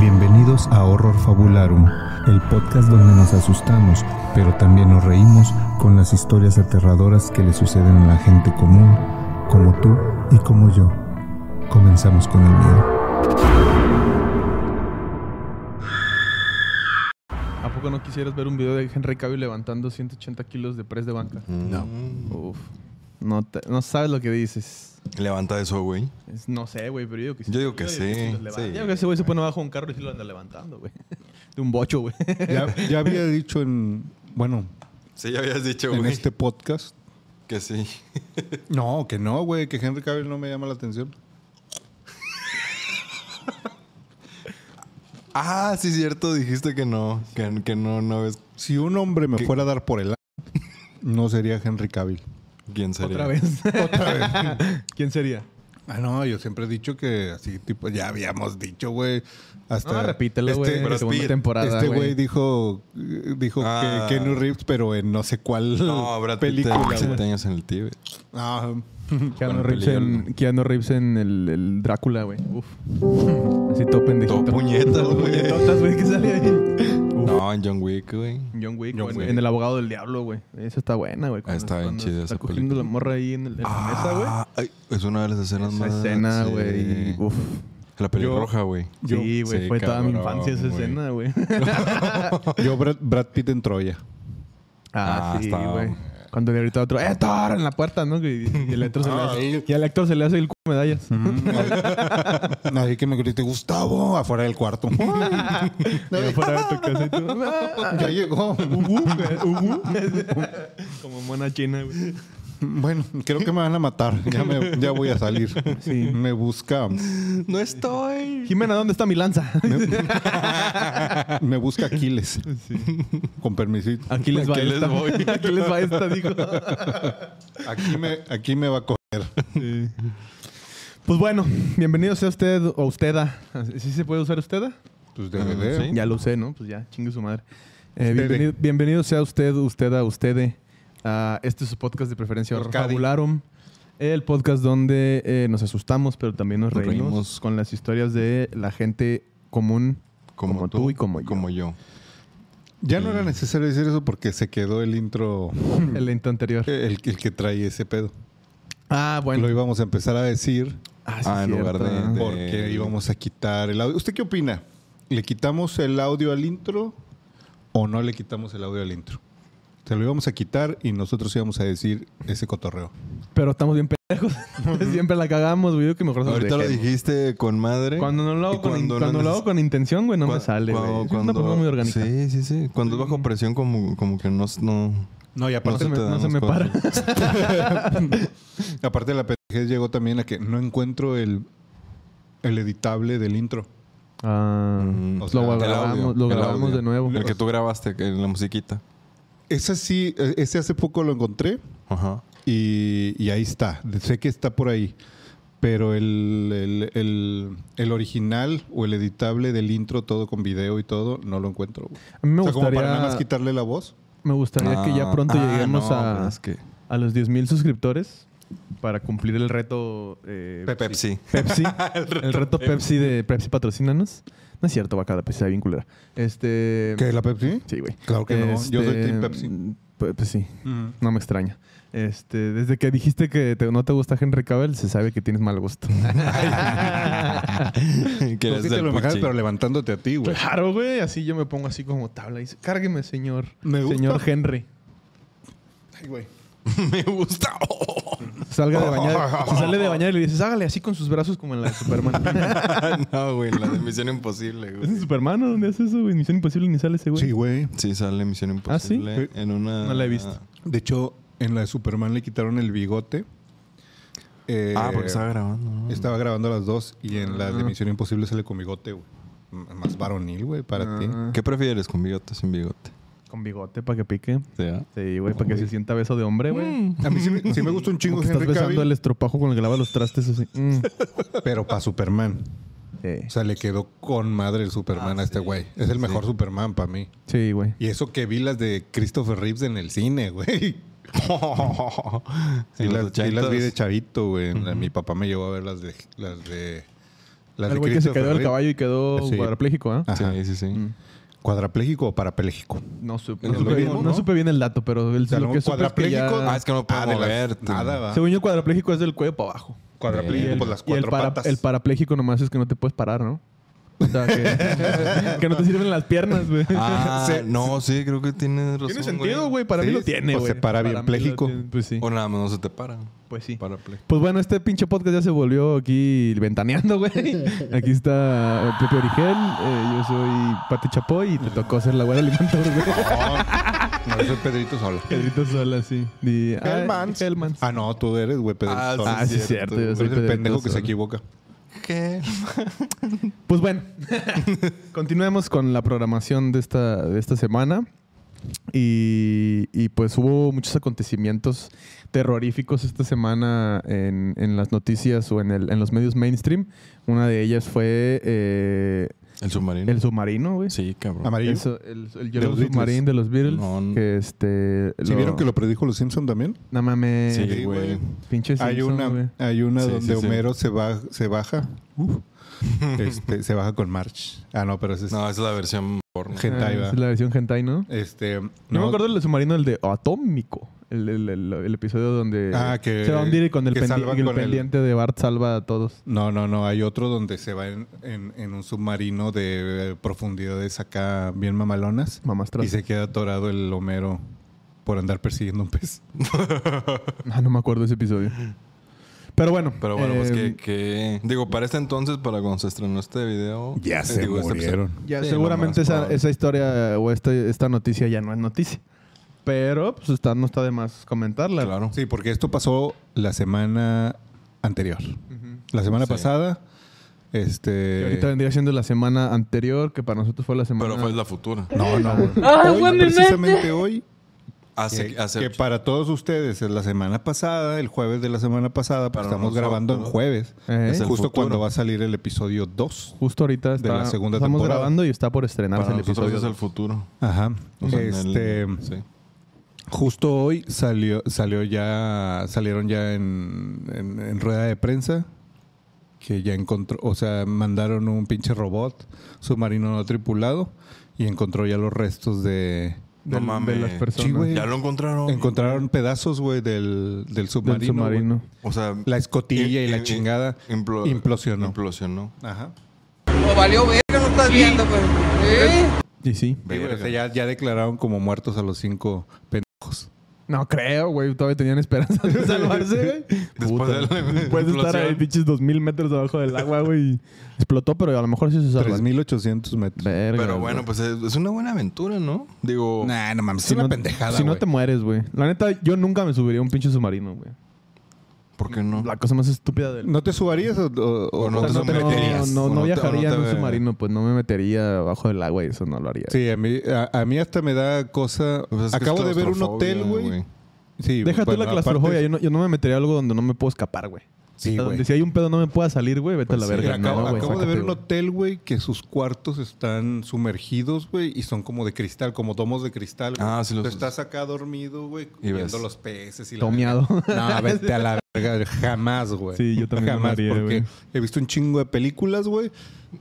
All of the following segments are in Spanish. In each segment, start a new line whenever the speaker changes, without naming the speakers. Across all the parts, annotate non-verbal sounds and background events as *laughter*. Bienvenidos a Horror Fabularum, el podcast donde nos asustamos, pero también nos reímos con las historias aterradoras que le suceden a la gente común, como tú y como yo. Comenzamos con el miedo.
¿A poco no quisieras ver un video de Henry Cavill levantando 180 kilos de press de banca?
Mm. No.
Uf. No, te- no sabes lo que dices.
Levanta eso, güey.
Es- no sé, güey, pero yo digo que sí.
Yo digo que sí,
los levanta.
sí.
Yo creo que ese güey se pone abajo de un carro y sí lo anda levantando, güey. *laughs* De un bocho, güey.
Ya, ya había dicho en, bueno,
Sí, ya habías dicho,
en
güey,
este podcast.
que sí.
No, que no, güey, que Henry Cavill no me llama la atención.
Ah, sí, cierto, dijiste que no, que, que no, no ves
Si un hombre me
¿Qué?
fuera a dar por el a- no sería Henry Cavill.
quién sería.
Otra vez.
Otra vez.
*laughs* ¿Quién sería?
Ah, no, yo siempre he dicho que así, tipo, ya habíamos dicho, güey. Hasta
No, repítelo, güey.
Este,
en la
pero
segunda
Speed,
temporada,
este güey dijo, dijo
Ah.
que Kenny Reeves, pero en no sé cuál
No, Brad Pitt
película.
tenía 70
güey.
años en el Tíbet.
Ah,
Keanu,
Bueno,
Reeves
peligro,
en, Keanu Reeves en el, el Drácula, güey. Uf. *laughs* Así todo pendejito.
Todo puñetas,
Todo
güey.
puñetotas, güey, que sale ahí. Uf.
No, en John Wick, güey.
John Wick,
John
o en-
Wick.
En, El Abogado del Diablo, güey. Esa está buena, güey. Cuando-
está bien
cuando
chida
se
esa
Está cogiendo
película.
la morra ahí en, el, en la mesa, güey.
Ah, ay, es una de las escenas
Esa
más...
escena,
sí.
güey. Uf.
La película roja, güey.
Yo-
sí, güey.
sí,
fue toda mi
cabrón,
infancia esa
güey.
escena,
*laughs*
güey.
yo Brad, Brad Pitt en Troya.
ah,
Ah,
sí,
estaba-
güey. Cuando le grita a otro, ¡eh, Thor! En la puerta, ¿no? Y, y el Héctor se le hace, y al Héctor se le hace el culo de medallas.
Nadie que me grite, Gustavo, afuera del
*laughs*
cuarto.
Y va fuera de tu casa y tú, "Ah".
ya llegó.
Ujú, güey, ujú. Como mona china, güey.
Bueno, creo que me van a matar. Ya, me- ya voy a salir.
Sí.
Me busca,
No estoy.
Jimena, ¿dónde está mi
*laughs*
lanza?
me busca Aquiles. Con permisito.
Aquí les va
Aquí les
esta.
voy.
*laughs* Aquí les va esta, dijo.
Aquí me, aquí me va a coger.
Pues bueno, bienvenido sea usted o usteda. ¿Sí se puede usar usteda?
Pues
Ah,
DVD.
sí.
Ya lo usé, ¿no? Pues ya, chingue su madre. Eh,
Ustede.
bienvenido, bienvenido sea usted, usted a usted. eh, a este es su podcast de preferencia Horror
Orcadi.
Fabularum. El podcast donde eh, nos asustamos, pero también nos
Nos
reímos,
reímos.
con las historias de la gente común.
Como,
Como
tú,
tú y como yo.
Como yo.
Ya no era necesario decir eso porque se quedó el intro, eh,
El intento anterior.
el, el que trae ese pedo.
Ah, bueno.
Lo íbamos a empezar a decir
Ah, sí,
Ah, en
cierto.
lugar de- de-
porque íbamos a quitar el audio. ¿Usted qué opina? ¿Le quitamos el audio al intro o no le quitamos el audio al intro? Se lo íbamos a quitar y nosotros íbamos a decir ese cotorreo. *laughs*
Pero estamos bien pendejos. *laughs* Siempre la cagamos, güey. Que mejor se los
Ahorita lo
dejemos.
dijiste con madre.
Cuando no lo hago,
y
con, in-
cuando no
cuando lo
neces-
hago con intención, güey, no me
Cuan-
sale, güey.
cuando-
Es una persona muy orgánica.
Sí, sí, sí. Cuando es bajo presión, como, como que no... no
No, y
No
aparte,
se me, no se me para.
aparte de la pendejez llegó también a que no encuentro el, el editable del intro.
Ah,
Mm,
o sea,
lo
el
grabamos,
audio,
lo
el
grabamos
audio.
de nuevo.
El que tú grabaste, que- la musiquita.
Ese sí, eh, ese hace poco lo encontré.
Ajá.
Y, y ahí está. Sé que está por ahí. Pero el, el- el- el original o el editable del intro, todo con video y todo, no lo encuentro. güey.
A mí me
o sea, como
gustaría,
para nada más quitarle la voz.
me gustaría que ya
Ah,
pronto
ah,
lleguemos
no,
a,
pero es que-
a los 10.000 suscriptores para cumplir el reto eh, *laughs*
*laughs* Pepsi.
*laughs*
Pepsi. el reto, Pepsi de Pepsi Patrocínanos. No es cierto, va cada Pepsi está bien culera. Este,
¿Qué? ¿La Pepsi?
Sí, güey.
Claro que no. Yo soy
Este,
Team Pepsi.
Pe- Pues sí. No me extraña. Este, desde que dijiste que te- no te gusta Henry Cavill, se sabe que tienes mal
*laughs*
gusto. *laughs*
que
Tú
eres
sí te
del
lo imaginas,
Puchi.
pero levantándote a ti, güey.
claro, güey. Así yo me pongo así como tabla y dice, cárgueme, señor.
Me gusta.
Señor Henry.
*laughs* Me gusta. *laughs*
Salga de bañar. Se sale de bañar y le dices, hágale así con sus brazos como en la de Superman.
no, güey, la de Misión
*laughs*
Imposible,
¿Es en
güey.
Superman o dónde hace eso, güey? En Misión Imposible ni sale ese güey.
Sí, güey.
Sí, sale Misión Imposible.
¿sí?
En una.
Ah, No la he visto.
De hecho, en la de Superman le quitaron el bigote. Eh,
Ah, porque estaba grabando. ¿no?
Estaba grabando a las dos y en la de
Ah.
Misión Imposible sale con bigote, güey. M- Más varonil, güey, para ti.
Ah,
¿Qué prefieres, con bigote o sin bigote?
Con bigote para que pique.
O sea,
Sí, güey, para que se sienta beso de hombre, güey.
A mí sí, me- sí me gusta un
Como
chingo
que Mm. estás
Henry
besando
Cavill,
el estropajo con el que lava los trastes así. *laughs* Mm.
pero para Superman.
Sí.
O sea, le quedó con madre el Superman
Ah,
a este güey. Es el mejor Superman para mí.
Sí, güey.
Y eso que vi las de Christopher Reeves en el cine, güey.
En
Sí,
los
*laughs* las, sí las vi de
80s.
chavito, güey. La- Mi papá me llevó a ver las de las de Las
el
de
güey que se
Christopher
cayó del
Reeve.
caballo y quedó
Sí.
cuadrapléjico, ¿ah?
Ajá.
Sí, sí, sí.
Mm.
¿Cuadrapléjico o parapléjico?
No, supe,
Es
no,
lo
supe bien,
mismo,
no
¿no?
supe bien el dato, pero el,
sea,
lo
un
que supe es que ya...
cuadrapléjico-
Ah, es que no puedo
Ah, de la-
moverte.
Nada, va.
Según yo, cuadrapléjico es del cuello para abajo.
Cuadrapléjico, pues las
y el,
cuatro
para-
patas.
el parapléjico nomás es que no te puedes parar, ¿no? O sea, que,
*laughs*
que no te sirven las piernas, güey.
Ah,
Se-
no, sí, creo que tiene razón.
tiene sentido, güey. Para mí
pues, Sí,
lo tiene,
pues
güey.
se para
Para
bien
mí lo
pléjico.
tiene, Pues sí.
O nada más no se te para.
Pues sí.
Para play.
Pues bueno, este pinche podcast ya se volvió aquí ventaneando, güey. Aquí está Pepe Origel, eh, yo soy Pati Chapoy y te tocó hacer la güera alimentor,
*laughs*
güey.
No, no, soy Pedrito Sola.
Pedrito Sola, sí. Di- ay,
Hellmans.
Hellmans.
Ah, no, tú eres, güey, Pedrito
Ah,
Sola.
Ah, sí, es cierto. yo
Tú
soy
eres el
Pedrito
pendejo que se
Sola.
equivoca.
¿Qué?
Pues bueno, *laughs* continuemos con la programación de esta, de esta semana. Y, y, pues hubo muchos acontecimientos terroríficos esta semana en, en las noticias o en, el- en los medios mainstream. Una de ellas fue eh,
¿El submarino?
el submarino, güey.
Sí, cabrón.
Amarillo. ¿Si
Eso, el el hielo
los
submarino
Beatles.
de los Beatles.
No, no.
Que este.
vieron que lo predijo los Simpson también?
No mames.
Sí, güey.
Sí, güey.
Pinche
Hay
Simpson,
una,
güey.
hay una
Sí,
donde
sí, sí.
Homero se, ba- se baja. Uf. *laughs* Este, se baja con March. Ah, no, pero ese es
No, esa es la versión porno.
hentai,
Ah,
va.
es la versión hentai, ¿no?
Este,
No, me acuerdo del submarino, el de Atómico. El, el- el- el episodio donde
Ah, que-
se va a hundir y con el,
que
pendi-
salvan
el
con el-
pendiente de Bart salva a todos.
No, no, no. Hay otro donde se va en, en- en un submarino de eh, profundidades acá bien mamalonas
Mamastras.
y se queda atorado el Homero por andar persiguiendo un *laughs* pez.
Ah, no me acuerdo ese episodio. Pero bueno.
Pero bueno, pues
eh,
que, que- Digo, para este entonces, para cuando se estrenó este video... eh, digo, este
ya
Sí,
seguramente
lo más
esa,
probable.
esa historia o este- esta noticia ya no es noticia. Pero pues está, no está de más comentarla.
episodio. Claro.
Sí, porque esto pasó la semana anterior. La semana
Sí.
pasada, este...
Que ahorita vendría siendo la semana anterior, que para nosotros fue la semana.
Pero fue la futura.
No, no.
Ay,
hoy,
güey, mi
precisamente hoy,
Hace...
que,
hace
que para todos ustedes es la semana pasada, el jueves de la semana pasada,
Para
pues estamos
nosotros.
grabando en jueves.
Eh,
Es el
Justo
futuro.
cuando va a salir el episodio 2.
Justo ahorita
de
está-
la segunda
estamos
temporada.
grabando y está por estrenarse
para
el
nosotros
episodio.
es el futuro.
Ajá.
O sea, en
este,
el- sí.
Justo hoy salió, salió ya, salieron ya en, en- en rueda de prensa que ya encontró, o sea, mandaron un pinche robot submarino no tripulado y encontró ya los restos de...
del-
No mames.
de las personas.
Sí, güey.
Ya lo encontraron.
Encontraron pedazos, güey, del, del submarino.
Del
güey.
submarino.
o sea...
La escotilla y,
im-
la
im-
chingada
implo-
implosionó.
Implosionó.
Ajá.
Pues valió ver que no estás viendo, pues. ¿Eh?
Y sí.
Sí, güey, o
Verga.
sea, ya, ya declararon como muertos a los cinco pendejos.
No creo, güey. Todavía tenían esperanza *laughs* de salvarse, güey.
Después de la
Después de estar ahí,
explosión.
pinches, dos mil metros debajo del agua, güey. y Explotó, pero a lo mejor sí se salvan.
3.800 metros.
Verga,
Pero bueno,
güey.
pues es, es una buena aventura, ¿no? Digo...
Nah, no mames,
Si no- Si no
güey.
te mueres, güey. La neta, yo nunca me subiría a un pinche submarino, güey.
¿Por qué no?
La cosa más estúpida del
¿No te subarías o, o- o
O
no
O
te
sea, no, te- no-
someterías?
no-
O
no
no te-
viajaría
o no
en
te
un
ve-
submarino, pues no me metería abajo del agua y eso no lo haría.
Sí, a mí, a, a mí hasta me da cosa.
Pues es que es
Acabo de ver un hotel,
claustrofobia,
güey. Sí,
Déjate
bueno,
la
aparte-
claustrofobia. Yo, no, yo no me metería a algo donde no me puedo escapar, güey. O
Sí,
sea,
güey. Pues
donde si hay un pedo no me pueda salir, güey, vete a la
Sí,
verga.
acabo
no, güey,
acabo de
sácate,
ver un
güey.
hotel, güey, que sus cuartos están sumergidos, güey, y son como de cristal, como domos de cristal. güey.
Ah, sí los-
Tú estás acá dormido, güey,
Y ves.
viendo los peces y la
Tomeado.
*laughs* No, vete a la verga, jamás, güey.
Sí, yo también no lo
Jamás,
haría,
porque
güey.
he visto un chingo de películas, güey,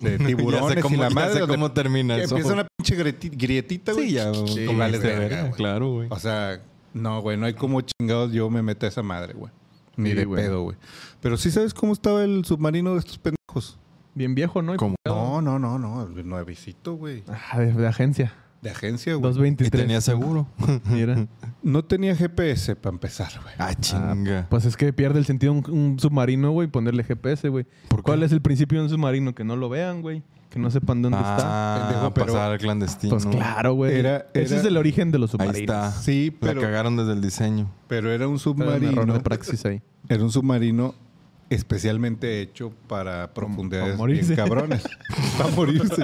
de tiburones
Ya sé
y
cómo-
la
ya
madre.
sé
donde
cómo termina
que
eso.
Empieza una pinche grieti- grietita, Este güey.
Sí, ya.
y
como
vales
este,
verga, güey.
Claro, güey.
O sea, no, güey, no hay como chingados yo me meto a esa madre, güey. Ni
Sí,
de
güey.
pedo, güey. Pero sí sabes cómo estaba el submarino de estos pendejos.
Bien viejo, ¿no? Y-
¿Cómo?
No, no, no, no. Nuevecito, güey.
Ah, de, de agencia.
De agencia, güey.
223.
Y tenía seguro.
*laughs*
Mira.
No tenía GPS para empezar, güey.
*laughs* Ah,
Ah,
chinga.
pues es que pierde el sentido un, un submarino, güey, ponerle GPS, güey.
¿Por qué?
¿Cuál es el principio de un submarino? Que no lo vean, güey. Que no sepan dónde está.
Ah,
Pendejo, pero-
pasar clandestino.
Pues claro, güey.
Era-
Ese
era-
es el origen de los
Ahí
submarinos.
está.
Sí, pero-
La cagaron desde el diseño.
Pero era un
Era un error
submarino.
de praxis
*laughs*
ahí.
Era un submarino especialmente hecho para profundidades
pa'
bien
morirse.
cabrones. para morirse.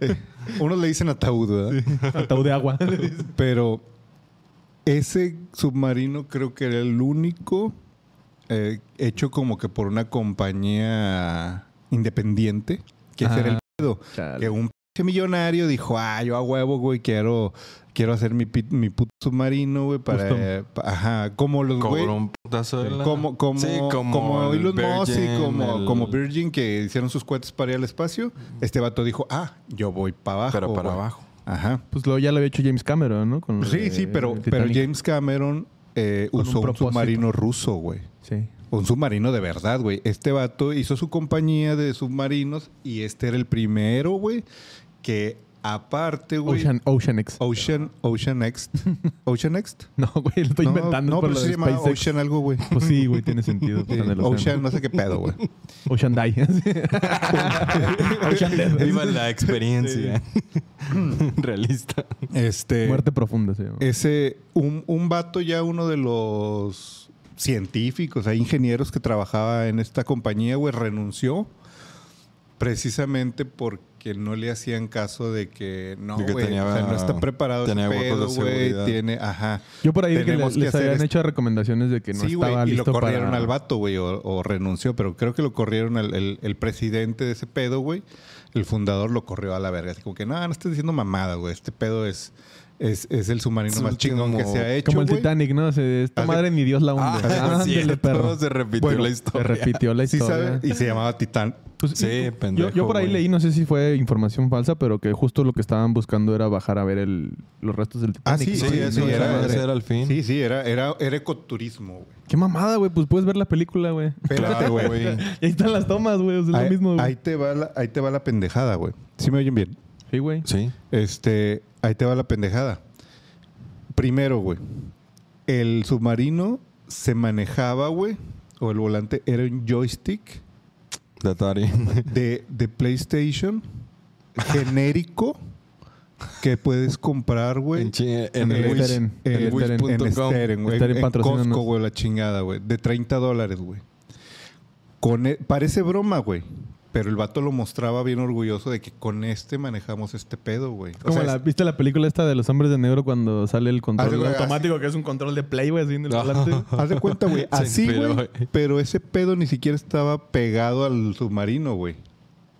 Eh, unos le dicen ataúd, ¿verdad?
Ataúd de agua.
Pero ese submarino creo que era el único eh, hecho como que por una compañía independiente, que ese era el pedo.
*laughs* Chale.
Que un que millonario dijo, ah, yo a huevo, güey, quiero, quiero hacer mi, pi- mi puto submarino, güey, para...
Custom.
eh, pa- ajá, como los güey...
Cobró un putazo de lana.
Como, como,
Sí,
como,
el
Elon Musk y
Virgin,
como,
el-
como Virgin que hicieron sus cohetes para ir al espacio, este vato dijo, ah, yo voy para abajo.
Pero para
güey".
abajo.
Ajá.
Pues luego ya lo había hecho James Cameron, ¿no? Con lo
Sí,
de-
sí, pero,
del
pero
Eh, Titanic.
James Cameron eh,
Con un
usó un,
propósito.
submarino ruso, güey.
Sí.
Un submarino de verdad, güey. Este vato hizo su compañía de submarinos y este era el primero, güey, que aparte, güey... Oh.
Ocean, Ocean X.
Ocean,
*laughs*
Ocean Next. ¿Ocean Next?
No, güey, lo estoy
no,
inventando
no,
por
pero
lo
se
de
llama
SpaceX.
Ocean
*laughs*
algo, güey.
Pues sí, güey, tiene sentido.
Sí,
Ocean,
Ocean,
Ocean,
no sé qué pedo, güey.
Ocean
*laughs*
Die. Ocean Death.
*laughs* Viva la experiencia. *laughs* Realista.
Este,
Muerte profunda se llama.
Ese, un, un vato ya uno de los científicos, hay ingenieros que trabajaba en esta compañía, güey, renunció precisamente porque no le hacían caso de que no,
De que
güey,
tenía-
o sea, no está preparado ese
tenía huecos de
pedo, güey,
seguridad.
tiene, ajá.
Yo por ahí vi que le-
tenemos que
les
hacer
habían
esto.
hecho recomendaciones de que no
sí, güey,
estaba
y lo
listo
corrieron
para...
al vato, güey, o, o renunció, pero creo que lo corrieron al- el, el presidente de ese pedo, güey. El fundador lo corrió a la verga. Así como que, no, no estás diciendo mamada, güey. Este pedo es, es, es el submarino
Es
más
un
chingón que
chingo
se ha hecho,
Como el
güey".
Titanic, ¿no? O sea, esta
Hace-
madre ni Dios la hunde.
Ah, es
Ándale,
*laughs* cierto,
perro.
se repitió la historia.
Se repitió la
Sí,
historia.
sabe, y se llamaba Titán.
Pues,
Sí,
y-
pendejo,
Yo, yo por ahí
güey.
leí, no sé si fue información falsa, pero que justo lo que estaban buscando era bajar a ver el, los restos del
Ah,
Titanic.
sí,
Sí,
sí,
eso
sí,
era-
era,
ese era el fin.
Sí, sí, era, era, era ecoturismo,
*laughs*
güey.
Qué mamada, güey. Pues puedes ver la película, güey. *laughs*
Pero, güey.
Y ahí están las tomas, güey. O sea, es
Ahí,
lo mismo,
ahí
güey.
te va la, ahí te va la pendejada, güey. ¿Sí me oyen bien?
Sí, güey.
Sí.
Este, ahí te va la pendejada. Primero, güey, el submarino se manejaba, güey, o el volante era un joystick
De Atari.
de,
*laughs*
de PlayStation genérico que puedes comprar, güey.
En, chi- en,
En el
el Wish.
Steren.
En,
En
en,
Wish punto com.
Steren, güey.
Steren,
En
patrocínanos.
Costco, güey, la chingada, güey. De 30 dólares, güey. Con e- parece broma, güey. Pero el vato lo mostraba bien orgulloso de que con este manejamos este pedo, güey. O
Como
sea, Ah,
la, ¿Viste la película esta de los hombres de negro cuando sale el control
Hace-
automático, que es un control de play, güey, así en el
No.
volante? güey?
Haz de
*laughs*
cuenta, güey. Así,
inspiró,
güey.
güey.
Pero ese pedo ni siquiera estaba pegado al submarino, güey.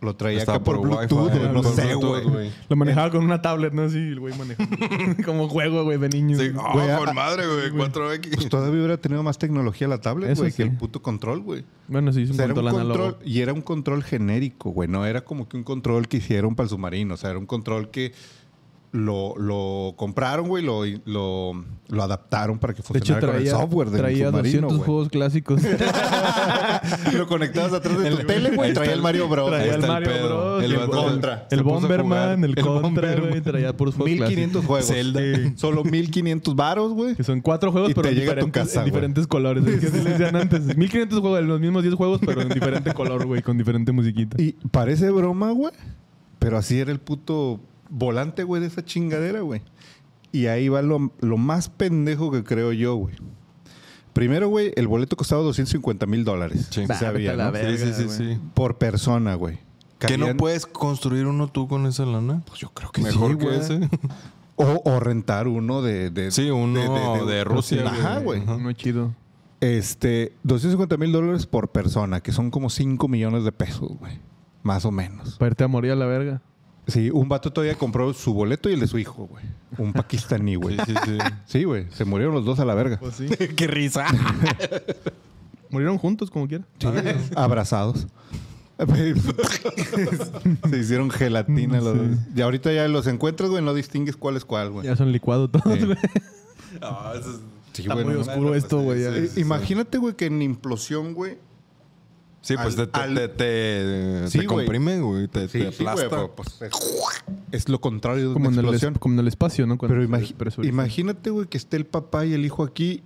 Lo traía
Está
acá por,
por
Bluetooth,
Wi-Fi,
güey, no
por
sé,
Bluetooth,
güey.
güey.
Lo manejaba con una tablet, ¿no? Así el güey
*laughs*
manejaba. *laughs* Como juego, güey, de niño.
Sí.
güey.
Ah,
Güey,
por
ah,
madre, güey.
Pues
4X.
todavía hubiera tenido más tecnología la tablet,
Eso
güey,
sí.
que el puto control, güey.
Bueno, sí, es
O
un
sea, era
control
un
análogo.
control, y era un control genérico, güey. No era como que un control que hicieron para el submarino. O sea, era un control que lo, lo compraron, güey, lo, lo, lo adaptaron para que
De hecho,
funcionara con el
traía,
software del
traía
submarino,
200
güey.
juegos clásicos.
*laughs* lo conectabas atrás de
En
tu
la-
tele, güey.
ahí
Traía
está
el Mario Bros.
ahí
traía el
está el
Mario
pedo.
Bros.
El
y
vato
Con-
se-
el
se puso a
Bomberman,
jugar.
el
El
Contra,
Bomberman.
güey. Traía puros juegos
*laughs* 1500
clásicos.
juegos.
Zelda.
Sí. Solo 1500 varos, güey.
Que son cuatro juegos,
Y
pero en
te llega a tu
diferentes,
casa,
en
güey.
diferentes colores. Es que así le decían antes. 1500 juegos, los mismos 10 juegos, pero en diferente color, güey, con diferente musiquita.
Y parece broma, güey. Pero así era el puto volante, güey, de esa chingadera, güey. Y ahí va lo, lo más pendejo que creo yo, güey. Primero, güey, el boleto costaba 250 mil dólares.
Sí.
Se
Bah,
sabía,
vete a la
¿no?
verga.
Sí, sí, sí,
güey.
sí.
Por persona, güey.
¿Que no
Cabían-
puedes construir uno tú con esa lana? Pues yo creo que Mejor
sí,
que
güey.
ese.
O, o rentar uno de... de-
Sí, uno de Rusia,
Ajá,
güey.
güey.
Ajá.
No es chido.
Este, 250 mil dólares por persona, que son como 5 millones de pesos, güey. Más o menos.
Para irte a morir a la verga.
Sí, un vato todavía compró su boleto y el de su hijo, güey. Un pakistaní, güey.
Sí, sí, sí.
Sí, güey. Se murieron los dos a la verga.
Pues sí.
¡Qué risa!
Murieron juntos, como quiera.
Sí, abrazados. *laughs* Se hicieron gelatina los
Sí.
dos. Y ahorita ya los encuentras, güey, no distingues cuál es cuál, güey.
Ya son licuados todos,
Sí.
güey.
Ah, eso es-
Sí,
Está
güey,
muy
no
oscuro esto, güey. ya.
mames. Eh, Imagínate, güey, que en implosión, güey.
Sí, pues
Al-
te,
al-
te, te,
Sí,
te
güey.
comprime, güey. Te, te aplasta.
güey, pues, es, es lo contrario de
Como
una
en, el,
explosión.
es- como en el espacio, ¿no? Cuando
Pero
se
imagi-
despresuriza.
imagínate, güey, que esté el papá y el hijo aquí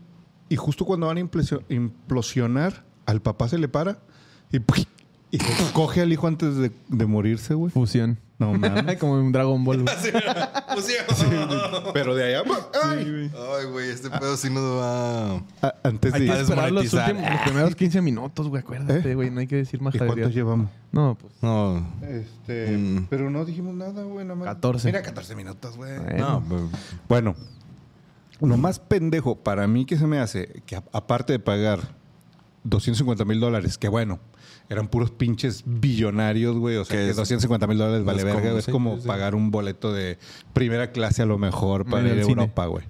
y justo cuando van a implesio- implosionar, al papá se le para y, y *laughs* se coge al hijo antes de, de morirse, güey.
Fusión.
*laughs* No mames.
como en Dragon Ball,
*laughs*
güey.
Pero de allá, ¡ay!
Ay, güey, este pedo sí nos va.
A- antes
Hay que
de...
es
esperar los,
monetizar.
últimos- los primeros 15 minutos, güey. Acuérdate,
¿Eh?
güey. No hay que decir más
¿Y cuántos llevamos?
No, pues.
No.
Este,
Mm.
Pero no dijimos nada, güey. nada más-
14.
Mira, 14 minutos, güey.
No,
Bueno.
pero-
Bueno, lo más pendejo para mí que se me hace, que a- aparte de pagar 250 mil dólares, que bueno, eran puros pinches billonarios, güey. O sea,
Que
que,
es-
250 mil dólares vale
es
verga,
como-
güey. Es
sí,
como
sí, sí.
pagar un boleto de primera clase a lo mejor para
En
ir
el
a
cine.
Europa, güey.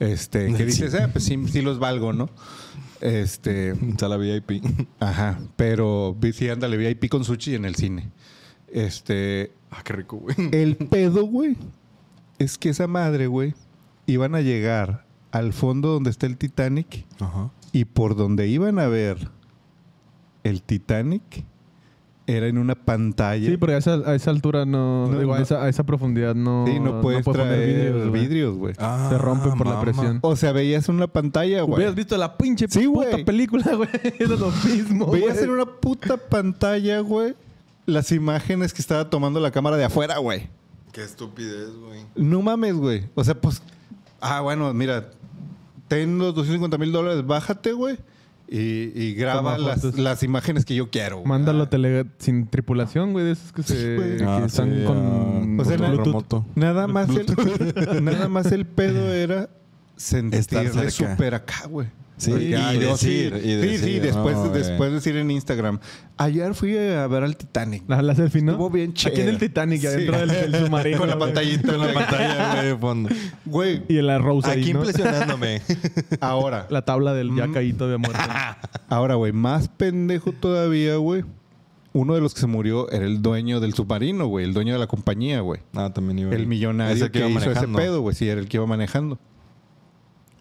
Este, que dices, eh, pues sí, sí los valgo, ¿no? Este,
Sala VIP.
ajá, pero sí, ándale, VIP con sushi en el cine. Este,
*laughs* ah, qué rico, güey.
el pedo, güey, es que esa madre, güey, iban a llegar al fondo donde está el Titanic
Ajá.
y por donde iban a ver el Titanic era en una pantalla.
Sí, pero a esa, a esa altura no.
No,
digo, A,
no.
esa, a esa profundidad no.
Sí, no puedes
puedes poner vidrios, güey.
traer
Ah.
vidrios, güey.
Ah,
Se rompe por la presión.
O sea, veías una pantalla, güey.
Hubieras visto la pinche
Sí,
puta
güey.
película, güey. *laughs* Era lo mismo.
Veías
güey.
en una puta pantalla, güey, las imágenes que estaba tomando la cámara de afuera, güey.
Qué estupidez, güey.
No mames, güey. O sea, pues. Ah, bueno, mira. Ten los 250 mil dólares, bájate, güey. Y, y graba
Toma
las,
fotos.
las imágenes que yo quiero. güey.
Mándalo a tele sin tripulación, güey, de esos que, se,
güey.
que
Ah,
están
sí,
con
ah,
O sea,
con
na-
Bluetooth.
remoto.
Nada más, el, *laughs* nada más
*laughs*
el pedo era sentirle
Estar cerca.
súper acá, güey.
Sí,
Porque,
y
ah, yo
decir,
sí,
y
sí,
decir,
sí, después,
no, güey.
después decir en Instagram. Ayer fui a ver al Titanic.
La, la selfie, ¿no?
Estuvo bien
Aquí en
chida.
el Titanic,
Sí.
adentro del,
*laughs*
del submarino.
Con la
güey.
pantallita en
*laughs*
La
la pantalla.
pantalla, güey, de fondo.
Güey,
Y la Rose ahí,
Aquí
¿no?
impresionándome.
ahora.
La tabla del ya
Mm.
caído de
*laughs*
muerte.
Ahora, güey, más pendejo todavía, güey. Uno de los que se murió era el dueño del submarino, güey. El dueño de la compañía, güey.
*laughs* ah, también iba.
El millonario
Ese
que,
iba
hizo
manejando.
ese pedo, güey. Sí, era el que iba manejando.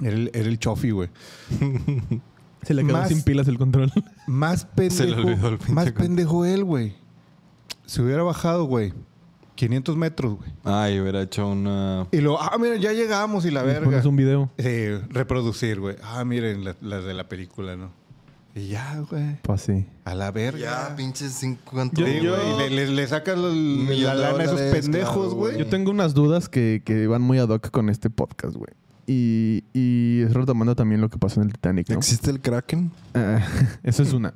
Era el, era el chofi, güey.
Se le quedó
Más-
sin pilas el control.
Más
*laughs*
pendejo.
Se le olvidó el pinche
más
control.
pendejo él, güey. Se hubiera bajado, güey. 500 metros, güey.
Ay, hubiera hecho una.
Y luego, ah, mira, ya llegamos
*laughs*
y la
Les
verga.
Pones un video.
Sí, reproducir, güey. Ah, miren, las la de la película, ¿no? Y ya, güey.
Pues sí.
A la verga.
Ah, pinches 50.
Sí, güey, le, le- le sacas los- la
Millón de
lana a esos
dólares,
pendejos,
claro,
güey.
güey.
Yo tengo unas dudas que, que van muy ad hoc con este podcast, güey. Y, y es retomando también lo que pasó en el Titanic, ¿no?
¿Existe el Kraken?
Ah, *laughs* Esa es una.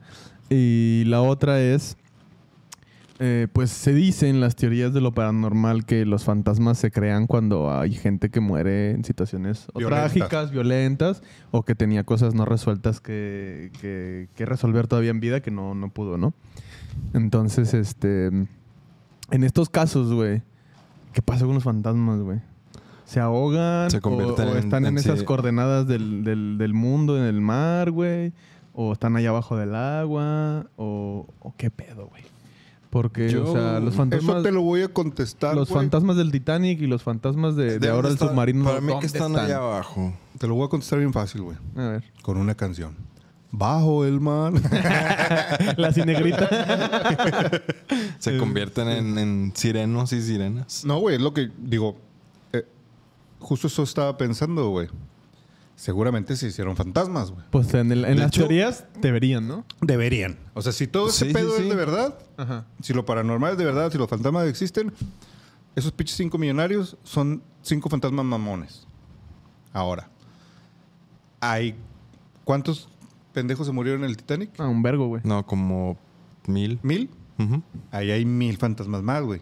Y la otra es, eh, pues se dice en las teorías de lo paranormal que los fantasmas se crean cuando hay gente que muere en situaciones o
Violentas.
trágicas, violentas, o que tenía cosas no resueltas que, que- que resolver todavía en vida que no, no pudo, ¿no? Entonces, este, en estos casos, güey, ¿qué pasa con los fantasmas, güey? ¿Se ahogan?
Se
o-
convierten
o,
en-
están en,
en
esas
sí.
coordenadas del, del- del mundo, en el mar, güey? ¿O están allá abajo del agua? ¿O, o qué pedo, güey? Porque,
Yo-
o sea, los
Eso
fantasmas...
te lo voy a contestar,
Los
güey.
fantasmas del Titanic y los fantasmas de, de ahora del
Deben estar-
submarino.
Para mí
¿dónde
que están, allá abajo.
Te lo voy a contestar bien fácil, güey.
A ver. *laughs*
Con una canción. Bajo el mar. *laughs*
La cinegrita.
Se convierten en, en sirenos y sirenas.
no, güey, es lo que digo. eh, justo eso estaba pensando, güey. Seguramente se hicieron fantasmas, güey.
pues en, el- en
De
las
hecho-
teorías deberían, ¿no?
Deberían. O sea, si todo ese
Sí,
pedo
sí,
es
sí.
de verdad,
Ajá.
si lo paranormal es de verdad, si los fantasmas existen, esos pinches cinco millonarios son cinco fantasmas mamones. Ahora, hay ¿cuántos pendejos se murieron en el Titanic?
Ah, un vergo, güey.
No, como mil.
Mil.
Ujú,
Ahí hay mil fantasmas más, güey.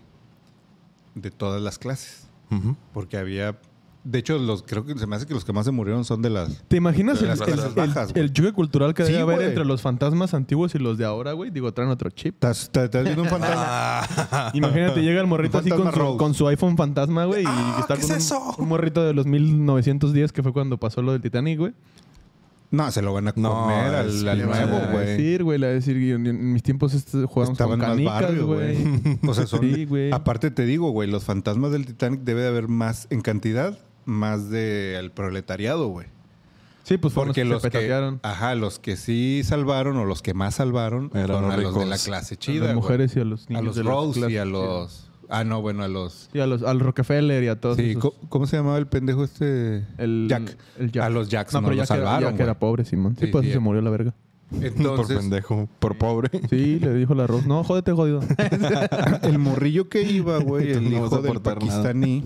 De todas las clases.
ujú.
Porque había. De hecho, los creo que se me hace que los que más se murieron son de las.
¿Te imaginas el,
Las
el,
razas
el-
bajas, güey.
el choque cultural que
Sí,
debe haber
güey.
entre los fantasmas antiguos y los de ahora, güey? Digo, traen otro chip.
¿Estás, estás- estás
*laughs*
viendo un fantasma?
Ah.
Imagínate, llega el morrito
Un
así con
fantasma
su,
rogue.
con su iPhone fantasma, güey, y está
Ah, ¿qué
con
es
un-
eso?
un, morrito de los 1910, que fue cuando pasó lo del Titanic, güey.
No, se lo van a comer
No, es
al, al
pinche
nuevo,
Le va a
güey.
decir, güey, le va a decir, en, en mis tiempos este, jugábamos con
Estaban más
canicas,
barrio,
güey.
güey. *laughs* O sea, son.
*laughs* Sí, güey.
Aparte te digo, güey, los fantasmas del Titanic debe de haber más en cantidad, más del proletariado, güey.
Sí, pues fueron
Porque los
se petatearon.
que, Ah, ajá, los que sí salvaron o los que más salvaron
Eran
son
los
a los de
ricos.
la clase
a
chida,
las
güey.
mujeres y a los niños.
a los
de las
Rose y
clases,
a
sí.
los ah no, bueno, a los
Y a los, al Rockefeller y a todos.
Sí,
esos.
¿cómo, cómo se llamaba el
Eh,
pendejo este?
El
Jack.
el Jack.
A los Jacks no,
pero
los
Jack era-
salvaron,
Jack era
güey.
pobre, Simón. Sí,
Sí,
pues
sí,
así se
Jack.
murió la verga.
por
Entonces,
pendejo, por pobre.
Sí, le dijo la Rose. No, jódete, jodido.
*laughs* el morrillo que
*laughs*
iba, güey,
Tú
el
no vas
hijo
a
del
aportar nada.
pakistaní,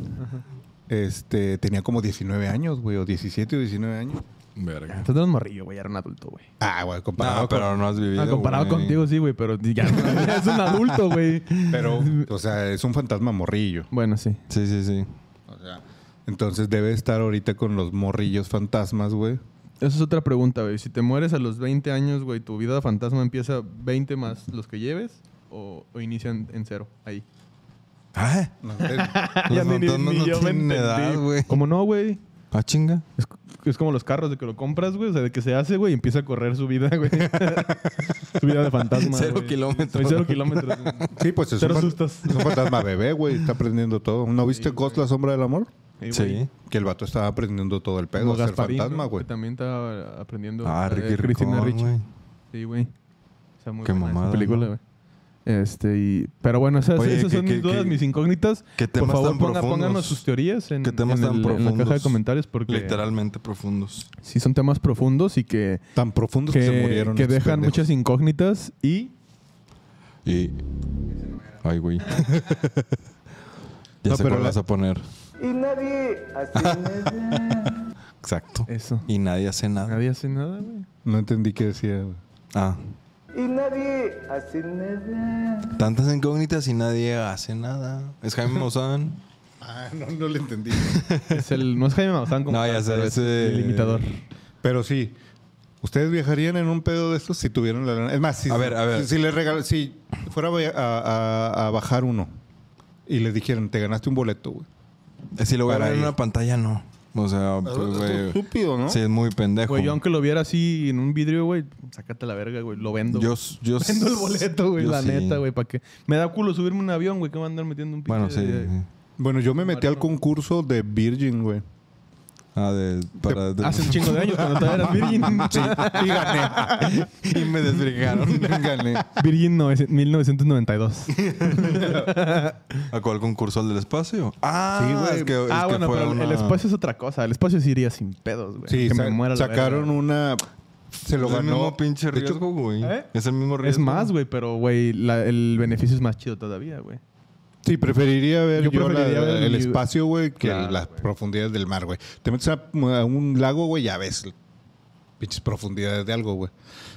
este, tenía como 19 años, güey, o 17 o 19 años.
Verga.
Entonces no es morrillo, güey. Ya era un adulto, güey.
Ah, güey, comparado
No,
con-
pero no has vivido.
Ah, comparado
güey.
contigo, sí, güey. Pero *laughs* ya ya es un adulto, güey.
Pero, o sea, es un fantasma morrillo.
Bueno, sí.
Sí, sí, sí.
O sea, entonces debe estar ahorita con los morrillos fantasmas, güey.
Esa es otra pregunta, güey. Si te mueres a los 20 años, güey, ¿tu vida fantasma empieza 20 más los que lleves o, o inician en cero? *laughs* Ahí.
Ah, *laughs* los fantasmas no tienen edad, güey.
¿Cómo no, güey?
Ah, chinga.
Es, es como los carros de que lo compras, güey. O sea, de que se hace, güey, y empieza a correr su vida, *laughs* güey. su vida de fantasma.
Cero
güey.
kilómetros.
Ay, Cero
*laughs*
kilómetros.
Sí, pues es
Cero
un, fan-
sustos.
es un fantasma bebé, güey. Está aprendiendo todo. ¿No viste Ghost, la sombra del amor?
Ay, güey.
Sí.
Que el vato estaba aprendiendo todo el pedo.
Como
a Ser
Gasparín,
fantasma,
¿no?
güey.
Que también estaba aprendiendo.
Ah,
eh,
Ricky
Cristina
Ricón,
Ricci.
güey.
Sí, güey. O sea, muy
Qué
buena esa
mamada,
película,
¿no?
güey. Este, y... Pero bueno, esas,
Oye,
esas
¿qué-
son
qué-
mis dudas,
qué-
mis incógnitas.
qué
Por
temas
favor,
tan
ponga-
profundos?
pónganos sus teorías en,
¿Qué temas
en
tan
el- en la
profundos?
caja de comentarios porque
Literalmente profundos.
sí son temas profundos y que,
Tan profundos que,
que,
se murieron.
que
estos
dejan
pendejos.
muchas incógnitas y...
Y.
*laughs*
Ay, güey. ya
No,
sé
pero
cuál
la-
vas a poner.
Y nadie así
Exacto.
Eso.
Y nadie hace nada.
Nadie hace nada, güey.
No entendí qué decía. güey.
Ah.
Y nadie así nada.
Tantas incógnitas y nadie hace nada. Es Jaime Maussan.
Ah, no, no le entendí.
Es el, no es Jaime Maussan como
No, ya
tal,
sé,
pero es
ese-
el imitador.
Pero sí. ¿Ustedes viajarían en un pedo de estos si tuvieran la lana? Es más, si,
A ver, a ver.
si, si les regal- si fuera a, a- a bajar uno y les dijeran, te ganaste un boleto, güey.
Eh, Si lo voy a
Para
ver en
ir.
una pantalla, no. O sea,
Ah,
pues, güey.
Estúpido, ¿no?
Sí, es muy pendejo.
Güey, yo aunque lo viera así en un vidrio, güey, sácate la verga, güey. Lo vendo.
Yo,
güey.
yo
*laughs* Vendo el boleto, güey,
yo
la
sí.
neta, güey, ¿para qué? Me da culo subirme a un avión, güey, que van a andar metiendo un pinche...
Bueno, sí.
de-
sí.
Bueno, yo me metí al concurso de Virgin,
*laughs*
güey.
Ah, de. Para, de- *laughs*
Hace un chingo de años cuando todavía eras virgin.
Y gané.
y me desbrigaron.
*laughs* gané.
Virgin 9- 1992.
¿A cuál concurso? ¿Al del espacio? Ah,
Sí, güey.
Es que, es
ah,
que
bueno,
fue
pero el- el
una-
espacio es otra cosa. El espacio sí iría sin pedos, güey.
Sí,
que
sa-
me muera la
sacaron
verga.
una... Se lo
es el
ganó...
mismo pinche
de hecho,
riesgo, güey.
¿Eh?
Es el mismo riesgo.
Es más, güey, pero, güey, la- el beneficio es más chido todavía, güey.
*laughs*
Sí, preferiría ver
Yo
yo
preferiría
la-
ver
el
mi-
espacio, güey, que
Claro,
las
güey.
profundidades del mar, güey. Te metes a, a un lago, güey, ya ves pinches profundidades de algo, güey.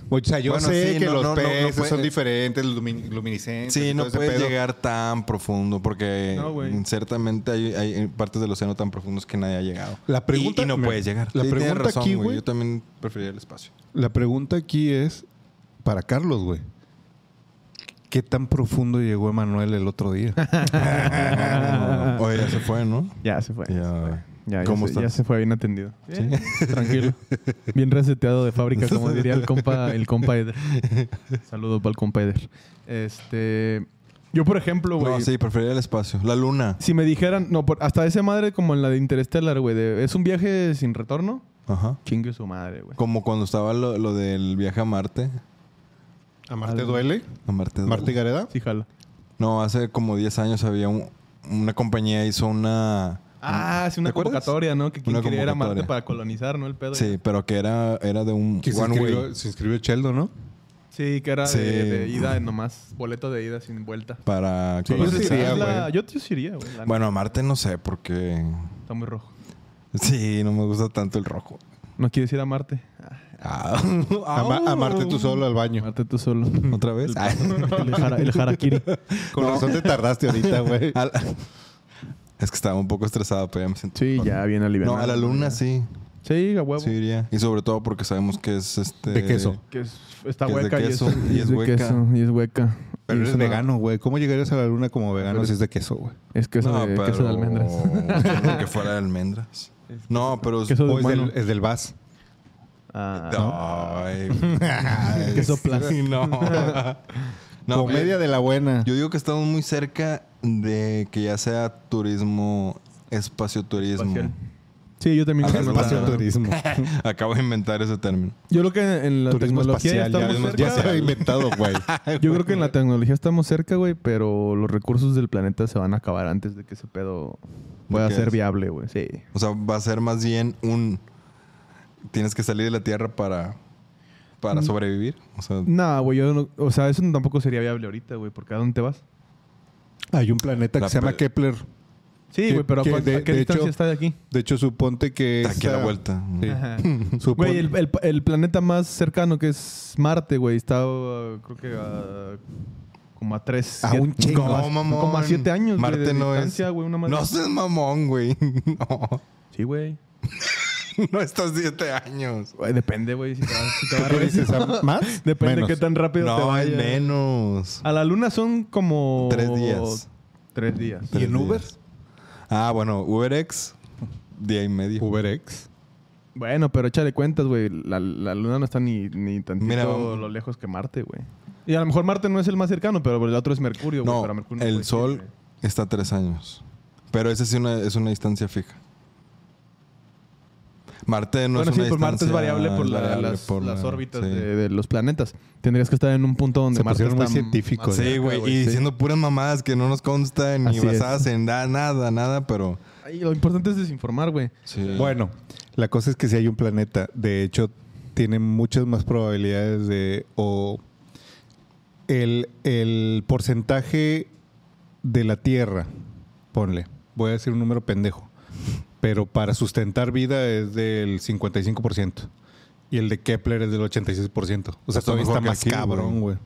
O sea, yo
Bueno,
sé
sí,
que
no,
los
no, no, no
peces
puede-
son diferentes, lumi- luminiscentes.
Sí,
y
no
todo ese
puedes
pedo.
llegar tan profundo porque
No, güey.
ciertamente hay, hay partes del océano tan profundos que nadie ha llegado.
La pregunta-
y, y no
me-
puedes llegar.
la
Sí, tienes
pregunta
razón,
aquí,
güey.
güey.
Yo también preferiría el espacio.
La pregunta aquí es para Carlos, güey. ¿Qué tan profundo llegó Emanuel el otro día? Ah,
Ah.
Oye, ya se fue, ¿no?
*laughs* Ya se fue.
Ya.
Ya, ya
¿Cómo
se, ya
estás?
se fue bien atendido. Bien, Tranquilo. Bien reseteado de
*laughs*
fábrica, como diría el compa, el compa Eder. Saludos para el compa Eder. Este. Yo, por ejemplo, güey.
No, sí, preferiría el espacio. La luna.
Si me dijeran, no, por- hasta esa madre como en la de Interstellar, güey, de, es un viaje sin retorno,
Ajá.
chingue su madre, güey.
Como cuando estaba lo, lo del viaje a Marte.
¿A Marte duele?
A Marte.
¿Marte Gareda?
Sí, jala.
No, hace como 10 años había un- una compañía hizo una...
Ah, sí, una
¿Te acuerdas?
convocatoria, ¿no? Que quien
Una
quería ir a Marte
convocatoria.
para colonizar, ¿no? El pedo.
Sí, pero que era, era de un
Que se
one way.
inscribió, se inscribió Cheldo, ¿no?
Sí, que era
Sí.
De, de ida, nomás, boleto de ida sin vuelta.
Para
Sí,
Yo
Yo
sí
sí
colonizar.
iría,
iría,
güey.
Yo sí iría, güey. la
Bueno, a Marte no sé, porque...
neta. Está muy rojo.
Sí, no me gusta tanto el rojo.
¿No quieres ir a Marte?
*laughs* Ah.
A, Ma- a Marte tú solo al baño.
Marte tú solo.
¿Otra vez? Ah.
*laughs*
*laughs*
el, jara- el harakiri.
Con razón te tardaste
*laughs*
ahorita, güey.
Al- Es que estaba un poco estresada, pero ya me siento...
Sí, ya, bien aliviado.
No, a la luna sí.
Sí, a huevo.
Sí iría. Y sobre todo porque sabemos que es este...
De queso.
Que es- está
Que es de
hueca y es,
queso,
*laughs* y es de queso. Y es hueca.
Pero
Y
eres
es una-
vegano, güey. ¿Cómo llegarías a la luna como vegano si es de queso, güey?
Es queso,
No,
de,
pero...
queso de
*laughs*
almendras.
*laughs*
que fuera de almendras. No, pero... pues, es-
Queso de
O es
humano.
del, es del VAS.
Ah,
Ay. *laughs*
Queso plas. *laughs*
Sí, No. No,
Comedia
eh,
de la buena.
Yo digo que estamos muy cerca de que ya sea turismo, espacioturismo.
Espacial. Sí, yo también
Ah,
creo que no
espacio
tarda.
*laughs*
turismo.
Acabo de inventar ese término.
Yo creo que en la
turismo
tecnología
espacial. Ya,
estamos
ya se
cerca.
ha inventado,
*laughs*
güey.
Yo creo que en la tecnología estamos cerca, güey, pero los recursos del planeta se van a acabar antes de que ese pedo pueda
qué
ser
es?
viable, güey. Sí.
O sea, va a ser más bien un... Tienes que salir de la Tierra para, para
Mm.
sobrevivir. O sea,
Nah, güey, yo no, o sea, eso tampoco sería viable ahorita, güey, porque ¿a dónde te vas?
Hay un planeta que
La
se llama
pe-
Kepler.
Sí,
Que-
güey, pero ¿a,
que
cuán-
de-
a qué
de
distancia
hecho-
está de aquí?
De hecho, suponte que
está aquí a la
esa-
vuelta.
Sí. *coughs*
Ajá.
Supon-
Güey, el, el- el planeta más cercano que es Marte, güey, está uh, creo que a como a tres.
A
siete-
un chingo.
Como a,
mamón.
como a siete años, güey,
Marte
de
no es... *laughs*
distancia, güey, una madre.
No seas mamón, güey. No.
Sí, güey.
no estás 7 años.
Güey, *laughs* depende, güey, si te vas, si te vas
¿Tú dices ah, más?
Depende
Menos.
qué tan rápido te
No, es
vayas.
menos.
A la luna son como...
Tres días.
Tres días.
¿Y en
Tres
Uber?
días. Ah, bueno, UberX, día y medio.
UberX.
Bueno, pero échale cuentas, güey. La, la luna no está ni, ni tantito
Mira, vamos.
lo lejos que Marte, güey. Y a lo mejor Marte no es el más cercano, pero el otro es Mercurio, güey.
no,
pero Mercurio no
el
puede
Sol
ir, güey.
está a 3 años. Pero esa sí una, es una distancia fija. Marte no
bueno,
es una
sí, pues Marte es
distancia-
variable por, la-
variable
las,
por la-
las órbitas
sí.
de, de los planetas. Tendrías que estar en un punto donde
Se
Marte
pusieron
está
muy científicos.
Sí, güey. Y
sí.
diciendo puras mamadas que no nos constan ni
Así es.
basadas en da- nada, nada, pero.
más- Ay, lo importante es desinformar, güey.
Sí.
Bueno, la cosa es que si hay un planeta, de hecho, tiene muchas más probabilidades de. o el, el porcentaje de la Tierra, ponle, voy a decir un número pendejo, pero para sustentar vida es del 55%. Y el de Kepler es del 86%. O sea,
Está
todavía
mejor
está
que
más
aquí,
cabrón, güey.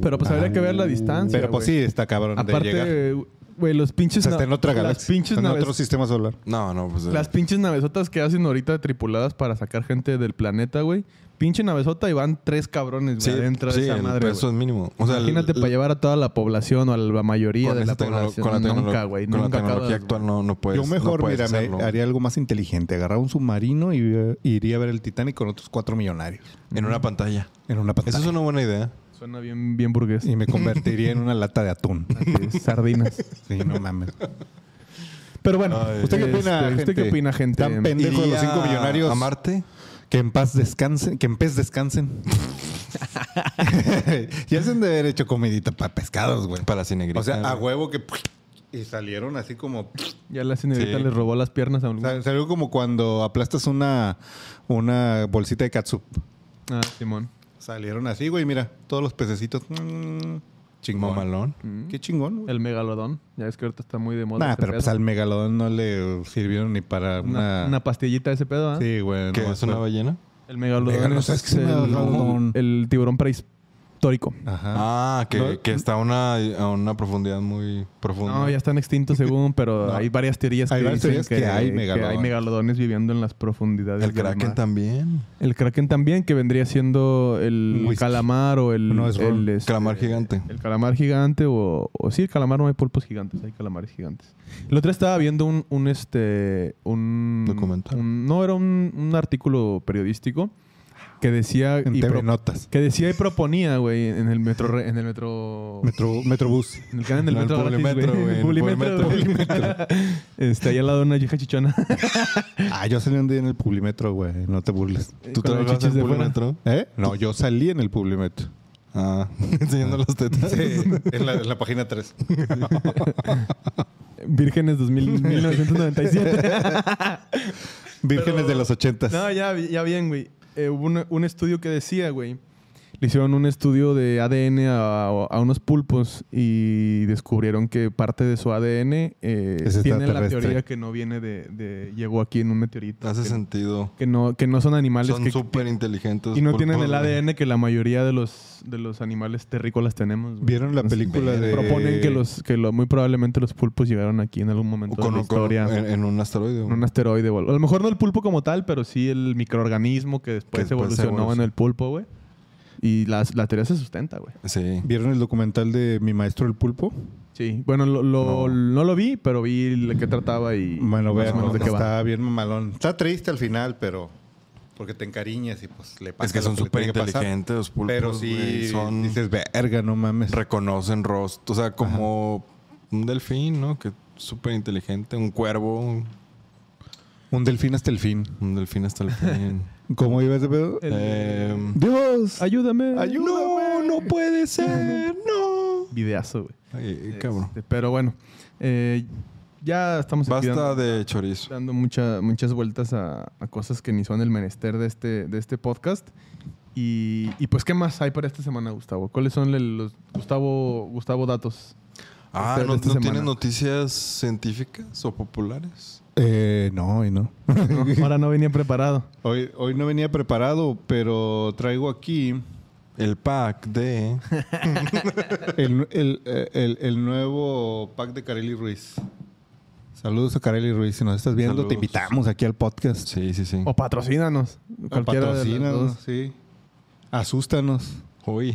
Pero pues habría que ver
Ah.
la distancia,
Pero pues sí,
güey.
está cabrón de llegar.
Aparte, güey, los
O
pinches...
sea,
na-
está en otra
las
galaxia.
pinches
está en
naves-
otro sistema solar.
No, no, pues. eh,
Las pinches navesotas que hacen ahorita tripuladas para sacar gente del planeta, güey. Pinche navezota y van tres cabrones, güey,
sí,
adentro
sí,
de esa
el
madre.
peso
güey.
es mínimo. O sea, el-
Imagínate
el-
para llevar a toda la población o a la mayoría
con
de la
esa tecnolo-
población.
con la tecnolo-
nunca, güey.
con la
Nunca
tecnología
acabas,
actual no, Pues, no puedes.
Yo mejor,
no puedes
mira, me
hacerlo.
haría algo más inteligente. Agarrar un submarino y eh, iría a ver el Titanic con otros cuatro millonarios
En una pantalla.
Ah.
en una pantalla.
Eso es una buena idea.
güey. Suena bien, bien burgués.
Y me convertiría en una lata de atún.
Sardinas.
Sí, no mames.
Pero bueno,
¿Usted qué opina,
este, ¿Usted qué
gente?
opina, gente?
Tan pendejo de los
Iría
cinco millonarios.
¿A Marte?
Que en paz descansen. Que en pez descansen. ya se han de haber hecho comidita para pescados, güey.
Para Cinegrita.
O sea, a
güey.
huevo que... Y salieron así como...
ya la señorita
Sí.
les robó las piernas a algún.
Sal- Salió como cuando aplastas una, una bolsita de catsup.
Ah, Simón.
Salieron así, güey, mira, todos los pececitos. Mm, chingón. Mm.
Mamalón.
Qué chingón, güey.
El megalodón. Ya es que ahorita está muy de moda.
Nah,
ese
pero pues
pedo.
al megalodón no le sirvieron ni para
una,
una.
una pastillita de ese pedo, ¿ah?
sí, güey.
¿Qué?
nomás
¿Es una
fue-
ballena?
El megalodón
Megalodón,
es,
¿sabes qué es
el,
megalodón?
el tiburón prehistórico.
Ajá.
Ah, que,
No.
que está a una, a una profundidad muy profunda.
No, ya están extintos según, pero hay varias teorías que
Hay varias
dicen
teorías que hay
hay
megalodones.
megalodones viviendo en las profundidades
El
del
Kraken
mar.
también.
El Kraken también, que vendría siendo el
Whisky.
calamar o el...
No, es ron.
el, este,
Calamar gigante.
El calamar gigante o, o sí, el calamar no hay pulpos gigantes, hay calamares gigantes. El otro estaba viendo un, un, este un
Documental.
un- no era un, un artículo periodístico que decía
En
y
TV
pro-
Notas.
que decía y proponía, güey, en el metro re- en el metro
Metro, Metrobús.
en el canal del
No, el
metro
Publimetro,
gratis, *laughs* güey. El
güey, el
Publimetro, *laughs* güey. Este, ahí al lado de una vieja chichona.
Ah, yo salí un día en el Publimetro, güey. No te burles.
¿Tú
con las
trabajas
chichis
en
de fuera.
Pulimetro?
¿Eh? No, yo salí en el Publimetro.
Ah, *laughs* enseñando las tetas.
en, la, en la página 3.
*laughs* Vírgenes *laughs* 2000, 1997.
Vírgenes
Pero-
de los 80.
*laughs* no, ya, vi- ya bien, güey. Eh, hubo una- un estudio que decía, güey. Le hicieron un estudio de ADN a, a unos pulpos y descubrieron que parte de su ADN eh,
Es
tiene la
extraterrestre.
teoría que no viene de, de- llegó aquí en un meteorito.
*laughs* Hace
Que,
sentido.
que no, que no son animales
Son
que,
súper inteligentes.
y no tienen el ADN que la mayoría de los, de los animales terrícolas tenemos. güey.
¿Vieron la película de.
Proponen que los que lo, muy probablemente los pulpos llegaron aquí en algún momento de la historia.
en, en un asteroide.
en un asteroide. o algo. A lo mejor no el pulpo como tal, pero sí el microorganismo que después,
Que después se
evolucionó en
evolucionó.
el pulpo, güey. Y las- la, teoría se sustenta, güey.
Sí.
¿Vieron el documental de Mi Maestro el Pulpo?
Sí. Bueno, lo, lo- no. lo vi, pero vi lo que trataba y más o
Bueno, vean,
menos de qué va.
está bien malón. Está triste al final, pero porque te encariñas y pues le pasa.
Es que
lo
son
le
súper
tiene que pasar.
inteligentes los pulpos.
Pero sí,
güey. son,
dices, verga, no mames.
reconocen rostro. O sea, como un delfín, ¿no? Que es súper inteligente. Un cuervo. Un,
Un delfín hasta el fin.
un delfín hasta el fin.
¿Cómo ibas de pedo?
El-
Em,
Dios,
Ayúdame.
ayúdame.
no
*laughs*
puede ser. No.
Videazo, güey.
Ay, cabrón.
Este, pero bueno, eh, ya estamos aquí
Basta
dando-
de chorizo.
dando mucha- muchas vueltas a, a cosas que ni son el menester de este, de este podcast. Y, y pues, ¿qué más hay para esta semana, Gustavo? ¿Cuáles son el- los Gustavo, Gustavo datos?
Ah,
Este-
¿no,
de esta
no
semana.
tienen noticias científicas o populares?
Eh, no, hoy no.
No, ahora no venía preparado.
Hoy, hoy no venía preparado, pero traigo aquí
El
*laughs*
pack de...
el, el- el- el nuevo pack de Carely Ruiz. Saludos a Kareli Ruiz. Si nos estás viendo,
Saludos.
te invitamos aquí al podcast.
Sí, sí, sí.
O patrocínanos. Cualquiera de las
Patrocínanos,
dos.
sí. Asústanos.
Uy.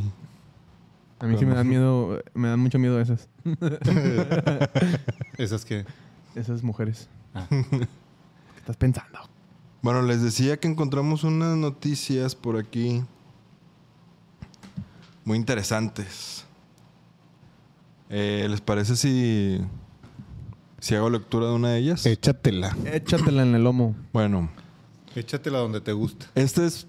A mí sí me dan miedo, me dan mucho miedo esas.
Esas que.
Esas mujeres.
Ah.
*laughs* ¿Qué estás pensando?
Bueno, les decía que encontramos unas noticias por aquí muy interesantes. Eh, ¿Les parece si, si hago lectura de una de ellas?
Eh.
Échatela.
Échatela en el lomo.
Bueno,
Échatela donde te gusta.
esta Este es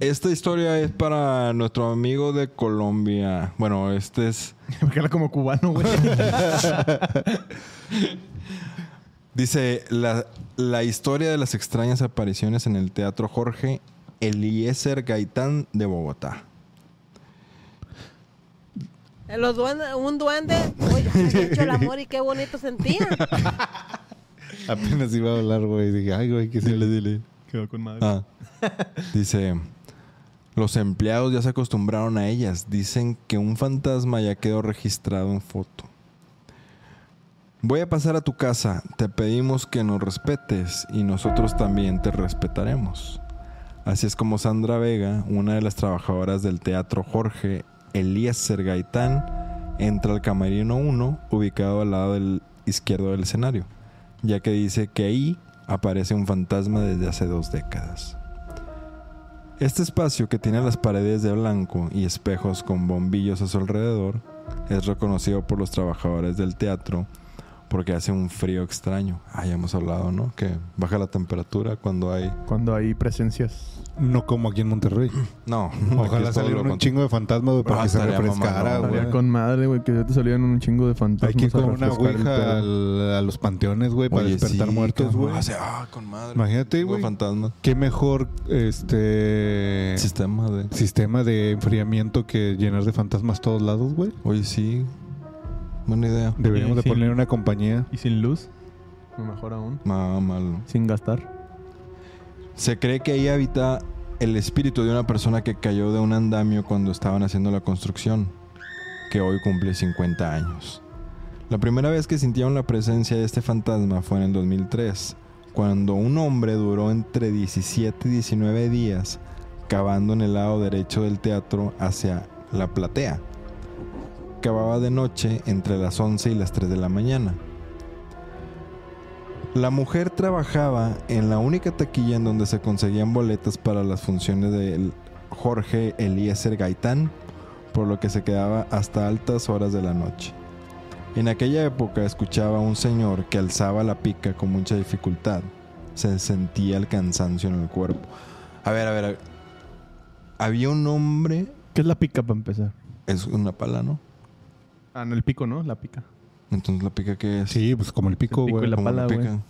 esta historia es para nuestro amigo de Colombia. Bueno, este es
*laughs* Porque era como cubano, güey.
dice la, la historia de las extrañas apariciones en el Teatro Jorge Eliezer Gaitán de Bogotá.
Los duende- un duende, oye, había hecho el amor y qué bonito sentía.
Apenas iba a hablar, güey. Dije, ay, güey, que se le dile.
Quedó con madre.
Ah. Dice, los empleados ya se acostumbraron a ellas. Dicen que un fantasma ya quedó registrado en foto. Voy a pasar a tu casa. Te pedimos que nos respetes y nosotros también te respetaremos. Así es como Sandra Vega, una de las trabajadoras del Teatro Jorge Eliezer Gaitán, entra al camerino 1, ubicado al lado del izquierdo del escenario, ya que dice que ahí aparece un fantasma desde hace dos décadas. Este espacio que tiene las paredes de blanco y espejos con bombillos a su alrededor es reconocido por los trabajadores del teatro porque hace un frío extraño. Ah, ya hemos hablado, ¿no? Que baja la temperatura cuando hay...
Cuando hay presencias.
No como aquí
*laughs*
en Monterrey.
No, *laughs* aquí
Ojalá
es todo
salieron
lo
un chingo de fantasmas, güey, para
Ah,
que se
estaría
refrescara,
mamalón,
güey.
Estaría con madre, güey, que ya te salían un chingo de fantasmas.
Hay que ir
a
con una
refrescar el
ouija
pedo.
al- a los panteones, güey, para
Oye,
despertar
sí,
muertos,
cabrón.
güey.
Ah, sí, ah, con madre.
Imagínate,
Tengo
güey.
fantasmas.
Qué mejor este
Sistema de...
sistema de enfriamiento que llenar de fantasmas todos lados, güey.
Oye, sí. Buena idea.
Deberíamos de
Sí.
poner una compañía.
Y sin luz. Mejor aún.
Ah, malo.
Sin gastar.
Se cree que ahí habita el espíritu de una persona que cayó de un andamio cuando estaban haciendo la construcción, que hoy cumple 50 años. La primera vez que sintieron la presencia de este fantasma fue en el 2003, cuando un hombre duró entre 17 y 19 días cavando en el lado derecho del teatro hacia la platea. Cavaba de noche entre las 11 y las 3 de la mañana. La mujer trabajaba en la única taquilla en donde se conseguían boletas para las funciones de Jorge Eliezer Gaitán, por lo que se quedaba hasta altas horas de la noche. En aquella época escuchaba a un señor que alzaba la pica con mucha dificultad. Se sentía el cansancio en el cuerpo. A ver, a ver, a ver. Había un hombre...
¿Qué es la pica para empezar?
Es una pala, ¿no?
Ah, no, el pico, ¿no? La pica.
Entonces la pica que es...
Sí, pues como el pico,
El pico y
güey.
la
¿Cómo
pala, güey.
pica?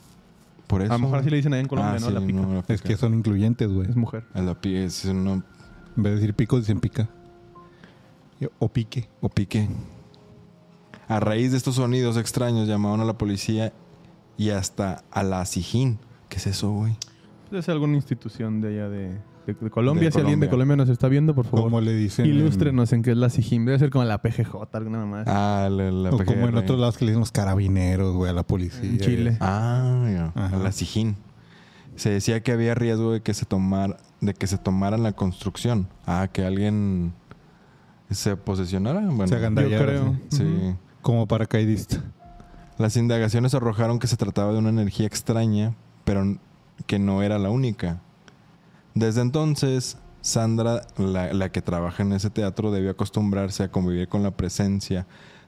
Por eso...
A lo mejor así le dicen allá en Colombia,
Ah,
¿no?
sí,
la pica.
no, la
Es
pica.
que son incluyentes, güey.
Es mujer.
A la pica es una
En vez de decir pico, dicen pica. O pique.
o pique. A raíz de estos sonidos extraños llamaron a la policía y hasta a la SIJIN. ¿Qué es eso, güey?
Debe ser alguna institución de allá de, de- de Colombia.
De
si alguien de
Colombia.
Colombia nos está viendo, por favor,
Como le dicen. en-
ilústrenos en qué es la SIGIM. Debe ser como la PGJ, alguna mamá. así.
Ah, la, la
o
PGR.
como en otros lados que le dicen los carabineros, güey, a la policía.
En Chile.
Ah, ya,
Ajá.
a la SIJIN. Se decía que había riesgo de que se tomara, de que se tomaran la construcción. Ah, que alguien se posesionara. Bueno,
Se agandallaron,
creo.
sí.
Sí.
Como paracaidista.
Las indagaciones arrojaron que se trataba de una energía extraña, pero n- que no era la única. Desde entonces, Sandra, la, la que trabaja en ese teatro, debió acostumbrarse a convivir con la presencia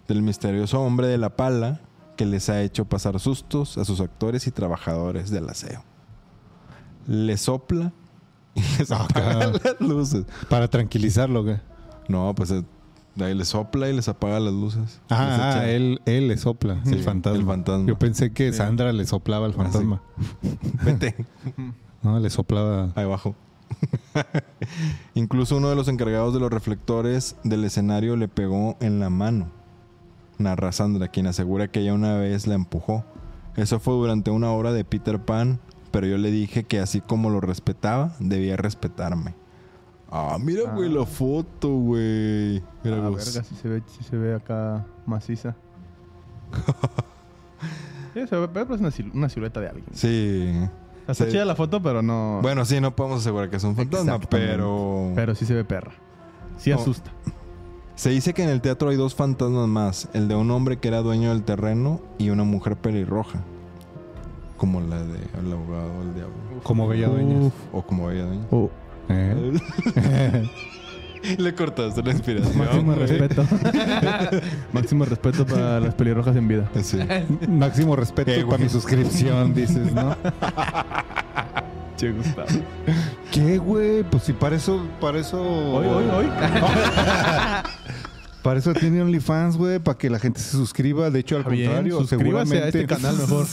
del misterioso hombre de la pala que les ha hecho pasar sustos a sus actores y trabajadores del aseo. Le sopla y *laughs* les
Ah,
*laughs*
apaga
cabrón.
las luces.
Para tranquilizarlo, güey.
No, pues eh, ahí le sopla y les apaga las luces. Les
Ah,
echa-
ah, él, él le sopla,
Sí,
el fantasma.
el fantasma.
Yo pensé que Sandra le soplaba
Ah,
al fantasma.
*laughs* Vete.
No, le soplaba.
Ahí abajo. *laughs* Incluso uno de los encargados de los reflectores del escenario le pegó en la mano. Narra Sandra, quien asegura que ella una vez la empujó. Eso fue durante una hora de Peter Pan, pero yo le dije que así como lo respetaba, debía respetarme. Ah, mira, güey, la foto, güey. Mira,
Ah,
vos. *laughs*
verga, si se ve, sí se ve acá maciza. Sí, se ve, pero es una, sil- una silueta de alguien.
Sí.
Está
Se-
chida la foto, pero no.
Bueno, sí, no podemos asegurar que es un fantasma,
Exactamente.
pero...
Pero sí se ve perra. Sí
No.
asusta.
Se dice que en el teatro hay dos fantasmas más, el de un hombre que era dueño del terreno y una mujer pelirroja, como la de el abogado del diablo,
Como Bella Dueñas.
Uf.
o como ella dueña.
Oh,
Eh.
*laughs* Le cortaste la inspiración.
máximo
güey.
*laughs*
respeto. máximo respeto para las pelirrojas en vida. *laughs*
Sí.
Eh, Máximo respeto
Eh, güey.
para mi suscripción, dices,
*laughs*
¿no?
Che, Gustavo.
¿Qué, güey? Pues si para eso, para eso.
Hoy, hoy, hoy.
Para eso tiene OnlyFans, güey, para que la gente se suscriba. De hecho, al
Está bien,
contrario,
suscríbase
seguramente.
a este canal mejor.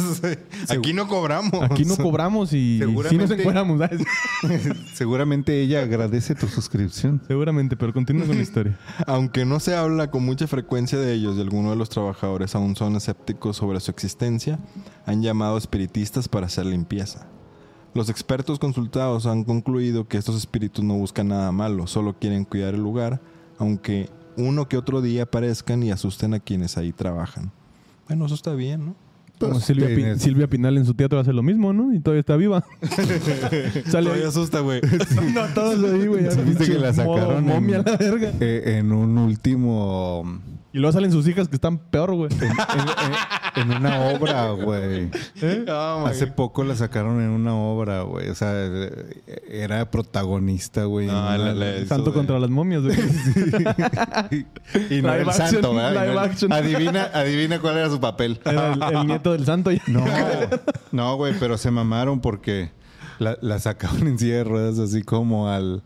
Aquí no cobramos.
Aquí no cobramos y si nos
Seguramente-
encueramos.
*laughs*
¿sabes?
*laughs* seguramente ella agradece tu suscripción.
Seguramente, pero continúa con la
*laughs*
historia.
Aunque no se habla con mucha frecuencia de ellos y algunos de los trabajadores aún son escépticos sobre su existencia, han llamado espiritistas para hacer limpieza. Los expertos consultados han concluido que estos espíritus no buscan nada malo, solo quieren cuidar el lugar, aunque uno que otro día aparezcan y asusten a quienes ahí trabajan. Bueno, eso está bien, ¿no?
Como Silvia, Pi-
tienes-
Silvia Pinal en su teatro hace lo mismo, ¿no? Y todavía está
*laughs*
viva. Sale ahí. *laughs*
Todavía asusta, güey.
No, todos ahí, güey.
Sí, viste que la
Modo
sacaron en-
momia a la verga.
*laughs* Eh, en un último.
Y luego salen sus hijas que están peor, güey.
En, en- en una obra, güey.
¿Eh?
Hace poco la sacaron en una obra, güey. O sea, eh, era protagonista, güey. en
No,
una-
la- la- eso
Santo
de-
contra las momias,
*laughs*
güey.
Y
Live
no era el
action,
santo, ¿verdad? Y
live
no-
action.
Adivina, adivina cuál era su papel.
*laughs* Era el, el nieto del santo. ya. *laughs*
No, no, güey, pero se mamaron porque la, la sacaron en silla de ruedas así como al,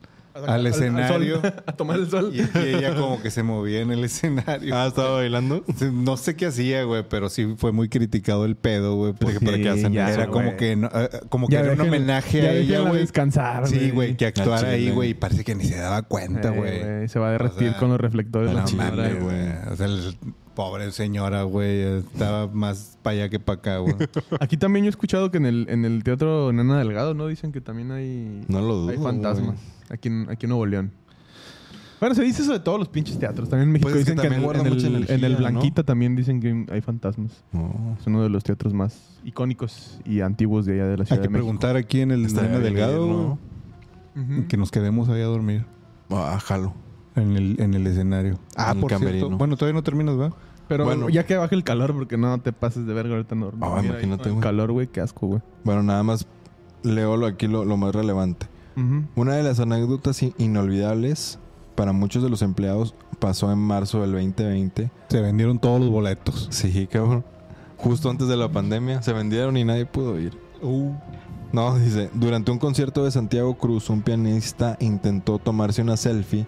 al escenario.
sol, *laughs* a tomar el sol.
Y, y ella como que se movía en el escenario.
Ah, estaba bailando.
No sé qué hacía, güey, pero sí fue muy criticado el pedo, güey. porque
¿para qué hacen
era
eso,
como que, no- eh, como que era un
déjenla-
homenaje
ya
a ella,
déjenla
güey.
descansar,
Sí, güey, que actuara
chile.
ahí, güey. Y parece que ni se daba cuenta,
Eh,
güey.
güey, se va a derretir
O sea,
con los reflectores.
No
la
chile,
señora,
mames,
güey.
güey. O sea, el- pobre señora, güey. Estaba más para allá que para acá, güey.
Aquí también yo he escuchado que en el, en el teatro Nana Delgado, ¿no? Dicen que también hay,
No lo dudo.
hay fantasmas.
güey.
Aquí en, aquí en Nuevo León. Bueno, se dice eso de todos los pinches teatros. También en México
Pues es que
dicen que, en-
también
en,
guarda mucha
el,
energía,
en el
¿no?
Blanquita también dicen que hay fantasmas.
No.
Es uno de los teatros más icónicos y antiguos de allá de la
Hay
Ciudad
que
de México.
preguntar aquí en el
Estaría
Nena
bien
Delgado,
ir, ¿no?
güey,
Ujú.
que nos quedemos ahí a dormir
Ah, jalo.
en el, en el escenario. Ah,
En el
por
camerino.
cierto. Bueno, todavía no terminas, ¿verdad?
Pero
Bueno.
ya que baje el calor, porque no te pases de verga ahorita no dormir.
Ah,
ahí
imagínate,
con el
güey.
calor, güey, qué asco, güey.
Bueno, nada más leo lo- aquí lo- lo más relevante.
Ujú.
Una de las anécdotas in- inolvidables para muchos de los empleados pasó en marzo del 2020.
Se vendieron todos los boletos.
Sí, cabrón. Justo antes de la pandemia se vendieron y nadie pudo ir. No, dice, durante un concierto de Santiago Cruz, un pianista intentó tomarse una selfie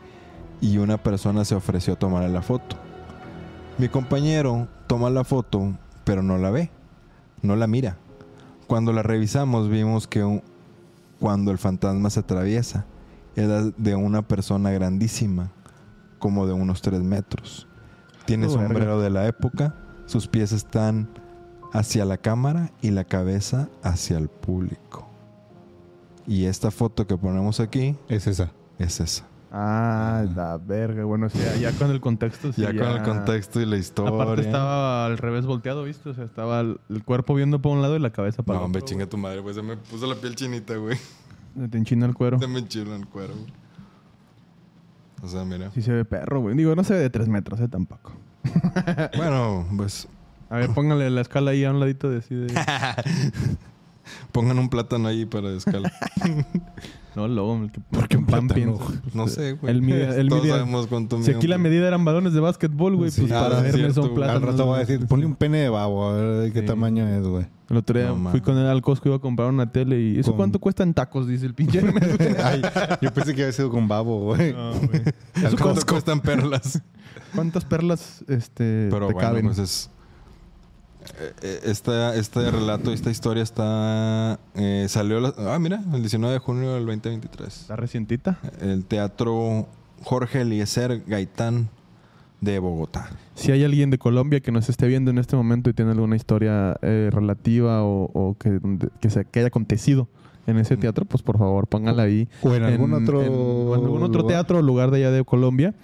y una persona se ofreció a tomarle la foto. Mi compañero toma la foto, pero no la ve, no la mira. Cuando la revisamos vimos que un- cuando el fantasma se atraviesa, era de una persona grandísima, como de unos 3 metros. Tiene
Oh, verga.
sombrero de la época, sus pies están hacia la cámara y la cabeza hacia el público. Y esta foto que ponemos aquí
Es esa.
es esa.
Ah, la verga. Bueno, o sea, ya con el contexto. sí,
y la
Aparte estaba al revés volteado, ¿viste? O sea, estaba el el cuerpo viendo para un lado y la cabeza para
No,
el
hombre,
otro.
chinga tu madre, güey. Se me puso la piel chinita, güey.
güey. Te enchina el cuero.
Se me enchiló el cuero, güey. O sea, mira.
Sí se ve perro, güey. Digo, no se ve de tres metros, eh, tampoco.
Bueno, pues
A ver, póngale la escala ahí a un ladito de así de...
*laughs* pongan un plátano ahí para escala.
No, lobo. el que- Porque un pan
plátano?
piensa.
No sé, güey.
Él mide- él
Todos
mide-
sabemos cuánto
Si
mide
aquí
un
la
pl-
medida eran balones de básquetbol, güey,
Sí,
pues
ah,
para
es
verme
cierto,
son
güey.
Al
plátanos.
rato va a
güey.
decir, ponle un pene de babo, a ver de qué
Sí.
tamaño es,
*laughs*
güey.
El otro día
No,
fui
mames.
con él al Costco iba a comprar una tele y ¿eso
Con-
cuánto cuesta en tacos? Dice el
*laughs*
pinche. Hermes, güey.
Ay, yo pensé que había sido con babo, güey.
No,
*laughs*
güey.
*laughs* ¿Cuánto
¿Eso cuánto-
cuestan
*laughs*
perlas?
¿Cuántas perlas este,
Pero
te
bueno,
caben?
pues es... eh, eh, Esta, este relato, esta historia está... eh, salió... la- ah, mira, el 19 de junio del 2023.
¿Está recientita?
El Teatro Jorge Eliezer Gaitán de Bogotá.
Si hay alguien de Colombia que nos esté viendo en este momento y tiene alguna historia eh, relativa o, o que, que, se, que haya acontecido en ese teatro, pues por favor póngala ahí.
O en algún otro.
en- o en algún otro
lugar.
teatro o lugar de allá de Colombia.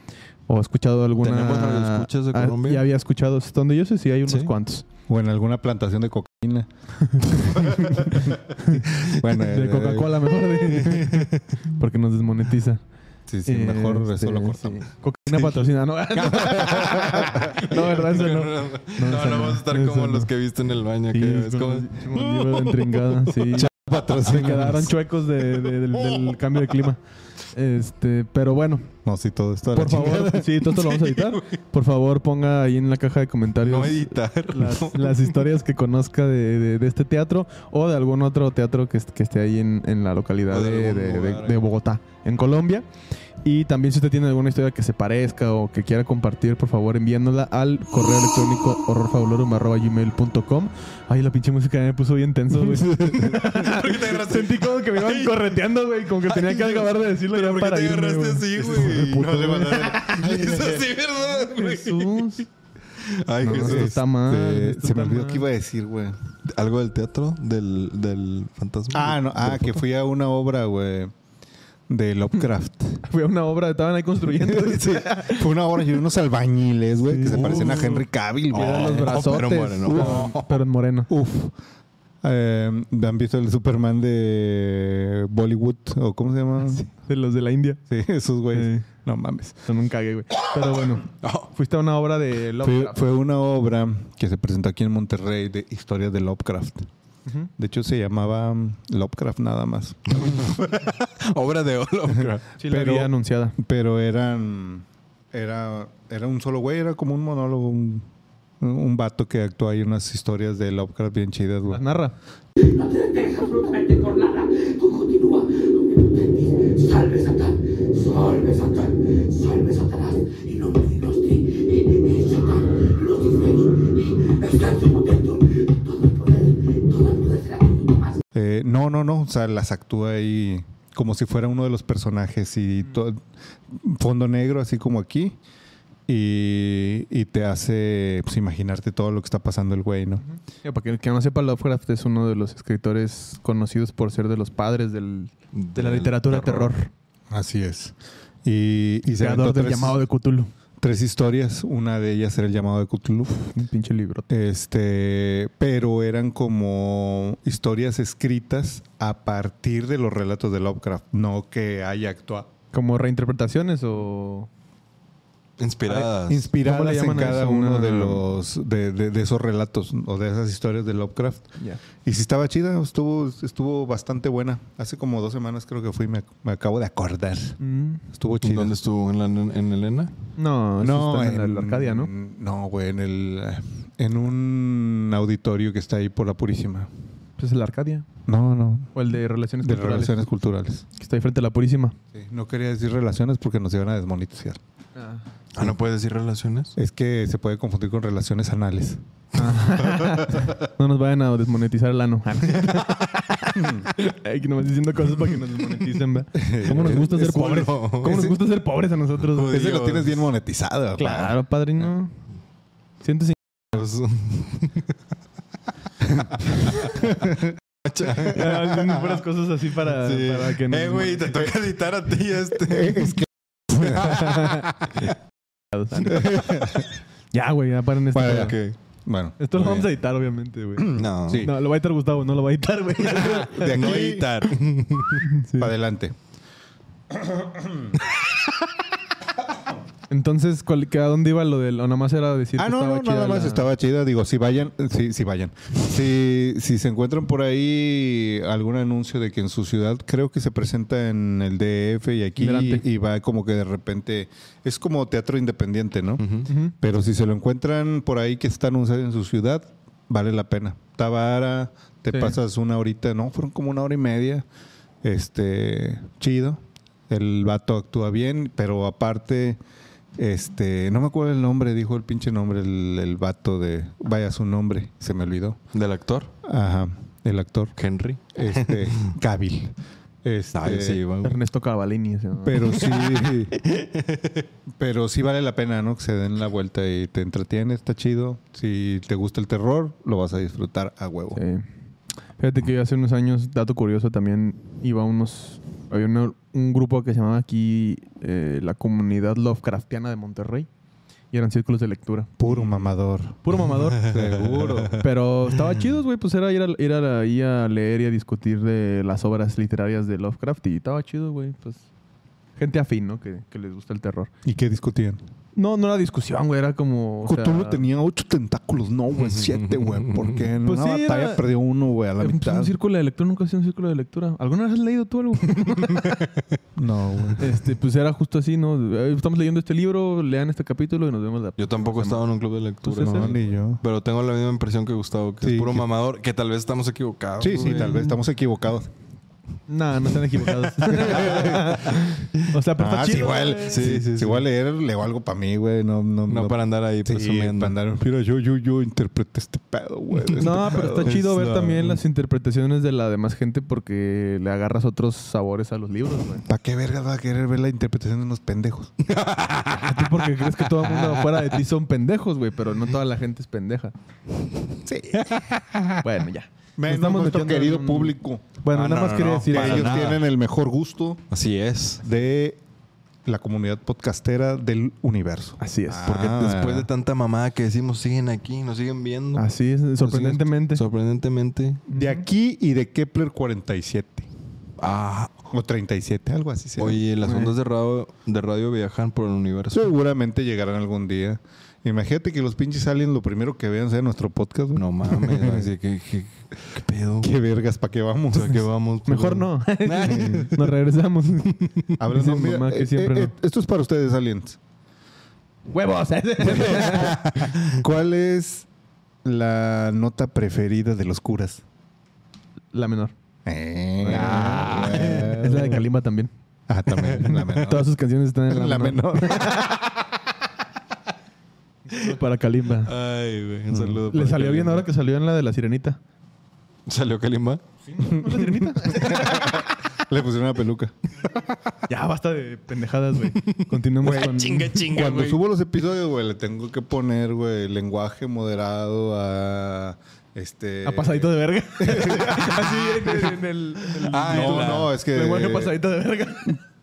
O he escuchado alguna...
¿Tenemos radioescuchas de
Ah,
Colombia?
ya había escuchado. Donde yo sé, sí hay unos
Sí.
cuantos.
O en alguna plantación
*laughs*
de cocaína. bueno,
De
eh,
Coca-Cola mejor.
eh,
de- Porque nos desmonetiza.
Sí, sí,
Eh,
mejor
este,
eso lo cortamos.
sí. Cocaína patrocina, no. *laughs* no, verdad, eso no.
No,
No,
no,
esa no,
vamos a estar
esa
como
no.
los que viste en el baño.
Sí,
que
es
es como-
*laughs* como un libro de entringada,
*laughs*
sí. Se quedaron chuecos de- de- del, del cambio de clima. Este, pero bueno,
No, sí, todo esto. a la
por favor,
chingada.
sí, todo esto lo
*laughs*
vamos a editar. Por favor, ponga ahí en la caja de comentarios
no editar.
las,
no.
las historias que conozca de, de- de este teatro o de algún otro teatro que, est- que esté ahí en, en la localidad
O de
de,
algún
de-
lugar,
de- de
eh.
Bogotá, en Colombia. Y también si usted tiene alguna historia que se parezca o que quiera compartir, por favor enviándola al correo electrónico horrorfabulorum.com. Ay, la pinche música ya me puso bien tenso,
*laughs*
güey. Sentí como que me iban correteando, güey, como que tenía que acabar de decirlo ya
¿Por qué
para
te
irme,
agarraste así, güey?
puto,
No le
güey.
mandaron. Eso sí, ¿verdad, güey?
Jesús.
Ay,
No,
Jesús.
esto está mal.
Eh,
esto
se me
está
olvidó
mal.
que iba a decir, güey.
¿Algo del teatro? ¿Del, del fantasma?
Ah, no, ah, que fui a una obra, güey,
*laughs*
de Lovecraft.
Fui a una obra, estaban ahí construyendo.
*laughs*
Sí, Fue una obra y unos albañiles, güey, que
Sí.
se
Uh. Oh,
parecen a Henry Cavill, güey.
Eran los brazotes.
pero moreno.
Uh.
Uf, pero en moreno.
Uf. Eh, ¿Han visto el Superman de Bollywood? ¿O cómo se llama? *laughs* Sí,
De los de la India.
esos güeyes.
Sí.
No mames.
Son un cague, güey. Pero bueno,
Oh,
fuiste a una obra de
Fue,
Lovecraft.
fue una obra que se presentó aquí en Monterrey de historias de Lovecraft.
Ujú.
De hecho, se llamaba mm, Lovecraft nada más.
obra de Lovecraft.
Sí, la
pero-
había anunciada.
Pero eran. Era, era un solo güey, era como un monólogo, un, un vato que actuó ahí unas historias de Lovecraft bien chidas, güey.
Las narra.
dejas, no vete por nada. Tú continúa. Salve Satán, salve Satán, salve Satanás. Y no me Nostri, y, y Satán, Lucifer, y- está en su momento. Todo el poder, toda el poder será tuyo, más.
Eh, no, no, no. O sea, las actúa ahí como si fuera uno de los personajes y to- fondo negro, así como aquí. Y, y te hace pues, imaginarte todo lo que está pasando el güey, ¿no?
Eh, Para que el que no sepa, Lovecraft es uno de los escritores conocidos por ser de los padres del, de la
Del
literatura de terror.
Así es. Y, y se aventó
creador del
tres,
llamado de Cthulhu.
tres historias. Una de ellas era el llamado de Cthulhu.
Un pinche libro.
Este, pero eran como historias escritas a partir de los relatos de Lovecraft, no que haya actuado.
¿Como reinterpretaciones o...?
Inspiradas.
¿Cómo le
inspiradas en
llaman a
cada
eso?
uno
Una-
de los de, de- de esos relatos o de esas historias de Lovecraft.
Ya.
Y si estaba chida, estuvo, estuvo bastante buena. Hace como dos semanas creo que fui, me, ac- me acabo de acordar.
Mm.
Estuvo chida.
¿Dónde estuvo? ¿En, la- en Elena?
No, no, está en, el Arcadia, ¿no?
No, güey, en el en un auditorio que está ahí por la Purísima.
Pues el Arcadia.
No, no.
O el de Relaciones
De
Culturales.
relaciones culturales.
Que está ahí frente a la Purísima.
Sí, no quería decir relaciones porque nos iban a desmonetizar.
Ah, ¿no puedes decir
*laughs*
relaciones?
Es que se puede confundir con relaciones anales.
No nos vayan a desmonetizar el
*laughs*
ano.
Ah,
*laughs* Ay, que nomás diciendo cosas para que nos desmoneticen,
*laughs*
¿verdad? ¿Cómo nos gusta ser
Es
pobres?
bueno.
¿Cómo nos
Ese- Pues
gusta ser pobres a nosotros? güey?
Ese lo
Dios.
tienes Ah. bien monetizado. papá.
Claro, padrino.
*laughs*
150. Ah, Haciendo puras cosas así para,
Sí.
para que
Eh, güey, te toca editar a ti *laughs* este.
Es que *laughs*
Ya, güey, ya paren esto.
Para
güey.
que- bueno,
Esto lo
muy
vamos a
bien.
editar, obviamente, güey.
No. *laughs*
Sí.
No, lo va a editar Gustavo, no lo va a editar, güey.
de
No
aquí
*laughs* editar.
Sí.
para adelante.
Entonces, ¿cuál- que ¿a dónde iba lo del.? O nada más era decir.
Ah,
que
no,
estaba
no,
chida
nada más
la-
estaba chida. Digo, si vayan, sí, sí vayan. Si, si se encuentran por ahí algún anuncio de que en su ciudad, creo que se presenta en el DF y aquí,
Delante.
y va como que de repente, es como teatro independiente, ¿no?
Ujú.
Pero si se lo encuentran por ahí que está anunciado en su ciudad, vale la pena. Tabara, te
Sí.
pasas una horita, no, fueron como una hora y media. Este, chido. El vato actúa bien, pero aparte, este, no me acuerdo el nombre, dijo el pinche nombre, el, el vato de, vaya su nombre, se me olvidó.
¿Del actor?
Ajá, el actor,
Henry. *laughs*
este, Cabil. Este,
Ay, sí, va, güey.
Ernesto Cavalini. se llama. *laughs*
pero sí. pero sí vale la pena, ¿no? Que se den la vuelta y te entretiene, está chido. Si te gusta el terror, lo vas a disfrutar a huevo.
Sí. Fíjate que yo hace unos años, dato curioso, también iba a unos. Había una- un grupo que se llamaba aquí eh, la Comunidad Lovecraftiana de Monterrey. Y eran círculos de lectura.
Puro mamador.
Puro
*laughs*
mamador.
Seguro.
Pero estaba chido, güey. Pues era ir, a, ir a, ahí a leer y a discutir de las obras literarias de Lovecraft. Y estaba chido, güey. Pues gente afín, ¿no? Que, que les gusta el terror.
¿Y qué discutían?
No, no era discusión, güey. Era como... o sea,
Cthulhu tenía ocho tentáculos, no, güey, siete, güey. Porque
*laughs*
en
Pues
una
sí,
batalla
era-
perdió uno, güey, a la
eh, pues,
mitad.
Un círculo de lectura nunca ha sido un círculo de lectura. ¿Alguna vez has leído tú
*laughs*
algo?
No, güey.
este, pues era justo así, ¿no? Eh, Estamos leyendo este libro, lean este capítulo y nos vemos la...
Yo tampoco he estado en un club de lectura.
Pues ese-
No, ni yo.
Pero tengo la misma impresión que Gustavo, que
Sí,
es puro
que-
mamador, que tal vez estamos equivocados.
Sí, sí,
güey.
tal vez estamos equivocados.
No, no están
*laughs*
equivocados. o sea, pero está
Ah, sí,
chido.
igual.
güey.
Sí, sí, sí. Si voy a leer, leo algo para mí, güey. No, no,
pues
No para andar ahí
Sí,
presumiendo.
para andar. Mira, yo, yo, yo interpreté este pedo, güey. de
No,
este
pero está
pedo".
chido ver
No.
también las interpretaciones de la demás gente porque le agarras otros sabores a los libros, güey.
¿Para qué verga va a querer ver la interpretación de
*laughs*
unos pendejos?
A ti porque crees que todo el mundo afuera de ti son pendejos, güey, pero no toda la gente es pendeja.
Sí.
Bueno, ya. Nos
Menos
estamos
nuestro
metiendo
querido
en un-
público.
Bueno,
Ah,
nada
no,
más
no,
quería
no,
decir
para
eso.
Ellos
nada.
tienen el mejor gusto
Así es.
de la comunidad podcastera del universo.
Así es.
Porque
Ah.
después de tanta mamada que decimos, siguen aquí, nos siguen viendo.
Así es,
Nos siguen-
sorprendentemente.
Sorprendentemente.
De aquí y de Kepler 47.
Ah,
O 37, algo así. será.
oye, las ondas de radio, de radio viajan por el universo.
Seguramente llegarán algún día. Imagínate que los pinches aliens lo primero que vean sea nuestro podcast. güey.
No mames, así que, que- qué pedo.
Qué vergas, ¿para qué vamos?
O sea, que vamos.
Mejor *laughs* no. Nos regresamos.
Hablando-
Dice mi
mira,
mamá que
eh,
siempre
eh,
no.
Esto es para ustedes, aliens.
¡Huevos!
¿Cuál es la nota preferida de los curas?
*laughs* la menor.
Eh,
Ah, Es la de Kalimba también.
Ah, también, la menor.
*laughs* Todas sus canciones están en la,
La
menor.
menor.
*laughs* Para Kalimba.
Ah,
Ay, güey, un saludo.
Le
para
salió bien
Kalimba.
ahora que salió en la de la sirenita.
¿Salió Kalimba?
¿La sirenita?
Le pusieron una
*laughs*
peluca.
*laughs* ya, basta de pendejadas, güey. Continuemos con...
Cuando subo los episodios, güey, le tengo que poner, güey, lenguaje moderado a. Este.
A pasadito de verga. *laughs* Así en, el- en el... en el-
Ah, no,
la-
no, es que.
lenguaje pasadito de *laughs* verga.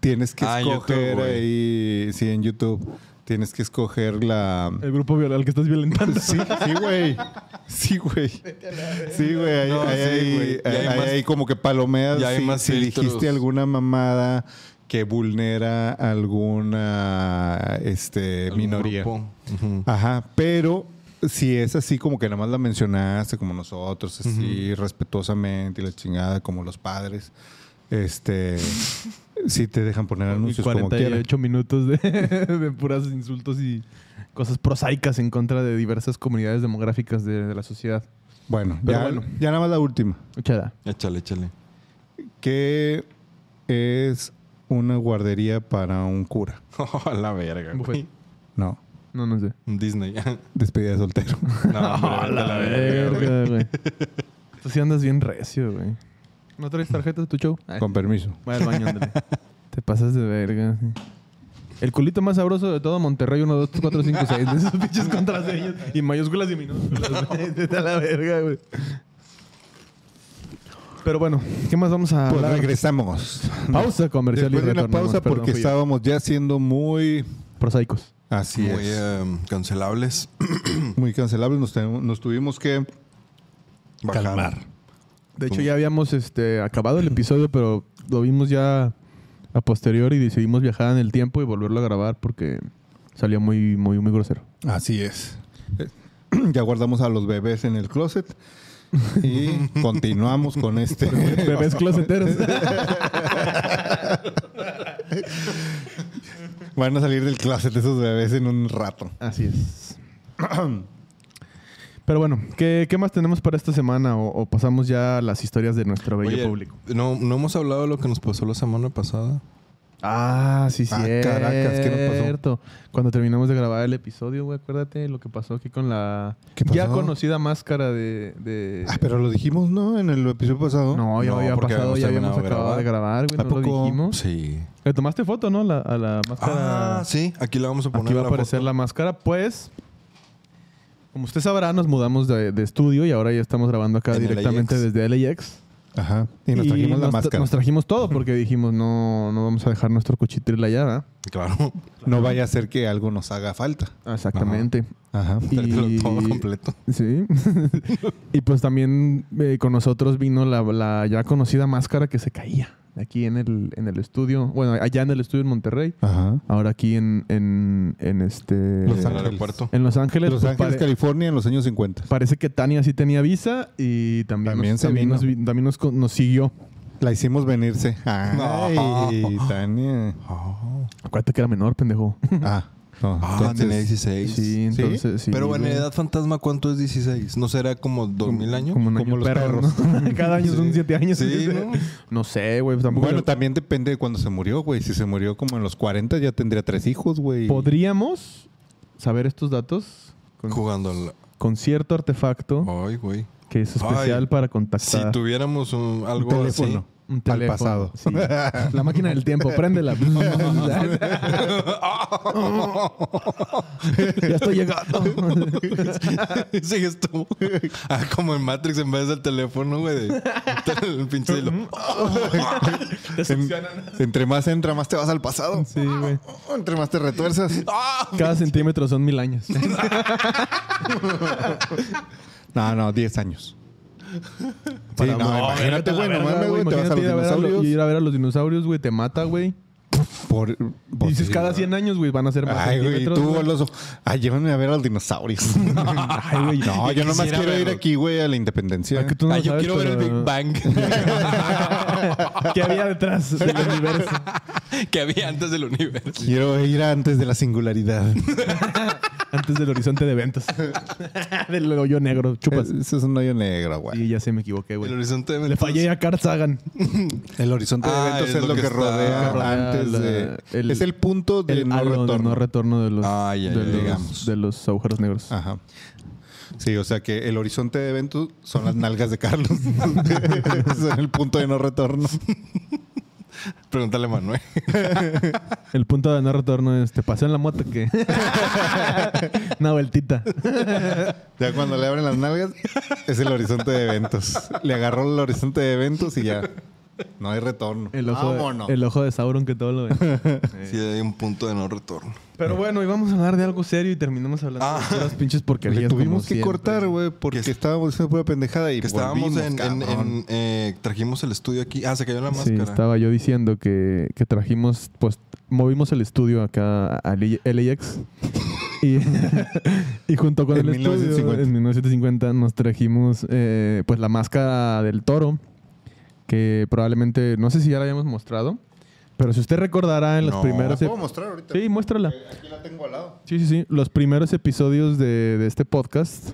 Tienes que
Ah, en
escoger
YouTube, güey.
ahí. Sí, en YouTube. Tienes que escoger la.
El grupo viol- al que estás violentando.
Sí, sí, güey. Sí, güey. Sí, güey. Ahí,
No,
ahí-
sí,
ahí-
güey. Ya hay
ahí-
más-
ahí como que palomeas.
ya hay
si,
más
si
filtros.
dijiste alguna mamada que vulnera alguna este,
Algún
minoría. Ah.
grupo. Ujú.
Ajá, pero si es así como que nada más la mencionaste como nosotros, así respetuosamente y la chingada como los padres,
*laughs*
este, sí te dejan poner
Y
anuncios como quieran.
48 minutos de, *laughs* de puras insultos y cosas prosaicas en contra de diversas comunidades demográficas de, de la sociedad.
Bueno,
Pero
ya,
bueno.
ya nada más la última.
Ochada.
Échale, échale. *laughs*
¿Qué es una guardería para un cura?
A la verga. güey.
Buffet.
No,
No, no sé.
Un Disney. *laughs*
despedida de soltero.
no, hombre,
A
vete
la verga, *laughs* güey. Tú sí andas bien recio, güey. ¿No traes tarjeta de tu show? Ay,
Con permiso.
Voy al baño, ándale. *laughs* Te pasas de verga. sí. El culito más sabroso de todo Monterrey, 1, 2, 4, 5, 6. De esos *laughs* pinches contraseñas. Y mayúsculas y minúsculas. güey. Vete a la verga, güey. Pero bueno, ¿qué más vamos a
Pues
hablar?
regresamos.
Pausa Ah, comercial
Después
y
de una
retornamos.
pausa
Perdón,
porque
fui yo.
estábamos ya siendo muy...
Prosaicos.
Así
Muy
es.
eh, cancelables.
muy cancelables. Nos, tenemos- nos tuvimos que *clears throat*
Bajar.
De hecho, ya habíamos este, acabado el episodio, pero lo vimos ya a posterior y decidimos viajar en el tiempo y volverlo a grabar porque salió muy, muy, muy grosero.
Así es. Ya guardamos a los bebés en
*laughs*
el closet y continuamos con este. *laughs*
Bebés closeteros.
Van a salir del closet esos bebés en un rato.
Así es. *clears throat* Pero bueno, ¿qué, qué más tenemos para esta semana? O, o pasamos ya a las historias de nuestro bello
Oye,
público.
No, no hemos hablado de lo que nos pasó la semana pasada.
Ah, sí, sí.
Ah, caracas, ¿qué nos pasó?
cierto. Cuando terminamos de grabar el episodio, güey, acuérdate lo que pasó aquí con la
¿Qué pasó?
ya conocida máscara de... de-
Ah, pero lo dijimos, ¿no? En el episodio pasado.
No, ya
No,
había
porque
pasado,
habíamos
ya habíamos
terminado de
acabado de grabar, güey.
¿A
No lo
poco?
dijimos.
Sí.
Le tomaste foto, ¿no? La- a la máscara.
Ah, sí. Aquí la vamos a poner.
Aquí va a
la
aparecer
foto.
la máscara. Pues, como usted sabrá, nos mudamos de, de estudio y ahora ya estamos grabando acá
En el
directamente
LAX.
desde LAX.
Ajá. Y nos trajimos la
nos tra-
máscara.
Nos trajimos todo porque dijimos, no, no vamos a dejar nuestro cuchitril allá, ¿verdad?
Claro. *laughs*
No vaya a ser que algo nos haga falta.
Exactamente.
Ajá.
Tráetelo todo completo.
Sí. *laughs* y pues también eh, con nosotros vino la, la ya conocida máscara que se caía aquí en el, en el estudio. Bueno, allá en el estudio en Monterrey.
Ajá.
Ahora aquí en, en, en este.
En
Los
el
Ángeles.
Eh, aeropuerto.
en Los Ángeles.
Los
pues,
Ángeles,
pare-
California, en los años 50.
Parece que Tania sí tenía visa y también,
También
nos,
se
también
vino.
nos vi- también nos co- nos siguió.
La hicimos venirse. *laughs* Ay,
No.
Tania.
Oh.
Acuérdate que era menor, pendejo.
Ah, no.
Ah,
entonces-
tenía 16.
Sí, entonces sí.
Pero en
güey.
edad fantasma, ¿cuánto es 16? ¿No será como 2000 años?
Como un
Como
año
los
perro,
perros.
¿no? *laughs* Cada año son
Sí.
siete años.
Sí,
*laughs* ¿no?
¿no?
sé, güey. Tampoco
Bueno,
le-
también depende de cuando se murió, güey. Si se murió como en los 40 ya tendría tres hijos, güey.
¿Podríamos saber estos datos? Con,
Jugando al...
con cierto artefacto
Ay, güey.
que es especial
Ay,
para
Si
contactar.
tuviéramos un, algo *laughs*
teléfono.
un
Al
teléfono.
pasado.
Sí. La máquina del tiempo,
*laughs*
préndela. *laughs*
Ah.
ya estoy llegando.
*laughs* así. Sigues tú. Ah, como en Matrix en vez del teléfono, güey. de- El pinche hilo.
En- entre más entra, más te vas al pasado.
Sí, güey.
*laughs* Entre más te retuerzas.
Cada centímetro son mil años.
*laughs*
No, no, 10 años. Sí, no, imagínate, güey, no
Verga,
mames, güey, te vas a
imagínate
los
ir a ver a los-
dinosaurios.
Ir a ver a los dinosaurios, güey, te mata, güey.
Por, por-
Dices
Pues sí,
cada
no.
100 años, güey, van a ser más
Ay, güey,
centímetros,
tú,
güey.
los Ay, llévame a ver a los dinosaurios. Ay, güey. No, yo nomás
Quisiera
quiero ir
verlos.
aquí, güey, a la independencia.
Ay, que tú no
Ah,
lo
yo
sabes,
quiero ver el
pero-
Big Bang
*laughs* ¿Qué había detrás
*laughs*
del universo?
que había antes del universo.
Quiero ir antes de la singularidad.
Antes del horizonte de
*laughs*
eventos. del hoyo negro, chupas.
Eso es un hoyo negro, güey.
Y ya se me equivoqué,
El
güey.
horizonte de
Le fallé a Carl Sagan.
El horizonte
Ah,
de eventos es, lo que,
está-
rodea,
lo que
rodea
antes
la-
de.
el-
es el punto de
El
no
halo de
retorno.
no retorno de los,
Ah, ya, ya,
de, los
digamos.
de los agujeros negros.
Ajá. Sí, o sea que el horizonte de eventos son las nalgas de Carlos. *laughs* son el punto de no retorno.
Pregúntale a Manuel.
El punto de no retorno es, te pasé en la moto
*laughs*
que... Una vueltita.
Ya cuando le abren las nalgas, es el horizonte de eventos. Le agarró el horizonte de eventos y ya. No hay retorno.
El ojo,
Vámonos.
de, el ojo de Sauron que todo lo ve.
Sí, hay un punto de no retorno.
Eh.
Pero bueno, íbamos a hablar de algo serio y terminamos hablando
Ah.
de las pinches
Le
porquerías.
tuvimos
como
que
siempre.
cortar, güey, porque
Que-
estábamos haciendo pura pendejada y
Que estábamos
volvimos,
en... en-
cabrón.
en, eh, trajimos el estudio aquí. Ah, se cayó la
Sí,
máscara.
estaba yo diciendo que, que trajimos, pues movimos el estudio acá al I- LAX y, *laughs* y junto con
En
el estudio
1950.
en 1950 nos trajimos eh, pues la máscara del toro que probablemente, no sé si ya la habíamos mostrado, pero si usted recordará en los
No.
primeros...
¿La puedo
ep-
mostrar ahorita? Eh,
Sí, muéstrala.
Aquí la tengo al lado.
Sí, sí, sí. Los primeros episodios de, de este podcast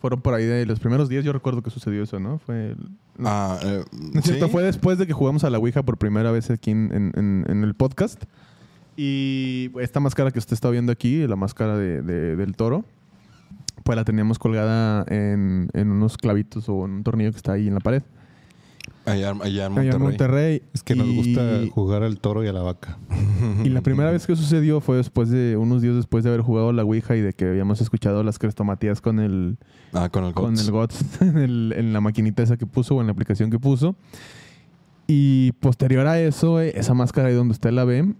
fueron por ahí de los primeros días. Yo recuerdo que sucedió eso, ¿no? Fue el-
Ah, eh,
no es cierto,
¿sí?
fue después de que jugamos a la Ouija por primera vez aquí en, en- en- en el podcast. Y esta máscara que usted está viendo aquí, la máscara de- de- del toro, pues la teníamos colgada en, en unos clavitos o en un tornillo que está ahí en la pared.
Allá, allá en
Allá en
Monterrey.
Monterrey.
Es que nos
Y-
gusta jugar al toro y a la vaca.
Y la primera vez que sucedió fue después de unos días después de haber jugado la Ouija y de que habíamos escuchado las crestomatías con el,
Ah, con el
con
Gots.
el GOTS *laughs* en, el- en la maquinita esa que puso o en la aplicación que puso. Y posterior a eso, eh, esa máscara ahí donde usted la ve,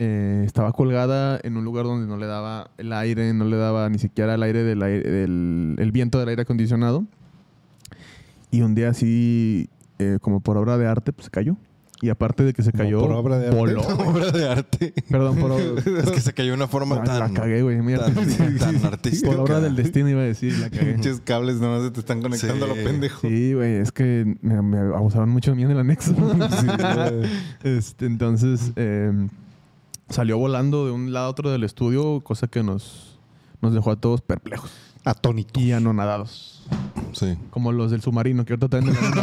eh, estaba colgada en un lugar donde no le daba el aire, no le daba ni siquiera el aire del aire- del- el viento del aire acondicionado. Y un día así, eh, como por obra de arte, pues se cayó. Y aparte de que se
Como
cayó,
por obra de arte. *laughs*
*laughs*
voló.
obra de arte.
Perdón, por obra.
*laughs* Es que se cayó de una forma
Ah,
tan.
la cagué, güey. Mira,
tan, tan
*laughs*
artística.
por obra del destino iba a decir, la cagué.
*laughs* Pinches cables nomás se te están conectando a
Sí.
lo pendejo.
Sí, güey, es que me, me abusaron mucho de mí en el *laughs* anexo. Este, entonces, eh, salió volando de un lado a otro del estudio, cosa que nos, nos dejó a todos perplejos
Atónito.
y anonadados.
Sí.
Como los del submarino, que ahorita traen el *laughs* anonadado.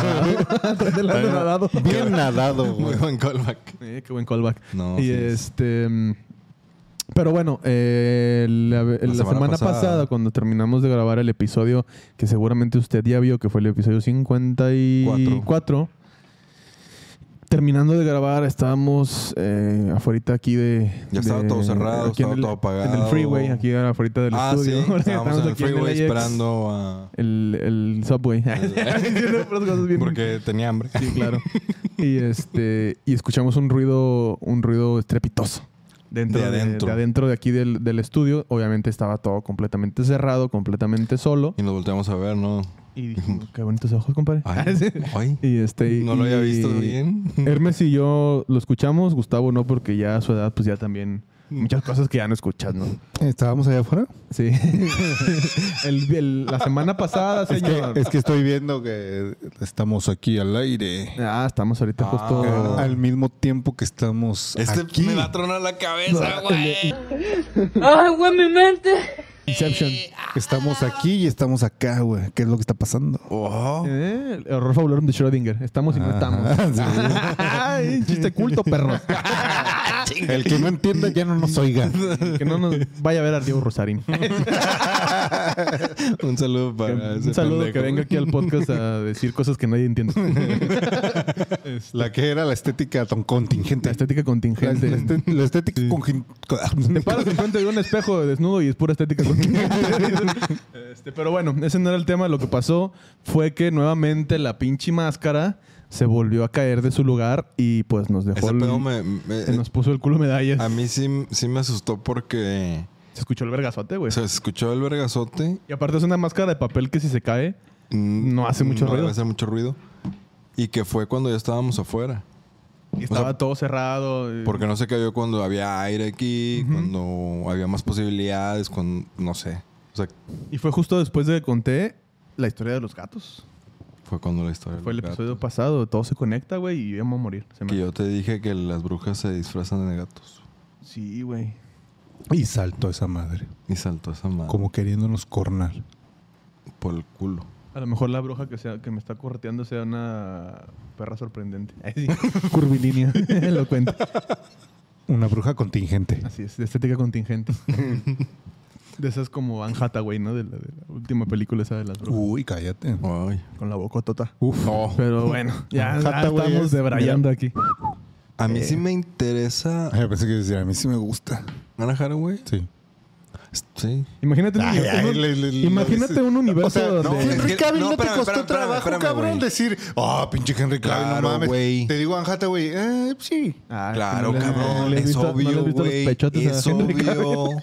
traen el anonadado.
*laughs* Bien nadado,
Muy
güey.
buen callback.
Eh, qué buen callback.
No,
y
sí es.
este. mm, Pero bueno, eh, la, la semana,
semana
pasada,
pasada.
cuando terminamos de grabar el episodio, que seguramente usted ya vio, que fue el episodio 54, Terminando de grabar, estábamos eh, afuera aquí de.
Ya estaba
de-
todo cerrado,
aquí en
estaba
el-
todo apagado.
En el freeway, aquí afuera del *laughs*
ah,
estudio.
sí.
Ahora
Estábamos en el
aquí
freeway
LAX,
esperando a...
El, el subway. *laughs* Diciendo puras cosas bien-
Porque tenía hambre.
Sí, claro. *laughs* y este y escuchamos un ruido un ruido estrepitoso dentro
De
de,
adentro.
de adentro de aquí del, del estudio. Obviamente estaba todo completamente cerrado, completamente solo.
Y nos volteamos a ver, ¿no?
Y dijimos, qué bonitos ojos, compadre.
Ay, ay.
*laughs* Ah, y este
no lo había
y-
visto bien.
Hermes y yo lo escuchamos, Gustavo no, porque ya a su edad pues ya también muchas cosas que ya no escuchas, ¿no?
¿Estábamos allá afuera?
Sí. *laughs* El- el- la semana pasada,
Es
señor.
que, es que estoy viendo que estamos aquí al aire.
Ah, estamos ahorita
Ah.
justo...
Al mismo tiempo que estamos
Este
aquí.
me va a tronar la
*laughs*
cabeza, güey.
*laughs* Ay, güey, mi mente.
Inception.
Estamos aquí y estamos acá, güey. ¿Qué es lo que está pasando?
Oh.
*laughs*
*laughs*
Eh, el horror fabuloso de Schrödinger. Estamos
Ah,
y no estamos. Ay, chiste culto, perros.
El que no entienda ya no *laughs* nos oiga.
*laughs* que no nos vaya a ver a Diego
*laughs*
Rosarín.
Ah, Un saludo para ese
Un saludo que
pendejo.
venga aquí al podcast a decir cosas que nadie
*laughs*
entiende.
La que era la estética tan
La
contingente.
estética
La,
contingente.
este- la estética
Te
contingente.
paras enfrente de un espejo desnudo y es pura estética.
*laughs*
Este, pero bueno, ese no era el tema. Lo que pasó fue que nuevamente la pinche máscara se volvió a caer de su lugar y pues nos dejó.
Ese
el-
pedo me, Ah. me- eh,
se nos puso el culo medallas.
a mí sí, sí me asustó porque
Se escuchó el vergazote, güey.
se escuchó el vergazote.
Y aparte es una máscara de papel que si se cae,
mm,
No hace mucho ruido.
No hace mucho ruido. Y que fue cuando ya estábamos afuera.
y estaba
sea,
todo cerrado. eh, y-
Porque no se cayó cuando había aire aquí, cuando había más posibilidades, cuando no sé. O sea,
Y fue justo después de que conté la historia de los gatos.
fue cuando la historia.
Fue el
del gato.
episodio pasado, todo se conecta, güey, y íbamos a morir. Se me-
Que yo te dije que las brujas se disfrazan de gatos.
Sí, güey.
Y saltó esa madre.
Y saltó esa madre
Como queriéndonos cornar.
por el culo.
A lo mejor la bruja que, sea, que me está correteando sea una perra sorprendente. Ay, sí. Curvilínea, *laughs* lo cuento.
Una bruja contingente.
Así es, de estética contingente. de esas como Anne Hathaway, ¿no? De la, de la última película esa de las brujas.
Uy, cállate.
Ay.
Con la bocotota.
Uf.
Pero bueno, ya, ya
Hathaway
estamos
es-
debrayando aquí.
A
Eh.
mí sí me interesa.
Ay, pensé que decía, a mí sí me gusta.
Ana Haraway.
Sí.
Sí.
Imagínate un,
Ay,
universo-
ay,
un-
le- le- le-
imagínate
le-
un universo
O sea,
donde...
no, Henry
es que-
Cavill
no,
no, te
espérame,
costó
espérame,
trabajo,
espérame,
cabrón,
güey.
decir, ah, pinche Henry Cavill,
Claro,
no mames.
güey.
Te digo, Anjata, güey, eh, sí.
Ah,
Claro,
es que no le- no
cabrón.
le has
es
visto- no le has
obvio,
visto los
güey.
pechotes a
es
Henry Cavill.
obvio.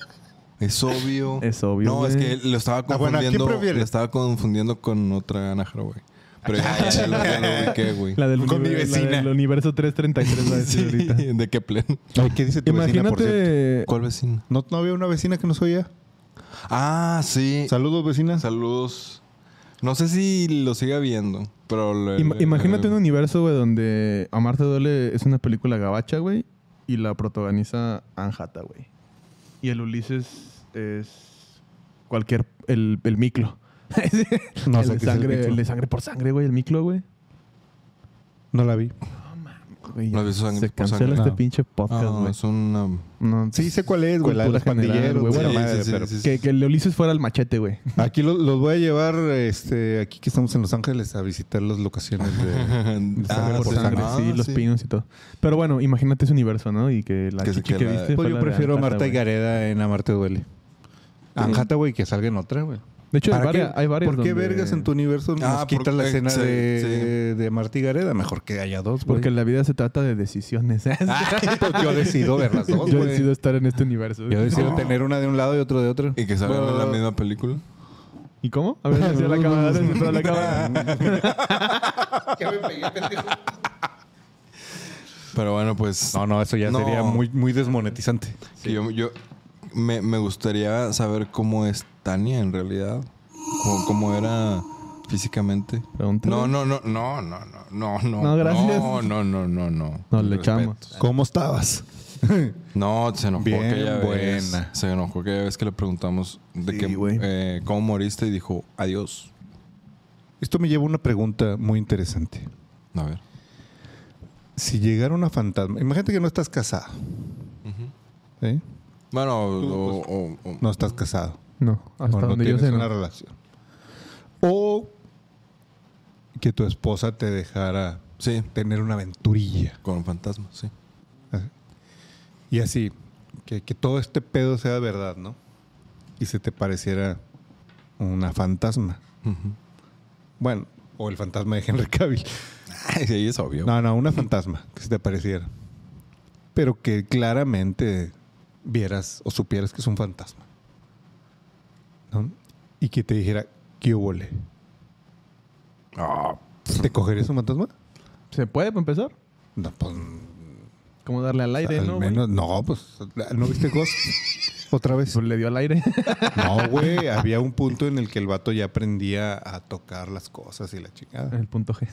Es obvio.
*laughs* Es obvio,
No, es que
güey.
lo estaba
Ah, bueno, ¿a quién
confundiendo.
prefieres?
lo estaba confundiendo con otra Ana Haraway. Pero ya, ya lo, ya lo ubiqué, güey.
La del,
Con mi
universo- la
vecina.
del universo 333 va a decir
Sí,
*laughs*
ahorita.
*laughs* ¿De qué pleno?
Ay, ¿qué dice tu vecina, por cierto?
Imagínate...
¿Cuál vecina?
¿No, no había una vecina que nos oía?
Ah, sí.
Saludos, vecina.
Saludos. No sé si lo siga viendo, pero... le-
im-
le-
imagínate
le-
un universo, güey, donde Amarte Duele es una película gabacha, güey, y la protagoniza Anjata, güey. Y el Ulises es cualquier... el, el miclo.
*laughs* No
el,
sé
de
qué es el
sangre,
miclo.
el de sangre por sangre, güey, el miclo, güey.
No la vi.
Güey,
No has visto sangre
Se
por
cancela
sangre.
este
No.
pinche podcast,
Ah,
güey.
es una...
No,
Sí, sé cuál es, güey. La de
Cultura
los
general,
pandilleros.
güey,
güey,
bueno,
la
sí,
madre,
sí, sí,
pero-
sí, sí.
Que,
*laughs*
que el de Ulises fuera el machete, güey.
Aquí lo- los voy a llevar, este, aquí que estamos en Los Ángeles, a visitar las locaciones
*laughs* Sangre
de... Ah,
por
sí.
sangre,
Ah,
sí, los
sí.
pinos y todo. Pero bueno, imagínate ese universo, ¿no? Y que la
Que se-
chichi
que
que,
la-
viste. fue
Pues yo
la de
prefiero a
Anjata,
Marta y
güey.
Gareda en Amarte Duele. Anjata, güey, que salga en otra, güey.
De hecho, hay
¿Para qué-
varias, hay varias.
¿Por qué
donde-
vergas en tu universo nos
Ah,
quitas
porque-
la escena
sí,
de, de Marta y Gareda? Mejor que haya dos, güey. *laughs*
Porque la vida se trata de decisiones. *laughs*
Pues yo decido ver las dos,
Yo
güey.
decido estar en este universo.
Yo
*laughs*
decido tener una de un lado y otra de otro.
Y que salgan en la misma película.
¿Y cómo? A ver, hacia la
*laughs*
cámara, hacia la cámara.
Pero bueno, pues...
No, no, eso ya
No.
sería muy, muy desmonetizante.
que Yo, yo- me, me gustaría saber cómo es Tania en realidad. Cómo, cómo era físicamente.
Pregúntale.
No, no, no, no, no, no, no, no.
No, gracias.
No, no, no, no, no.
Nos le
Respeto.
echamos.
¿Cómo estabas?
No, se enojó
Bien
aquella vez.
buena.
Se enojó aquella vez que le preguntamos de
Sí,
que,
güey.
eh, cómo moriste y dijo adiós.
Esto me lleva a una pregunta muy interesante.
A ver.
Si llegara una fantasma, imagínate que no estás casada. ¿sí?
Bueno, o, o- o-
Uh, pues, No estás casado.
No, hasta
o no
donde yo
tienes
sé. no.
una relación. O que tu esposa te dejara
Sí,
tener una aventurilla.
con fantasmas, sí.
Y así, que, que todo este pedo sea verdad, ¿no? Y se te pareciera una fantasma.
Ujú. *laughs*
Bueno, o el fantasma de Henry Cavill.
sí, es obvio.
No, no, una fantasma que se te pareciera. Pero que claramente vieras o supieras que es un fantasma. ¿No? Y que te dijera, ¿qué huele?
Ah,
¿Te cogerías un fantasma?
¿Se puede para empezar?
No, pues.
Como darle al aire,
al
¿no? güey?
menos, no, pues. ¿No viste Ghost? Otra vez.
Pues le dio al aire. *laughs*
No, güey. Había un punto en el que el vato ya aprendía a tocar las cosas y la chingada.
el punto G.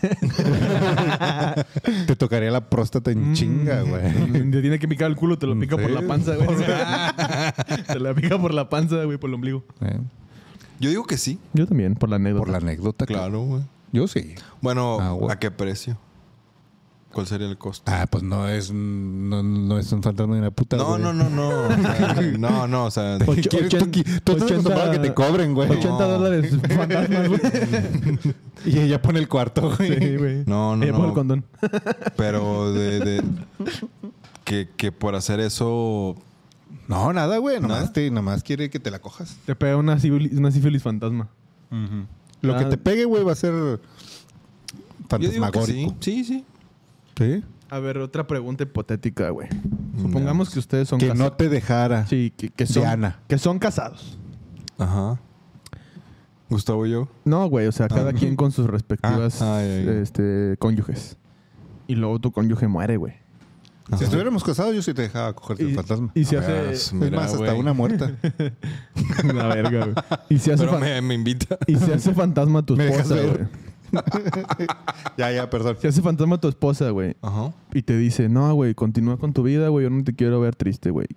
Te tocaría la próstata
Mm.
en
*laughs*
Mm, chinga, güey.
Te tiene que picar el culo, te lo pica por
Sí.
la panza, güey. *laughs* te la pica por la panza, güey, por el ombligo.
Eh,
Yo digo que sí.
Yo también, por la anécdota.
Por la anécdota, claro.
Claro, güey.
Yo sí.
Bueno,
Ah, güey.
¿a qué precio? ¿Cuál sería el costo?
Ah, pues no es, un- no, no es un fantasma de una puta.
No,
Ah, güey. Pues
no, no, no. O sea, no, no, o sea,
Ocho-
*laughs* ¿Quieres tú
ochen-
aquí? Tú estás
80
acostumbrado a que te cobren, güey.
80
No.
dólares fantasmas, güey.
Y ella pone el cuarto, güey.
Sí, güey.
No, no,
Eh, pon el
no.
condón.
pero de, de- que, que por hacer eso
No, nada, güey. Nomás,
¿Nada?
te, nomás quiere que te la cojas.
Te pega una sífilis, una sífilis fantasma.
Lo que
Ah.
te pegue, güey, va a ser
yo digo que sí.
fantasmagórico.
Sí, sí.
¿Sí?
A ver, otra pregunta hipotética, güey. Supongamos que ustedes son
Que
casa-
no te dejara.
Sí, que, que son...
Diana.
Que son casados.
Ajá. Gustavo y yo.
No, güey, o sea, cada quien con sus respectivas
Ah, ay, ay.
este, cónyuges. Y luego tu cónyuge muere, güey.
Si estuviéramos casados, yo sí te dejaba cogerte Pues el
Y-
fantasma.
Y se
Ah,
hace...
su-
es
Mira,
más, hasta
güey.
*laughs*
una muerta.
La verga, güey. Y se hace,
Pero
fan-
me, me invita.
y se hace fantasma
*laughs*
a tu
Me dejas
esposa,
ver.
güey.
ya, ya, perdón.
Se hace fantasma a tu esposa, güey.
Ajá.
Y te dice, no, güey, continúa con tu vida, güey. Yo no te quiero ver triste, güey.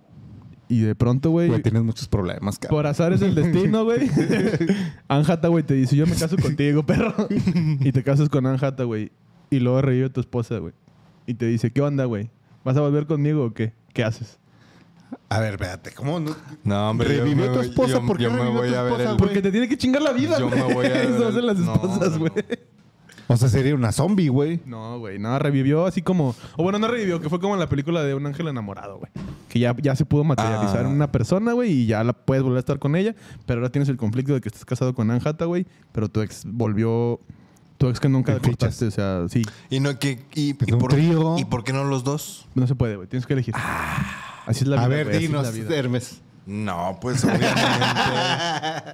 Y de pronto, güey...
Güey, tienes muchos problemas, cabrón.
Por azar es el
*laughs*
destino, güey. *laughs* Anjata, güey, te dice, yo me caso contigo,
*laughs*
perro. y te casas con Anjata, güey. Y luego revive tu esposa, güey. Y te dice, ¿qué onda, güey? ¿Vas a volver conmigo o qué? ¿Qué haces?
A ver, espérate. ¿Cómo no?
No, hombre. yo
Revivió
me
tu
voy-
esposa,
yo-
¿por qué
yo me
revivió
voy
tu
a ver
esposa,
el-
güey?
Porque te tiene que chingar la vida,
Yo
güey.
me voy
*laughs*
a
Eso
ver
hacen
el-
las
no,
esposas,
no,
güey.
O sea, sería una zombie, güey.
No, güey. No, revivió así como... O bueno, no revivió, que fue como en la película de Un Ángel Enamorado, güey. Que ya, ya se pudo materializar en
Ah.
una persona, güey. Y ya la puedes volver a estar con ella. Pero ahora tienes el conflicto de que estás casado con Anjata, güey. Pero tu ex volvió... Tu ex que nunca
En fichas.
cortaste, o sea, sí.
Y no que y, y
un
por,
trío.
¿Y por qué no los dos?
No se puede, güey. Tienes que elegir. Así es la vida.
Ah. a ver,
güey, así es
dinos,
la vida. *laughs*
Hermes.
No, pues obviamente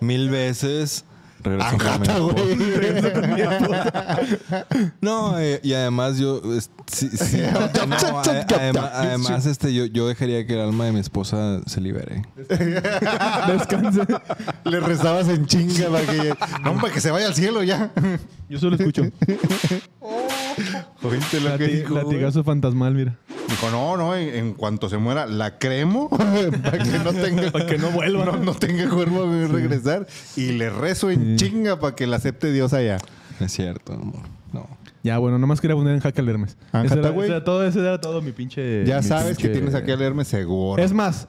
mil veces Ah, regreso con mi
Anjata,
esposa.
*laughs* güey.
No, eh, y además yo es- sí, sí,
*laughs*
no, a- adema- además, este yo, yo dejaría que el alma de mi esposa se libere.
Descansa.
Le rezabas en chinga para que, no, para que se vaya al cielo ya.
Yo solo
*laughs*
escucho.
Oíste lo que
Lati-
dijo. güey.
latigazo fantasmal, mira.
Dijo, no, no, en, en cuanto se muera, la cremo *laughs* para que no tenga.
Para que no vuelva.
No, no tenga cuerpo a regresar. Y le rezo en chinga para que la acepte Dios allá.
No Es cierto, amor.
*laughs*
No.
Ya, bueno, nomás quería poner en jaque al Hermes.
Ángata,
Ese era,
güey.
ese era todo, ese era todo mi pinche.
Ya
mi
sabes que
pinche-
tienes aquí a leerme seguro.
Es más,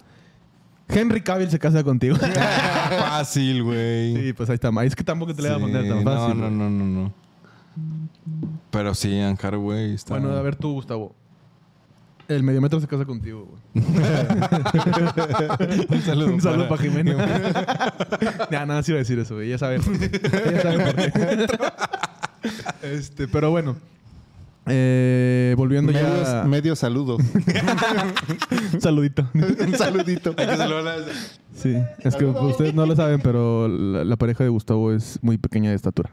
Henry Cavill se casa contigo.
Fácil,
*laughs*
güey.
sí, pues ahí está. Es que tampoco te le voy a
Sí,
poner tan fácil.
No, no,
güey.
no, no, no. Pero sí, Anne Hathaway está...
Bueno,
*laughs*
a ver tú, Gustavo. El mediometro se casa contigo, güey.
*laughs* un saludo,
Un saludo para *laughs* Jimena. Ya, nada, sí iba a decir eso, güey. Ya
*laughs*
saben. Ya saben por qué. este, pero bueno. Eh, volviendo
Medios-
ya.
medio saludo.
*laughs* Un *laughs* saludito.
*laughs* Un saludito. Ah,
Hay que saludar a-
Sí. Es que ustedes no lo saben, pero la, la pareja de Gustavo es muy pequeña de estatura.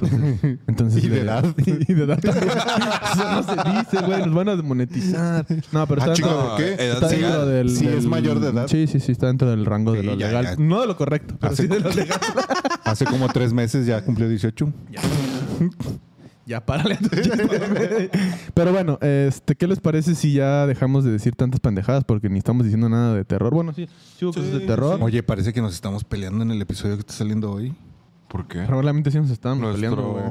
Entonces, entonces
Y de
le- *laughs*
edad.
Y, de edad también. Eso no se dice, güey. Nos van a demonetizar. No, pero
Ah,
está,
chico,
dentro-
No,
¿por qué?
edad
está
legal.
dentro del.
Sí,
del-
es mayor de edad.
Sí, sí, sí. Está dentro del rango de
Sí,
lo
ya,
legal.
ya.
No de lo correcto, pero
Hace
sí de
co-
lo legal.
Hace como tres meses *laughs* ya
*laughs*
cumplió 18.
Ya párale a tu chiste, güey. Pero bueno, este, ¿qué les parece si ya dejamos de decir tantas pendejadas? Porque ni estamos diciendo nada de terror. Bueno, sí, sí hubo cosas de terror.
Oye, parece que nos estamos peleando en el episodio que está saliendo hoy.
¿Por qué?
Probablemente sí nos estábamos peleando, güey.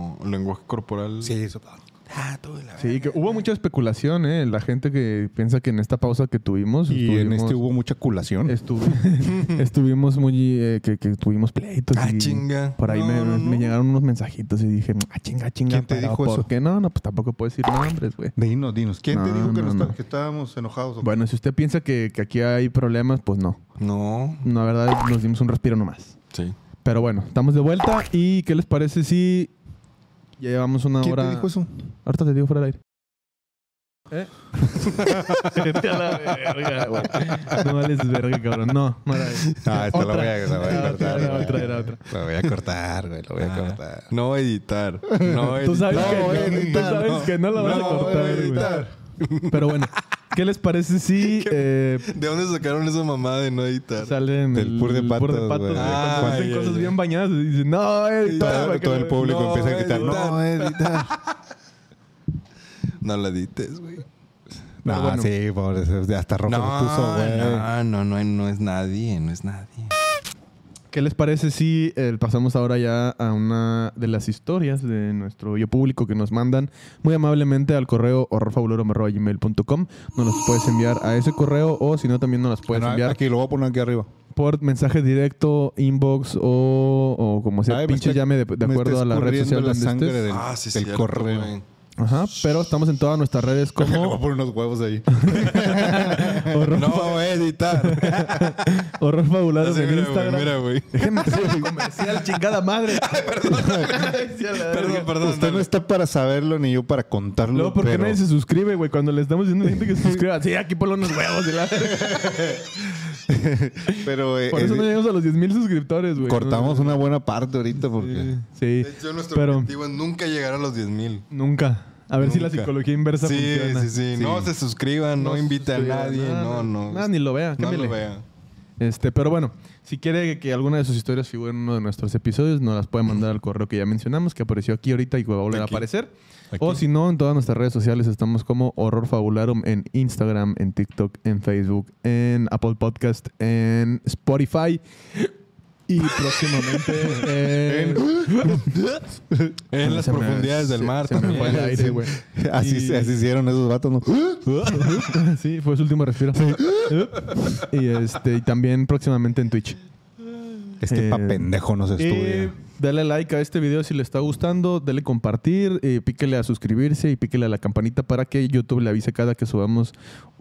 Nuestro lenguaje corporal.
Sí, eso.
Ah, todo de la
Sí, que hubo mucha especulación, ¿eh? La gente que piensa que en esta pausa que tuvimos.
Y en
estuvimos-
este hubo mucha culación.
estuvi- *laughs* estuvimos muy. eh, que, que tuvimos pleitos.
Ah,
y
chinga.
Por ahí
No,
me,
no, no.
me llegaron unos mensajitos y dije, ah, chinga, chinga.
¿Quién te
pero
dijo
¿por
eso?
qué no? No, pues tampoco puedo decir nombres, güey.
Dinos, dinos. ¿Quién te
No,
dijo que,
no,
nos
no.
está- que estábamos enojados? o qué?
Bueno, si usted piensa que, que aquí hay problemas, pues no.
No,
La verdad, nos dimos un respiro nomás.
sí.
Pero bueno, estamos de vuelta. ¿Y qué les parece si ya llevamos una
¿Quién
hora?
te dijo eso?
Ahorita te digo fuera del aire. ¿Eh? *laughs* Vete a la verga, güey. No vales verga, cabrón. No, no era eso.
Ah, esta la voy a, *laughs* la voy a
Era otra,
cortar.
era
la voy a-
otra, era otra.
La voy a cortar, güey. La voy a
Ah,
cortar.
No editar. No
*laughs*
editar.
Tú sabes,
No,
que,
voy a
no, tú
editar,
sabes
no.
que no la vas
No,
a
voy a
cortar,
editar.
güey. Pero bueno, ¿qué les parece
*laughs*
si eh,
¿De dónde sacaron esa mamá de no editar?
salen
Del pur de
el
patos,
de patos,
güey.
güey,
Ah,
cuando hacen
ya,
cosas
ya.
bien bañadas y dicen, no, eh,
Todo,
para que
todo
no-
el público
no,
empieza a gritar.
editar.
No, editar.
No la edites, güey.
No,
bueno.
sí, pobre. se- ya Hasta rojo
No,
se puso, güey.
no, no, no, no es nadie, no es nadie.
¿Qué les parece si eh, pasamos ahora ya a una de las historias de nuestro yo público que nos mandan muy amablemente al correo horrorfabulero.com? Nos las puedes enviar a ese correo o si no también nos las puedes
Bueno,
enviar
Aquí, lo voy a poner aquí arriba.
por mensaje directo, inbox o, o como sea,
Ay, me
pinche
está-
llame de, de
me
acuerdo
está
a la red social
escurriendo la
donde
sangre
estés.
del,
ah, sí,
del
cierto,
correo.
güey.
Ajá, pero estamos en todas nuestras redes
Le voy a
como *laughs*
*laughs*
poner unos huevos ahí.
horror,
No
*laughs*
editar.
horrorfabulero
Así,
en
mira, güey,
Instagram.
mira, güey.
Déjenme hacer el comercial, chingada
*laughs*
madre. *laughs*
Perdón, perdón.
Usted no
dale.
está para saberlo ni yo para contarlo.
Luego, ¿por qué
pero-
nadie se suscribe, güey? Cuando le estamos diciendo a gente que se suscriba, sí, aquí ponlo unos huevos. y la-
*laughs*
Pero eh,
Por eso
eh,
no llegamos a los 10 mil suscriptores, güey.
cortamos una buena parte ahorita porque.
Sí,
De hecho, nuestro
pero
objetivo es nunca llegar a los 10 mil.
nunca. A ver si la
Nunca.
psicología inversa
Sí,
funciona.
sí, sí, No se suscriban, no,
se
invita a
suscriban,
nadie. No, no.
Nada, ni lo vea,
No
cámbiale.
lo vea.
Este, pero bueno, si quiere que alguna de sus historias figure en uno de nuestros episodios, nos las puede mandar al correo que ya mencionamos, que apareció aquí ahorita y que va a volver a
Aquí.
aparecer.
Aquí.
O si no, en todas nuestras redes sociales estamos como Horror Fabularum en Instagram, en TikTok, en Facebook, en Apple Podcast, en Spotify y
*laughs*
próximamente en...
En las
Se me-
profundidades del
se-
mar
se me
también.
fue el aire,
*laughs*
güey.
Así,
Y-
se- así hicieron esos vatos, ¿no?
*laughs*
*gasps*
Sí, fue su último respiro. y, este, y también próximamente en Twitch.
Este
Eh,
pa' pendejo no se estudia.
Y Eh, dale like a este video si le está gustando, dale compartir, eh, píquele a suscribirse y píquele a la campanita para que YouTube le avise cada que subamos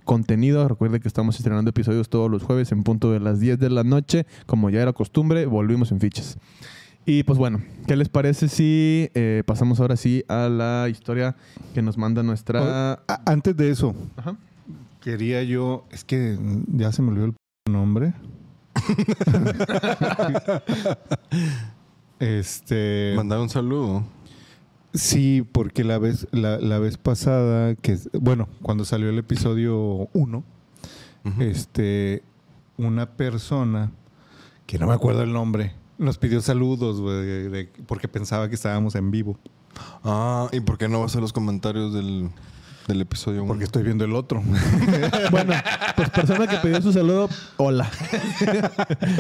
contenido. Recuerde que estamos estrenando episodios todos los jueves en punto de las 10 de la noche. Como ya era costumbre, volvimos en fichas. Y pues bueno, ¿qué les parece si eh, pasamos ahora sí a la historia que nos manda nuestra...
Ah, antes de eso,
Ajá.
quería yo. Es que mm, ya se me olvidó el p-
*laughs*
nombre. este.
Eh, Mandar un saludo.
Sí, porque la vez, la, la vez pasada, que es- bueno, cuando salió el episodio 1,
Ujú.
este, una persona, que no me acuerdo el nombre, nos pidió saludos, güey, de- de- porque pensaba que estábamos en vivo,
Ah, ¿y por qué no vas a los comentarios del, del episodio? uno?
porque estoy viendo el otro.
Bueno, pues persona que pidió su saludo, hola.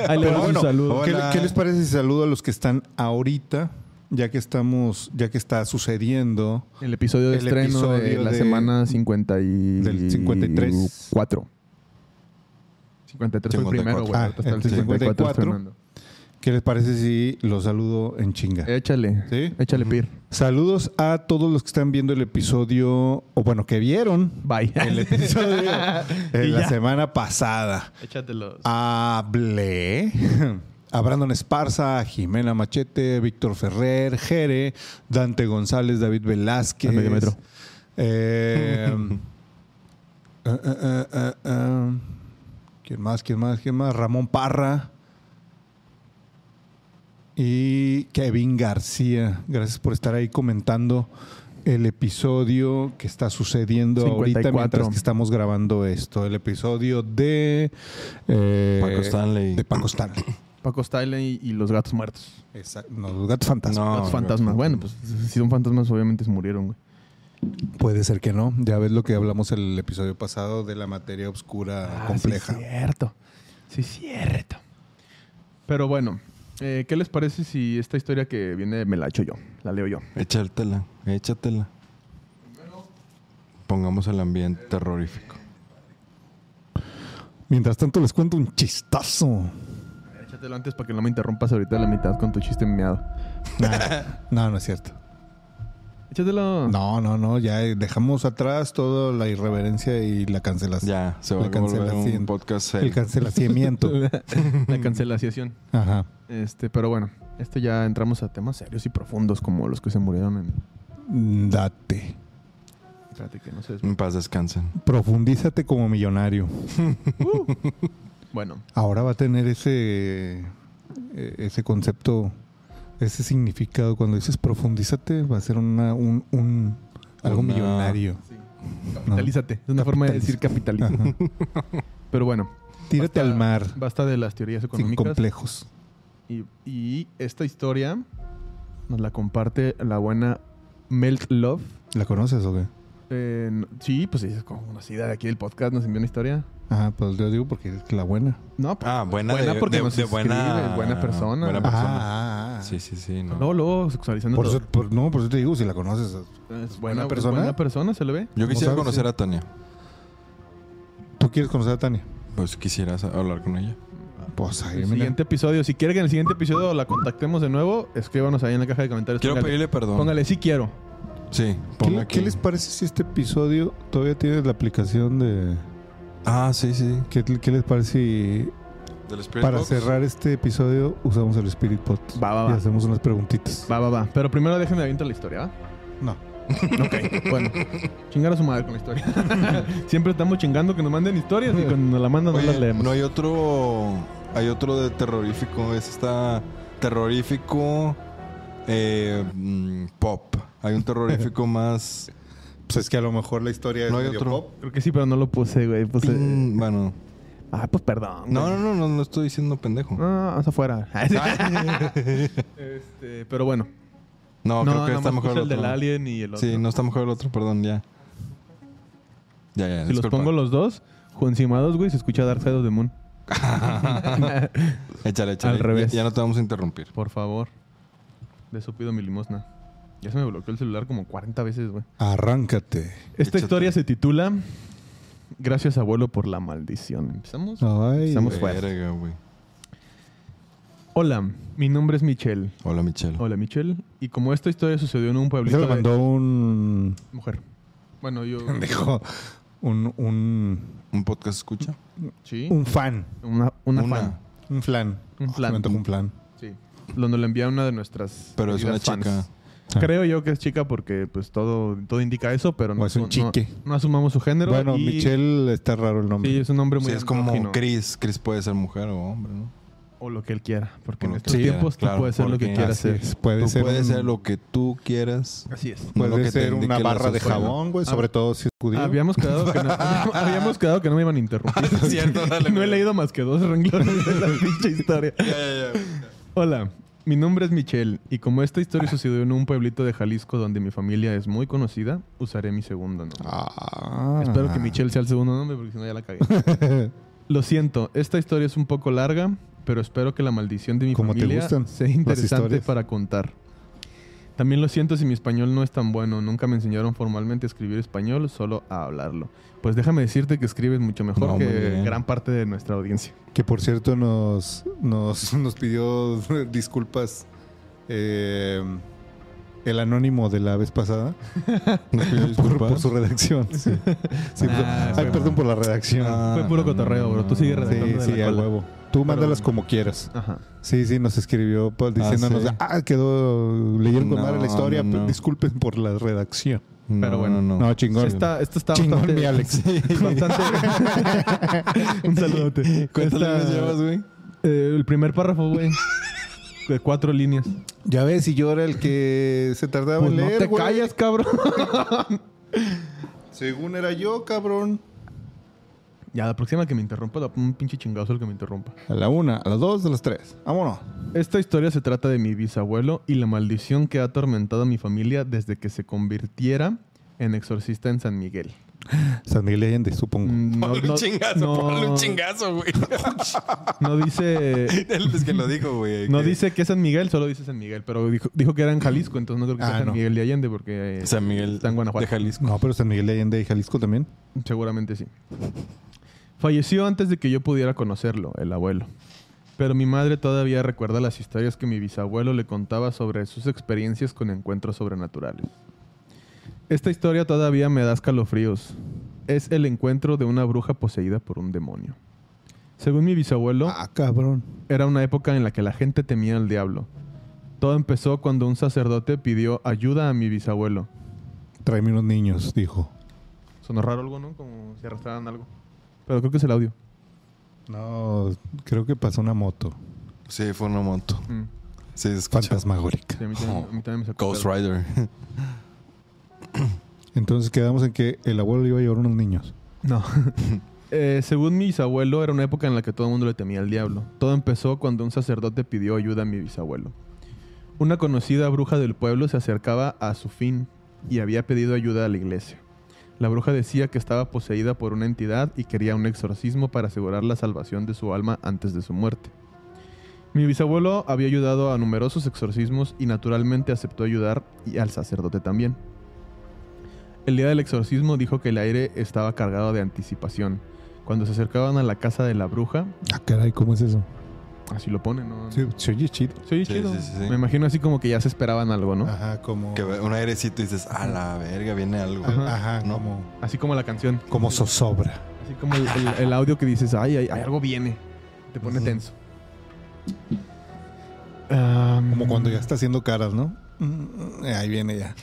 Ahí le
Pero
va su
bueno,
saludo.
¿qué,
Hola.
qué les parece si saludo a los que están ahorita, ya que estamos, ya que está sucediendo?
El episodio de
El
estreno de
episodio
la
de-
semana 50 y...
del 53.
4. 53 fue el
54.
primero, güey.
Ah,
Ahorita está
el
el 54
54.
estrenando.
¿Qué les parece si los saludo en chinga?
Eh. Échale.
¿Sí?
Échale, Pir.
Saludos a todos los que están viendo el episodio, o bueno, que vieron
Bye.
*laughs* el e- episodio de la semana pasada.
Échatelo.
Hablé a Brandon Esparza, a Jimena Machete, Víctor Ferrer, Jere, Dante González, David Velázquez.
Al medio metro.
Eh, eh, eh, eh, eh, ¿Quién más? ¿Quién más? ¿Quién más? Ramón Parra. Y Kevin García. Gracias por estar ahí comentando el episodio que está sucediendo ahorita
54.
mientras que estamos grabando esto. El episodio de... eh,
Paco Stanley.
De Paco Stanley.
*laughs* Paco Stanley y los gatos muertos.
Exacto. No, los gatos fantasmas.
No,
gatos
güey.
fantasmas. Bueno, pues si son fantasmas, obviamente se murieron, güey.
Puede ser que no. Ya ves lo que hablamos el episodio pasado de la materia
Ah,
oscura compleja.
Sí, cierto. Sí, cierto. Pero bueno, eh, ¿qué les parece si esta historia que viene me la echo yo? La leo yo.
Échatela, échatela. Pongamos el ambiente terrorífico.
Mientras tanto les cuento un chistazo.
Échatelo antes para que no me interrumpas ahorita a la mitad con tu chiste meado.
*laughs*
No, no es cierto.
Ah.
Échatelo.
No, no, no, ya dejamos atrás toda la irreverencia y la cancelación.
Ya, se va
La
a volver un
cancelación.
podcast
El
serio. *laughs*
cancelamiento.
La, la cancelación.
Ajá.
Este, pero bueno, este ya entramos a temas serios y profundos como los que se murieron en.
Date.
Espérate que no sé.
En paz descansen.
Profundízate como millonario.
Bueno,
Ahora va a tener ese, eh, ese concepto, ese significado. Cuando dices profundízate, va a ser una, un, un- algo
Una-
millonario.
capitalízate. Es una forma de decir capitalismo.
Ajá.
*laughs* Pero bueno,
Tírate
Basta-
al mar
basta de las teorías
sin
económicas.
complejos.
Y, y esta historia nos la comparte la buena Melt Love.
¿La conoces o qué?
Eh, no- sí, pues es como conocida de aquí del podcast, nos envió una historia.
Ajá, pues yo digo porque es la buena.
No, pues,
Ah, buena,
Buena
de,
porque
de-
nos
de buena,
escribe, buena persona.
buena
Ah,
persona.
Ah, ah, ah.
Sí, sí, sí. No.
luego, luego, sexualizando.
Por
todo.
eso, por- no, por eso te digo, si la conoces.
es buena,
buena
persona.
persona.
Buena persona, se le ve.
Yo
¿Cómo
quisiera
sabes?
conocer a Tania.
¿Tú quieres conocer a Tania?
Pues quisieras hablar con ella.
Pues ahí,
El
mira.
siguiente episodio. Si quiere que en el siguiente episodio la contactemos de nuevo, escríbanos ahí en la caja de comentarios.
Quiero
Póngale-
pedirle perdón.
Póngale, sí quiero.
Sí,
¿Qué,
ponga aquí.
qué les parece si este episodio todavía tienes la aplicación de...
Ah, sí, sí.
¿Qué, qué les parece si
Del Spirit
para
Box.
cerrar este episodio usamos el Spirit Pot?
Va, va,
Y
va.
hacemos unas preguntitas.
Va, va, va. Pero primero déjenme avientar la historia,
*laughs*
¿va?
No.
Ok, bueno. Chingar a su madre con la historia.
*laughs*
Siempre estamos chingando que nos manden historias y cuando nos la mandan
Oye,
no las leemos.
no hay otro. Hay otro de terrorífico. Es está terrorífico eh, mm, pop. Hay
*laughs*
un terrorífico más.
Pues es que a lo mejor la historia
No hay otro.
Creo que sí, pero no lo puse, güey. Puse...
Pin- bueno,
Ah, pues perdón.
no,
güey.
no, no, no, no estoy diciendo pendejo.
No, no, no, haz
*laughs*
afuera. este, pero bueno.
Ah. No,
No,
creo que está
nomás
mejor
puse
el
el
otro.
del alien y el otro.
Sí, no está mejor el otro, perdón, ya. Ya, ya.
si los
disculpa.
pongo los dos, encimados, güey, se escucha Dark Side of the Moon.
Échale, échale.
Al revés.
Ya, ya no te vamos a interrumpir.
Por favor. De eso pido mi limosna. Ya se me bloqueó el celular como 40 veces, güey.
Arráncate.
Esta
Échate.
historia se titula Gracias abuelo por la maldición. Empezamos.
Ay,
Estamos fuera.
Eh, Verga, güey.
Hola, mi nombre es Michelle.
Hola, Michelle.
Hola, Michelle. Y como esta historia sucedió en un pueblito
Se la
de
mandó un...
mujer. Bueno, yo
Dijo, un, un,
¿Un podcast escucha?
sí,
un fan.
una una, fan.
Un flan. Ah,
Un flan.
Se me antojó un flan.
Sí. Donde le envía una de nuestras
Pero es una
queridas fans.
chica.
Ah.
Creo yo que es chica porque pues todo todo indica eso, pero no
O es un
no-
chique.
no asumamos su género
Bueno,
y-
Michelle está raro el nombre.
Sí, es un nombre muy
Sí, es como
andrógino.
Chris. Chris puede ser mujer o hombre, ¿no?
o lo que él quiera, porque en
Lo que
estos
quiera,
tiempos
claro,
tú puedes ser lo que
porque-
quieras
Así
ser.
es, Puede
Tú
ser
puedes
un-
ser lo que tú quieras.
Así es.
no lo
Puede
que te
ser una
indique la
barra de
sociedad.
jabón, güey,
Ah.
sobre todo si es judío.
Habíamos quedado,
*laughs*
que no, habíamos quedado que no me iban a interrumpir.
Es Ah, cierto, dale,
no he
güey.
leído más que dos renglones de la dicha historia.
*laughs*
Hola, mi nombre es Michelle y como esta historia sucedió en un pueblito de Jalisco donde mi familia es muy conocida, usaré mi segundo nombre.
Ah.
Espero que Michelle sea el segundo nombre porque si no ya la cagué.
*laughs*
Lo siento, esta historia es un poco larga, pero espero que la maldición de mi
Como te
familia
gustan
sea
las
interesante
historias.
para contar. También lo siento si mi español no es tan bueno. Nunca me enseñaron formalmente a escribir español, solo a hablarlo. Pues déjame decirte que escribes mucho mejor
No, muy
que
bien.
gran parte de nuestra audiencia.
Que por cierto nos, nos, *laughs* nos pidió disculpas eh, el anónimo de la vez pasada por, por su redacción. Sí, Sí, pues,
Ah,
ay,
güey.
perdón por la redacción.
Ah,
Fue puro cotorreo, bro. Tú sigue redactando
sí,
de
sí,
la
a
cola.
huevo. Tú mándalas
bueno.
como quieras.
Ajá.
Sí, sí, nos escribió pues,
Ah,
diciéndonos,
sí.
ah, quedó leyeron con
No,
madre la historia,
no, no.
disculpen por la redacción.
Pero bueno.
no.
No, chingón.
Esta, esta está
Chingón,
bastante... *laughs*
mi Alex. *laughs*
bastante- Un saludote.
¿Cuántas
Esta-
líneas llevas, güey?
eh, el primer párrafo, güey. De cuatro líneas.
Ya ves, y yo era el que se tardaba
Pues
en
no
leer.
te
güey.
callas, cabrón. *laughs*
Según era yo, cabrón.
Ya, la próxima que me interrumpa, la- un pinche chingazo el que me interrumpa.
A la una, a las dos, a las tres. Vámonos.
Esta historia se trata de mi bisabuelo y la maldición que ha atormentado a mi familia desde que se convirtiera en exorcista en San Miguel.
San Miguel de Allende, supongo.
Mm, no-
*laughs* Ponle
no-
un chingazo,
no-
ponle un chingazo, *laughs* güey.
No
*laughs*
dice,
Él es que lo dijo, güey.
no
que-
dice que es San Miguel, solo dice San Miguel, pero dijo, dijo que era en Jalisco, entonces no creo que sea
Ah,
San
no.
Miguel de Allende porque eh,
San Miguel
está en Guanajuato.
de Jalisco.
No, pero San Miguel de Allende y Jalisco también.
Seguramente sí. Falleció antes de que yo pudiera conocerlo, el abuelo. Pero mi madre todavía recuerda las historias que mi bisabuelo le contaba sobre sus experiencias con encuentros sobrenaturales. Esta historia todavía me da escalofríos. Es el encuentro de una bruja poseída por un demonio. Según mi bisabuelo,
Ah, cabrón.
era una época en la que la gente temía al diablo. Todo empezó cuando un sacerdote pidió ayuda a mi bisabuelo.
Tráeme unos niños, dijo.
Sonó raro algo, ¿no? Como si arrastraran algo. Pero creo que es el audio.
No, creo que pasó una moto
Sí, fue una moto.
Mm.
Sí, se escucha.
fantasmagórica.
Sí, a mí también, a mí también me sacó
Ghost
pedo.
Rider. *laughs*
Entonces quedamos en que el abuelo iba a llevar unos niños.
*laughs*
No. Eh, según mi bisabuelo, era una época en la que todo el mundo le temía al diablo. Todo empezó cuando un sacerdote pidió ayuda a mi bisabuelo. Una conocida bruja del pueblo se acercaba a su fin y había pedido ayuda a la iglesia. La bruja decía que estaba poseída por una entidad y quería un exorcismo para asegurar la salvación de su alma antes de su muerte. Mi bisabuelo había ayudado a numerosos exorcismos y naturalmente aceptó ayudar y al sacerdote también. El día del exorcismo dijo que el aire estaba cargado de anticipación. Cuando se acercaban a la casa de la bruja,
Ah, caray, ¿cómo es eso?
así lo pone, ¿no?
Sí, se oye chido.
Se oye
Sí,
chido.
sí, sí, sí.
Me imagino así como que ya se esperaban algo, ¿no?
Ajá, como...
Que ve- un airecito y dices, a la verga, viene algo.
Ajá, ajá,
No.
como,
Así como la canción.
como zozobra.
Así como el, el- el audio que dices, ay, ay, ay, algo viene. Te pone
Ujú.
tenso. Ah,
Como cuando ya está haciendo caras, ¿no? Mm, Ahí viene ya.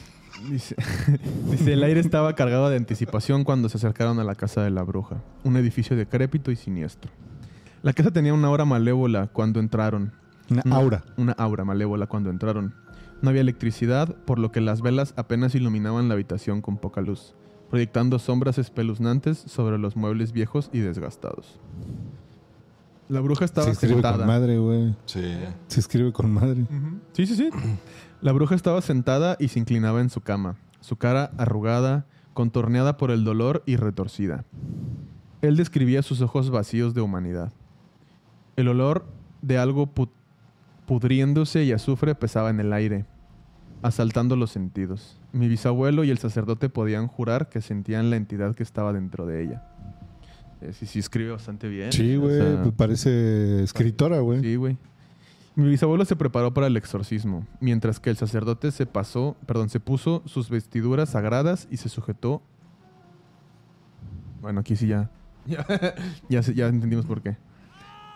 Dice, *laughs* dice, el aire estaba cargado de anticipación cuando se acercaron a la casa de la bruja, un edificio decrépito y siniestro. La casa tenía una aura malévola cuando entraron.
Una
Una-
aura.
Una aura malévola cuando entraron. No había electricidad, por lo que las velas apenas iluminaban la habitación con poca luz, proyectando sombras espeluznantes sobre los muebles viejos y desgastados. La bruja
Se
estaba
escribe
sentada.
con madre, güey.
Sí.
Se escribe con madre.
Ujú. Sí, sí,
*clears throat*
sí. La bruja estaba sentada y se inclinaba en su cama, su cara arrugada, contorneada por el dolor y retorcida. Él describía sus ojos vacíos de humanidad. El olor de algo pu- pudriéndose y azufre pesaba en el aire, asaltando los sentidos. Mi bisabuelo y el sacerdote podían jurar que sentían la entidad que estaba dentro de ella. Eh, sí, sí, escribe bastante bien.
Sí,
O
güey.
sea,
pues parece escritora, güey.
Sí, güey. Mi bisabuelo se preparó para el exorcismo, mientras que el sacerdote se pasó, perdón, se puso sus vestiduras sagradas y se sujetó. Bueno, aquí sí ya. *laughs* Ya, ya, se- ya entendimos por qué.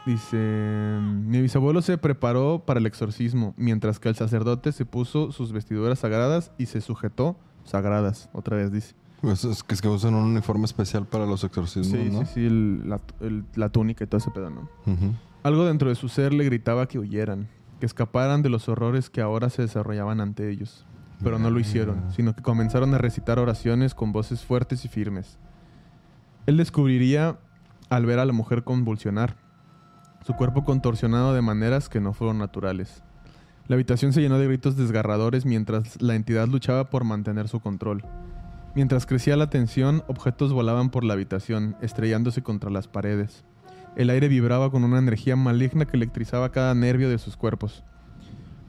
Dice, mi bisabuelo se preparó para el exorcismo, mientras que el sacerdote se puso sus vestiduras sagradas y se sujetó sagradas, otra vez dice.
Pues es que, es que usan un uniforme especial para los exorcismos,
Sí,
¿no?
sí, sí, el- la, el- la túnica y todo ese pedo, ¿no?
Ujú.
Algo dentro de su ser le gritaba que huyeran, que escaparan de los horrores que ahora se desarrollaban ante ellos. Pero no lo hicieron, sino que comenzaron a recitar oraciones con voces fuertes y firmes. Él descubriría al ver a la mujer convulsionar, su cuerpo contorsionado de maneras que no fueron naturales. La habitación se llenó de gritos desgarradores mientras la entidad luchaba por mantener su control. Mientras crecía la tensión, objetos volaban por la habitación, estrellándose contra las paredes. El aire vibraba con una energía maligna que electrizaba cada nervio de sus cuerpos.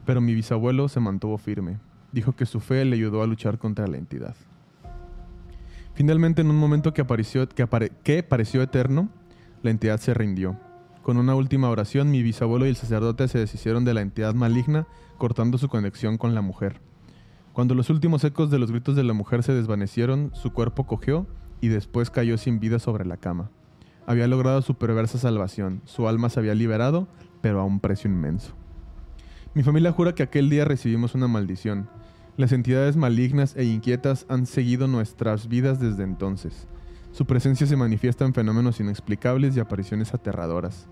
Pero mi bisabuelo se mantuvo firme. Dijo que su fe le ayudó a luchar contra la entidad. Finalmente, en un momento que, apareció, que, apare- que pareció eterno, la entidad se rindió. Con una última oración, mi bisabuelo y el sacerdote se deshicieron de la entidad maligna, cortando su conexión con la mujer. Cuando los últimos ecos de los gritos de la mujer se desvanecieron, su cuerpo cogió y después cayó sin vida sobre la cama. Había logrado su perversa salvación, su alma se había liberado, pero a un precio inmenso. Mi familia jura que aquel día recibimos una maldición. Las entidades malignas e inquietas han seguido nuestras vidas desde entonces. Su presencia se manifiesta en fenómenos inexplicables y apariciones aterradoras.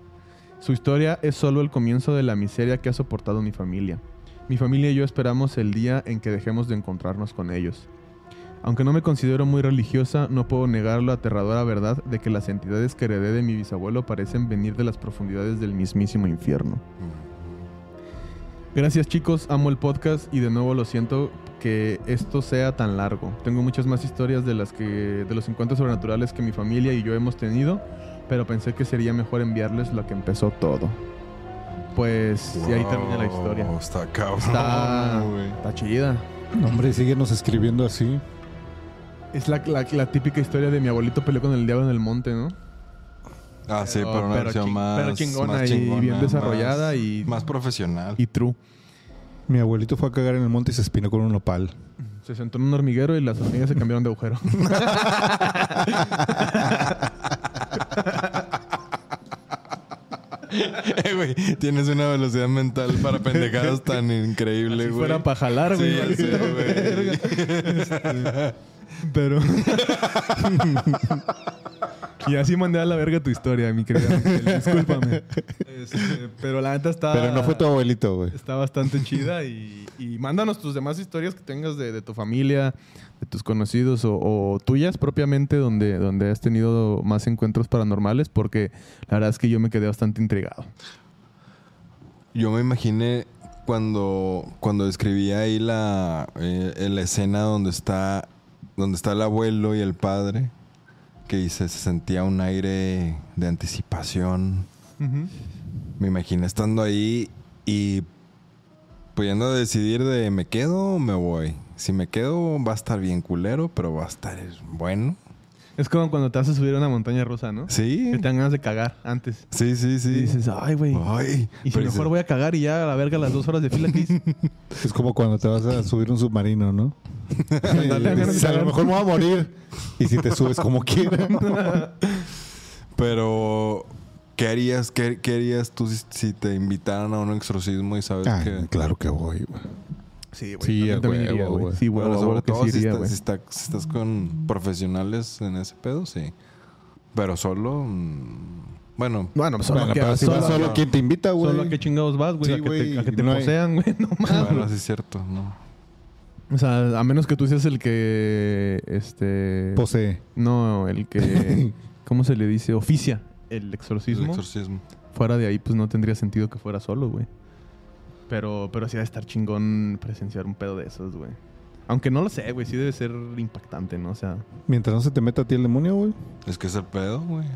Su historia es solo el comienzo de la miseria que ha soportado mi familia. Mi familia y yo esperamos el día en que dejemos de encontrarnos con ellos. Aunque no me considero muy religiosa, no puedo negar la aterradora verdad de que las entidades que heredé de mi bisabuelo parecen venir de las profundidades del mismísimo infierno. Gracias chicos, amo el podcast y de nuevo lo siento que esto sea tan largo. Tengo muchas más historias de las que de los encuentros sobrenaturales que mi familia y yo hemos tenido, pero pensé que sería mejor enviarles la que empezó todo. Pues y ahí termina la historia.
Wow, Está cabrón,
Está,
güey.
está chida.
No, hombre, síguenos escribiendo así.
Es la, la- la típica historia de mi abuelito peleó con el diablo en el monte, ¿no?
Ah, sí,
Pero-
pero una
Oh, pero
versión
ching-
más,
pero chingona
más
y bien desarrollada
más-
y-
Más profesional.
Y true.
Mi abuelito fue a cagar en el monte y se espinó con un nopal.
Se sentó en un hormiguero y las hormigas se cambiaron de
*laughs*
agujero.
*laughs* Eh, güey, tienes una velocidad mental para pendejadas
*laughs*
tan increíble,
Si
güey.
fuera para jalar,
Sí,
güey.
ya sé,
maldita
güey.
verga. Pero. *laughs* y así mandé a la verga tu historia, mi querida. Michelle, Discúlpame. Este, pero la neta está.
Pero no fue tu abuelito, güey.
Está bastante chida y, y mándanos tus demás historias que tengas de, de tu familia, de tus conocidos o, o tuyas propiamente donde, donde has tenido más encuentros paranormales porque la verdad es que yo me quedé bastante intrigado.
Yo me imaginé cuando, cuando escribí ahí la, eh, la escena donde está, donde está el abuelo y el padre, que dice, se sentía un aire de anticipación. Me imaginé estando ahí y pudiendo decidir de me quedo o me voy. Si me quedo va a estar bien culero, pero va a estar bueno.
Es como cuando te haces subir a una montaña rusa, ¿no?
Sí.
Que te dan ganas de cagar antes.
Sí, sí, sí.
Y dices, ay, güey.
Ay,
Y si mejor
pero dices,
voy a cagar y ya a la verga las dos horas de fila que hice.
Es como cuando te vas a subir un submarino,
*laughs*
¿no?
Ándale.
Dices, a lo mejor me voy a morir. Y si te subes como
*laughs*
quieras.
Pero, ¿qué harías, qué, qué harías tú si, si te invitaran a un exorcismo y sabes
Ah,
que...
claro que voy, güey.
Sí,
Sí,
también-
a
también
huevo,
iría, güey.
güey.
Sí, güey.
Pero
a
sobre
huevo que
todo
sí
si,
iría,
está-
güey.
si está- si estás con profesionales en ese pedo, sí. Pero solo... mm, Bueno,
Bueno, pues
Bueno, pero si vas solo, ¿quién te invita, güey?
Solo a qué chingados vas, güey.
Sí,
a que
güey,
te, a que te
no hay-
posean, güey. No mames.
bueno, sí es cierto, ¿no?
O sea, a menos que tú seas el que. Este.
Posee.
no, el *laughs* que. ¿Cómo se le dice? Oficia el
El
exorcismo.
exorcismo.
Fuera de ahí, pues no tendría sentido que fuera solo, güey. Pero, pero sí va a estar chingón presenciar un pedo de esos, güey. Aunque no lo sé, güey. Sí debe ser impactante, ¿no? O sea.
*laughs* Mientras no se te meta a ti el demonio, güey.
Es que es el pedo, güey.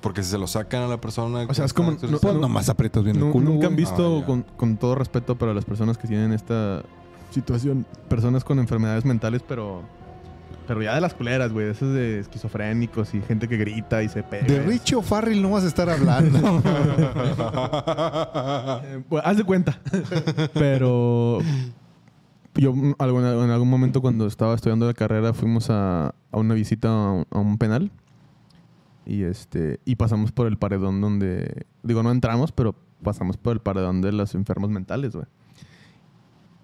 Porque si se lo sacan a la
O
persona...
sea,
que
es
está
como-
exorcizando-
Pues,
Pues
no-
nomás aprietas bien
Nu-
el culo,
nunca han
güey.
visto,
Ah, ya.
con, con todo respeto para las personas que tienen esta situación, personas con enfermedades mentales, pero pero ya de las culeras, güey, esas de esquizofrénicos y gente que grita y se pega.
De Richie O'Farrell no vas a estar hablando. *laughs*
*laughs*
Eh, pues, haz de cuenta. *laughs* pero yo mm, alguna- en algún momento cuando estaba estudiando la carrera fuimos a, a una visita a un, a un penal y este y pasamos por el paredón donde digo no entramos pero pasamos por el paredón de los enfermos mentales güey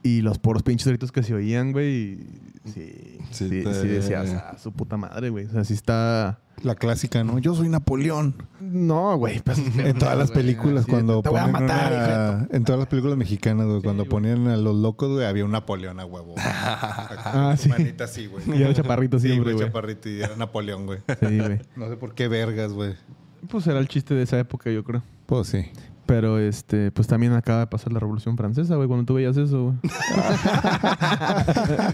y los puros pinches gritos que se oían güey y sí sí,
Sí
sí,
te-
decías "Ah, su puta madre güey o sea sí está
La clásica, ¿no? Yo soy Napoleón.
no güey pues,
*laughs* En todas las
güey,
películas,
así,
cuando
te voy a
ponían
matar
una-
hijo de
En todas las películas mexicanas, güey, cuando
güey.
ponían a los locos, güey, había un Napoleón a
*laughs*
huevo.
Ah,
Ah,
sí.
Manita así, güey.
Y era chaparrito
Sí,
siempre,
güey,
güey.
chaparrito y era Napoleón, güey.
tu-". *laughs* Sí, güey.
No sé por qué vergas, güey.
Pues era el chiste de esa época, yo creo.
Pues
*laughs*
*laughs* sí.
Pero este, pues también acaba de pasar la Revolución Francesa, güey, cuando tú veías eso, güey.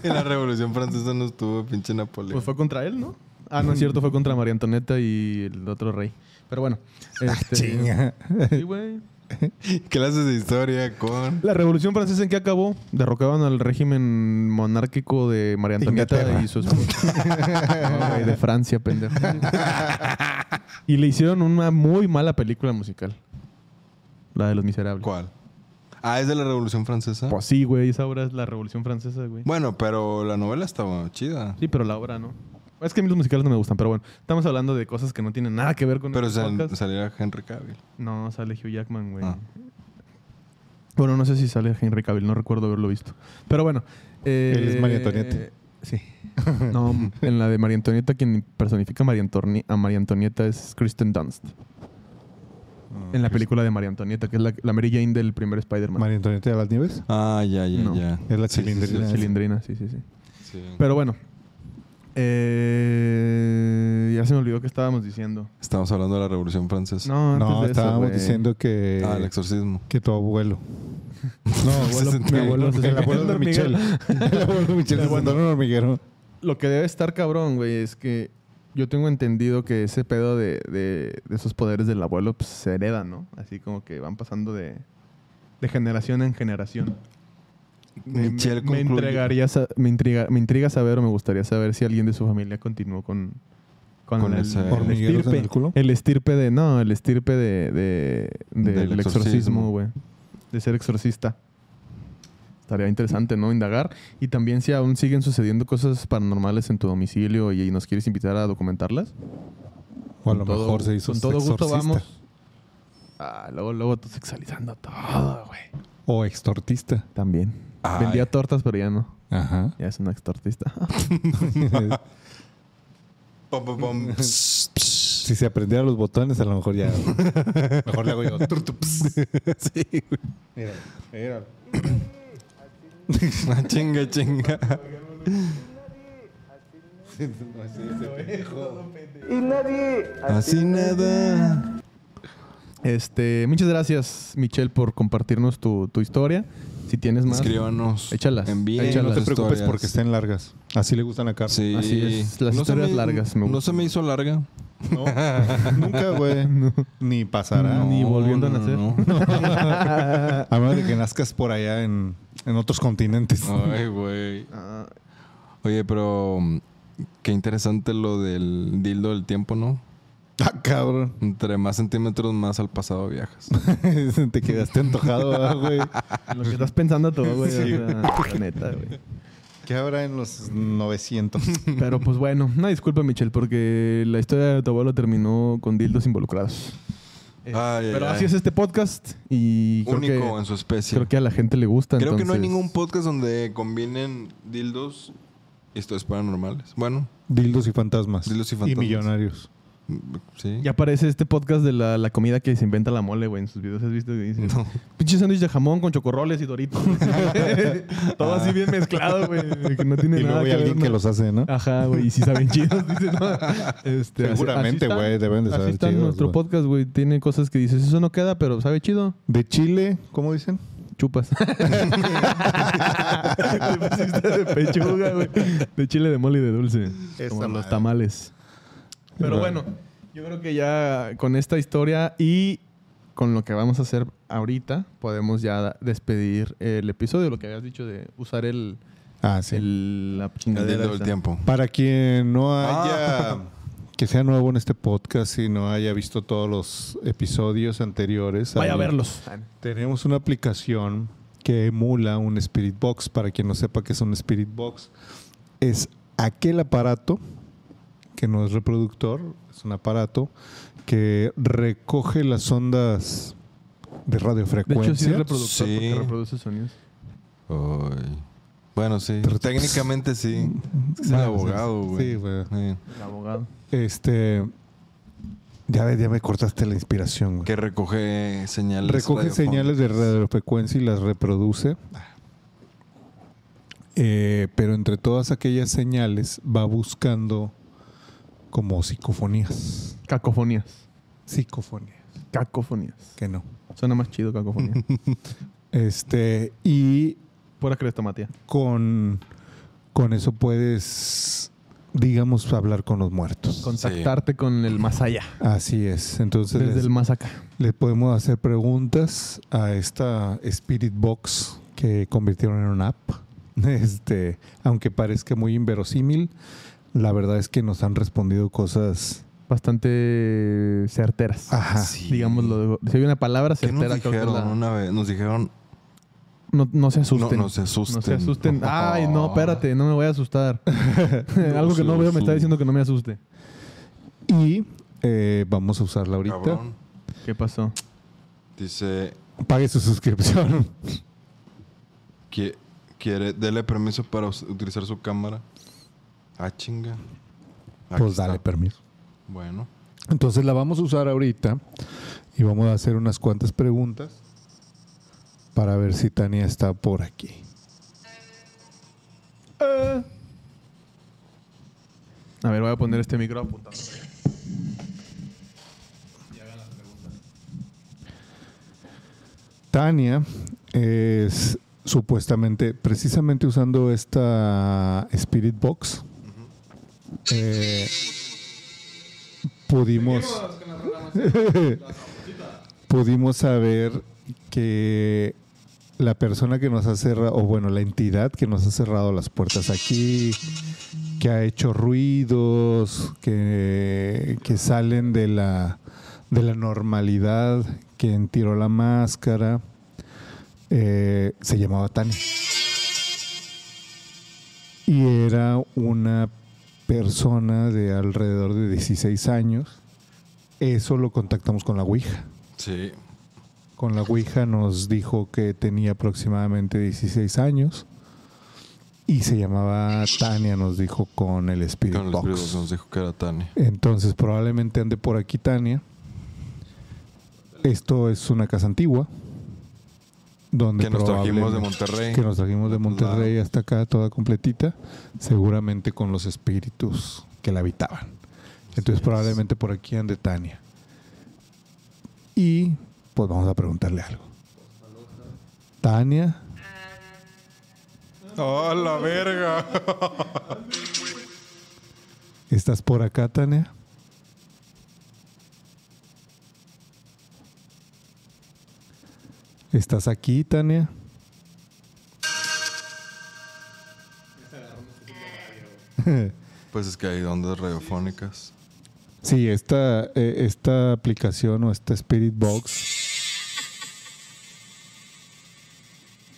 En la Revolución Francesa no estuvo pinche Napoleón.
*laughs* Pues fue contra él, ¿no? Ah, *laughs* no es cierto, fue contra María Antonieta y el otro rey. Pero *laughs* bueno, este,
Chinga.
sí, güey.
*laughs* Clases de historia con...
La Revolución Francesa en qué acabó? Derrocaban al régimen monárquico de María Antonieta
Inglaterra.
y su *laughs* esposa. No, güey, de Francia, pendejo. Y le hicieron una muy mala película musical. La de los miserables.
¿Cuál? Ah, es de la Revolución Francesa.
Pues sí, güey, esa obra es la Revolución Francesa, güey.
Bueno, pero la novela estaba chida.
Sí, pero la obra no. Es que a mí los musicales no me gustan, pero bueno, estamos hablando de cosas que no tienen nada que ver con
Pero
este
sal-
podcast.
salía Henry Cavill.
No, sale Hugh Jackman, güey.
Ah.
Bueno, no sé si sale Henry Cavill, no recuerdo haberlo visto. Pero bueno. eh,
Él es María Antonieta. *laughs*
Sí. No, en la de María Antonieta, quien personifica a María, Antorni- a María Antonieta es Kristen Dunst.
Ah,
En la película de María Antonieta, que es la, la Mary Jane del primer Spider-Man.
María Antonieta de las Nieves.
Ah, ya, ya,
No.
ya.
Es la
Sí, sí,
cilindrina.
La cilindrina, sí, sí, sí.
sí, sí.
Pero bueno. eh, ya se me olvidó que estábamos diciendo.
Estamos hablando de la Revolución Francesa.
No, eh, antes
No,
de eso,
estábamos
güey.
diciendo que,
Ah, el exorcismo.
que tu abuelo. *laughs* No, abuelo,
sentó
mi
en-
abuelo,
se
el
sentó
abuelo
en
de
un
Michelle. *laughs* El abuelo de Michelle se sentó en un hormiguero.
Lo que debe estar cabrón, güey, es que yo tengo entendido que ese pedo de, de- de esos poderes del abuelo pues, se hereda, ¿no? Así como que van pasando de, de generación en generación. Me-
Michelle
me, me
concluye.
entregaría sa- me, intriga, me intriga saber o me gustaría saber si alguien de su familia continuó con, con,
Con
el,
ese-
el
¿Hormigueros en
estirpe.
el culo?
estirpe de. No, el estirpe de, de- de-
Del
del
exorcismo.
exorcismo, güey. De ser exorcista. Estaría interesante, ¿no? Indagar. Y también si aún siguen sucediendo cosas paranormales en tu domicilio y, y nos quieres invitar a documentarlas.
O a
con
lo
todo-
mejor se hizo
Con todo gusto
exorcista.
vamos. Ah, luego, luego tú sexualizando todo, güey.
O extortista.
También.
Ay.
Vendía tortas, pero ya no. *laughs*
Ajá.
Ya es un extortista.
Pom, pom, pom.
*laughs*
Pss, *laughs* pss.
si se aprendiera los botones, a lo mejor ya. mejor le hago *laughs* yo.
Sí, güey.
Mira, mira.
Ah, chinga, chinga.
y nadie
Así nada.
Este, muchas gracias, Michelle, por compartirnos tu, tu historia. Si tienes más, *laughs*
Escríbanos.
Échalas.
Envíen
Échalas.
no te
las
preocupes
historias.
porque estén largas. Así le gustan a Carlos.
Sí.
Así es, las
se
historias
me-
largas me
No se
gustan.
me hizo larga.
*laughs* Nunca, güey. Ni pasará.
No,
ni
volviendo a
no,
nacer.
no.
*laughs* Ah,
A menos de que nazcas por allá en, en otros continentes.
Ay, güey. Oye, pero mm, qué interesante lo del dildo del tiempo, ¿no?
Ah, cabrón.
Entre más centímetros más al
*laughs*
pasado viajas.
*laughs* Te quedaste antojado, ¿verdad, güey.
lo que estás pensando tú, güey. o sea, la neta, güey.
¿Qué habrá en los 900?
Pero pues bueno, una disculpa, Michelle, porque la historia de tu abuelo terminó con dildos involucrados. Eh,
Ay, ay,
pero
ay.
así es este podcast y creo
Único
que,
en su especie.
creo que a la gente le gusta.
Creo que no hay
entonces-
ningún podcast donde combinen dildos y historias paranormales. Bueno,
Dildos y fantasmas.
Dildos y fantasmas.
Y millonarios.
mm, sí.
Ya aparece este podcast de la, la comida que se inventa la mole, güey. En sus videos has visto que dicen...
*laughs* No.
Pinche sándwich de jamón con chocorroles y doritos.
*laughs*
Todo
Ah.
así bien mezclado, güey. Que no tiene
Y
nada
luego hay
que
alguien
ver,
que
¿no?
los hace, ¿no? Ah,
Ajá, güey. Y si saben chidos, dice,
*laughs*
¿no? Este, así-
Seguramente,
así está-
güey, deben de
Así
saber
está
chidos,
nuestro
güey.
podcast, güey. Tiene cosas que dices, eso no queda, pero sabe chido.
De Chile, ¿cómo dicen?
Chupas. Te pusiste de pechuga, güey. De chile de mole y de dulce. como los tamales. Pero bueno, yo creo que ya con esta historia y con lo que vamos a hacer ahorita, podemos ya despedir el episodio, lo que habías dicho de usar el,
Ah, sí.
el- la
El
chingadera.
dildo del
esa.
tiempo.
Para quien no haya,
Ah.
que sea nuevo en este podcast y no haya visto todos los episodios anteriores,
Vaya a
ahí
verlos.
Tenemos una aplicación que emula un Spirit Box. Para quien no sepa qué es un Spirit Box, es aquel aparato que no es reproductor, es un aparato que recoge las ondas
De
de radiofrecuencia.
hecho, sí es reproductor
Sí.
porque reproduce sonidos.
*laughs* Ay. Bueno, sí.
*laughs*
Técnicamente sí. Es que
Ah,
es el
Bueno,
abogado,
sí,
güey.
sí, güey.
Sí.
El abogado.
Este. Ya, ves, ya me cortaste la inspiración. güey.
Que recoge señales.
Recoge
radiofónicas.
señales de radiofrecuencia y las reproduce. Eh, pero entre todas aquellas señales va buscando como psicofonías.
Cacofonías.
Psicofonías.
Cacofonías.
Que no.
Suena más chido
*laughs*
cacofonía.
Este, y
Pura crestomatía.
con, con eso puedes, digamos, hablar con los muertos.
Contactarte con el más allá.
Así es. Entonces
Desde
les-
el más acá.
Le podemos hacer preguntas a esta Spirit Box que convirtieron en una app. *laughs* Este, aunque parezca muy inverosímil, la verdad es que nos han respondido cosas.
Bastante certeras.
Ajá.
Sí.
Digámoslo. Si hay una palabra
¿Qué nos
certera, creo que es
dijeron
la-
una vez? Nos dijeron
No, no se asusten.
No, no se asusten.
No se
*laughs*
asusten. Ay, no, espérate, no me voy a asustar. Algo que
se
no veo me está
asusten.
diciendo que no me asuste.
Y eh, vamos a usarla ahorita.
Cabrón.
¿Qué pasó?
Dice,
Pague su suscripción.
que quiere, dele permiso para us- utilizar su cámara. Ah, chinga. Aquí
*laughs* pues
está.
dale permiso.
Bueno.
Entonces la vamos a usar ahorita y vamos a hacer unas cuantas preguntas para ver si Tania está por aquí.
A ver, voy a poner este micro apuntado.
Tania es supuestamente, precisamente usando esta Spirit Box, eh, pudimos, *laughs* pudimos saber que la persona que nos ha cerrado, o bueno, la entidad que nos ha cerrado las puertas aquí, que ha hecho ruidos, que, que salen de la, de la normalidad, que tiró la máscara, eh, se llamaba Tani. Y era una persona de alrededor de 16 años. Eso lo contactamos con la Ouija.
Sí.
Con la Ouija nos dijo que tenía aproximadamente 16 años. Y se llamaba Tania, nos dijo con el Spirit
Con el
Box.
Spirit nos dijo que era Tania.
Entonces probablemente ande por aquí Tania. Esto es una casa antigua. Donde
Que nos trajimos de
probablemente-
Monterrey.
Que nos trajimos de Monterrey hasta acá, toda completita. Seguramente con los espíritus que la habitaban. Entonces probablemente por aquí ande Tania. Y pues vamos a preguntarle algo. Tania,
¡Oh, la verga!
¿estás por acá, Tania? ¿Estás aquí, Tania?
Pues es que hay ondas radiofónicas.
Sí, esta, eh, esta aplicación o esta Spirit Box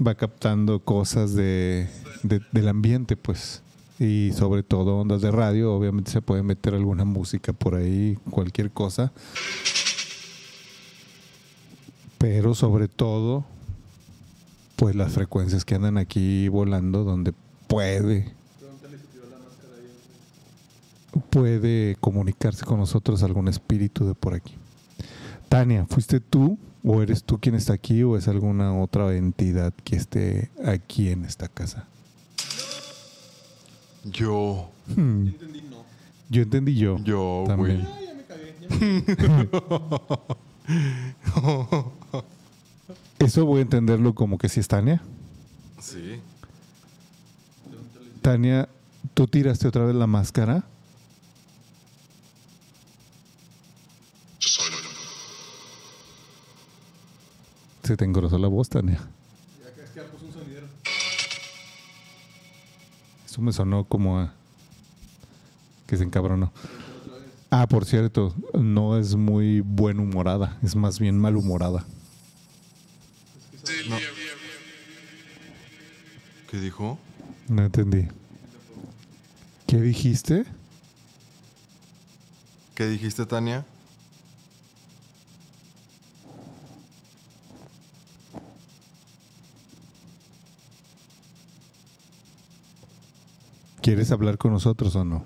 va captando cosas de, de- del ambiente, pues. Y sobre todo ondas de radio, obviamente se puede meter alguna música por ahí, cualquier cosa. Pero sobre todo, pues las frecuencias que andan aquí volando donde puede puede comunicarse con nosotros algún espíritu de por aquí. Tania, ¿fuiste tú o eres tú quien está aquí o es alguna otra entidad que esté aquí en esta casa?
Yo,
Hmm. Yo entendí yo.
yo,
También.
güey.
Eso voy a entenderlo como que si es Tania.
Sí.
Tania, ¿tú tiraste otra vez la máscara? Se te engrosó la voz, Tania. Eso me sonó como a... que se encabronó. Ah, por cierto, no es muy buen humorada, es más bien malhumorada.
¿Qué dijo?
No entendí. ¿Qué dijiste?
¿Qué dijiste, Tania?
¿Quieres hablar con nosotros o no?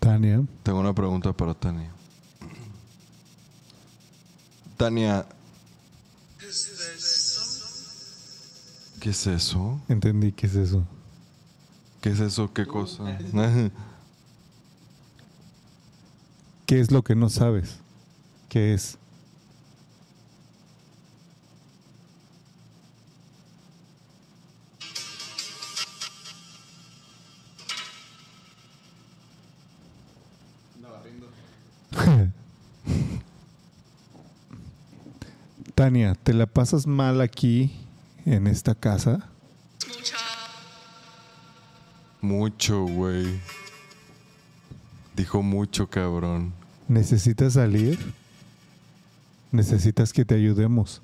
Tania,
Tengo una pregunta para Tania. Tania. ¿Qué es eso?
entendí qué es eso.
¿Qué es eso? ¿Qué cosa? *laughs*
¿Qué es lo que no sabes? ¿Qué es? *laughs* Tania, ¿te la pasas mal aquí en esta casa?
mucho, güey. Dijo mucho, cabrón.
¿Necesitas salir? ¿Necesitas que te ayudemos?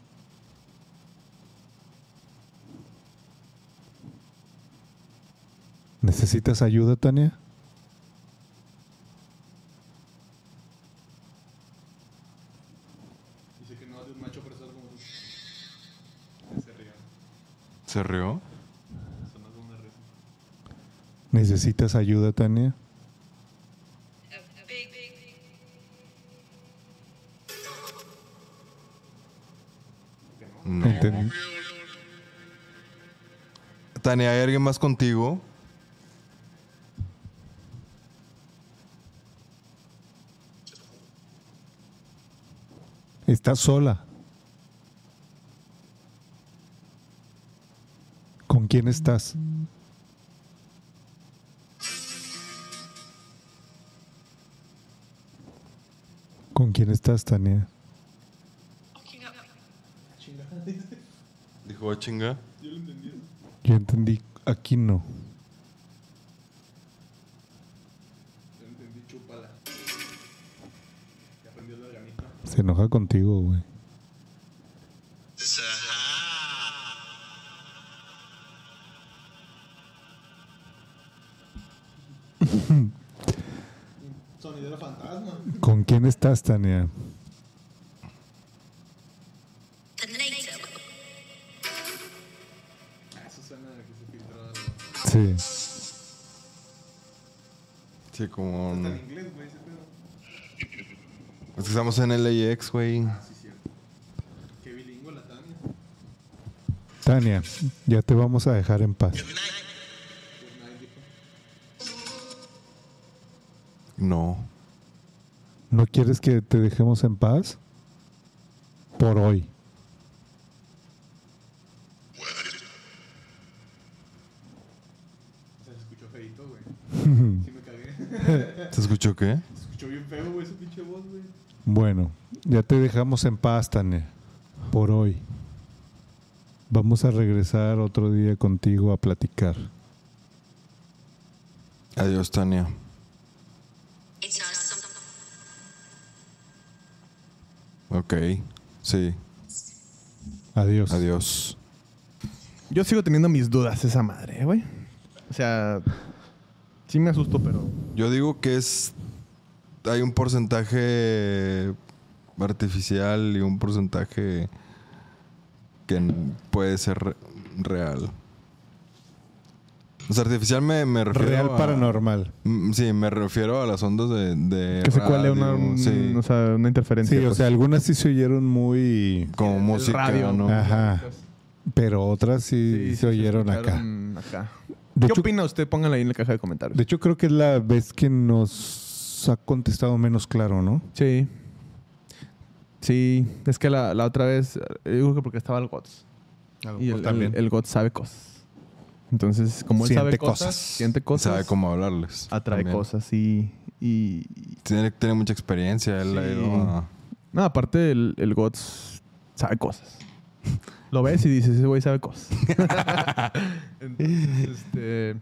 ¿Necesitas ayuda, Tania?
¿Se rió?
¿Necesitas ayuda, Tania?
No.
Enten-
Tania, ¿hay alguien más contigo?
Está sola. ¿Con quién estás? ¿Con quién estás, Tania?
Dijo, a chinga.
Yo entendí, aquí no. Se enoja contigo, güey. ¿Con quién estás, Tania? Sí.
Sí, como. un- Es que estamos en LAX, güey.
Tania, ya te vamos a dejar en paz.
No.
¿No quieres que te dejemos en paz? Por hoy.
Se escuchó feito, güey.
Sí
me cagué.
¿Se escuchó qué?
Se escuchó bien feo, güey, esa pinche voz, güey.
Bueno, ya te dejamos en paz, Tania. Por hoy. Vamos a regresar otro día contigo a platicar.
Adiós, Tania. Ok. Sí.
Adiós.
Adiós.
Yo sigo teniendo mis dudas esa madre, ¿eh, güey. O sea, sí me asustó, pero
Yo digo que es. Hay un porcentaje artificial y un porcentaje que n- puede ser re- real. O sea, artificial me, me refiero.
Real
a-
paranormal.
Mm, Sí, me refiero a las ondas de. de
que se cuele una,
radio,
un-
sí,
o sea, una interferencia.
Sí, o
pues.
sea, algunas sí se oyeron muy...
como
el
música,
radio. Ah.
¿no?
Ajá. Pero otras sí,
Sí, sí,
se oyeron acá.
escucharon acá.
De
¿Qué
hecho-
opina usted? Pónganla ahí en la caja de comentarios.
De hecho, creo que es la vez que nos ha contestado menos claro, ¿no?
Sí. Sí, es que la, la otra vez, eh, yo creo que porque estaba el GOTS.
pues
Y el, el, el GOTS sabe cosas. Entonces, como él
Siente
sabe cosas,
cosas.
siente cosas,
Sabe cómo hablarles.
atrae
también.
cosas y, y- y-
Tiene, tiene mucha experiencia. Él,
Sí.
él, ah,
No, aparte el, el GOTS sabe cosas. *laughs* Lo ves y dices, ese güey sabe cosas. Entonces, este,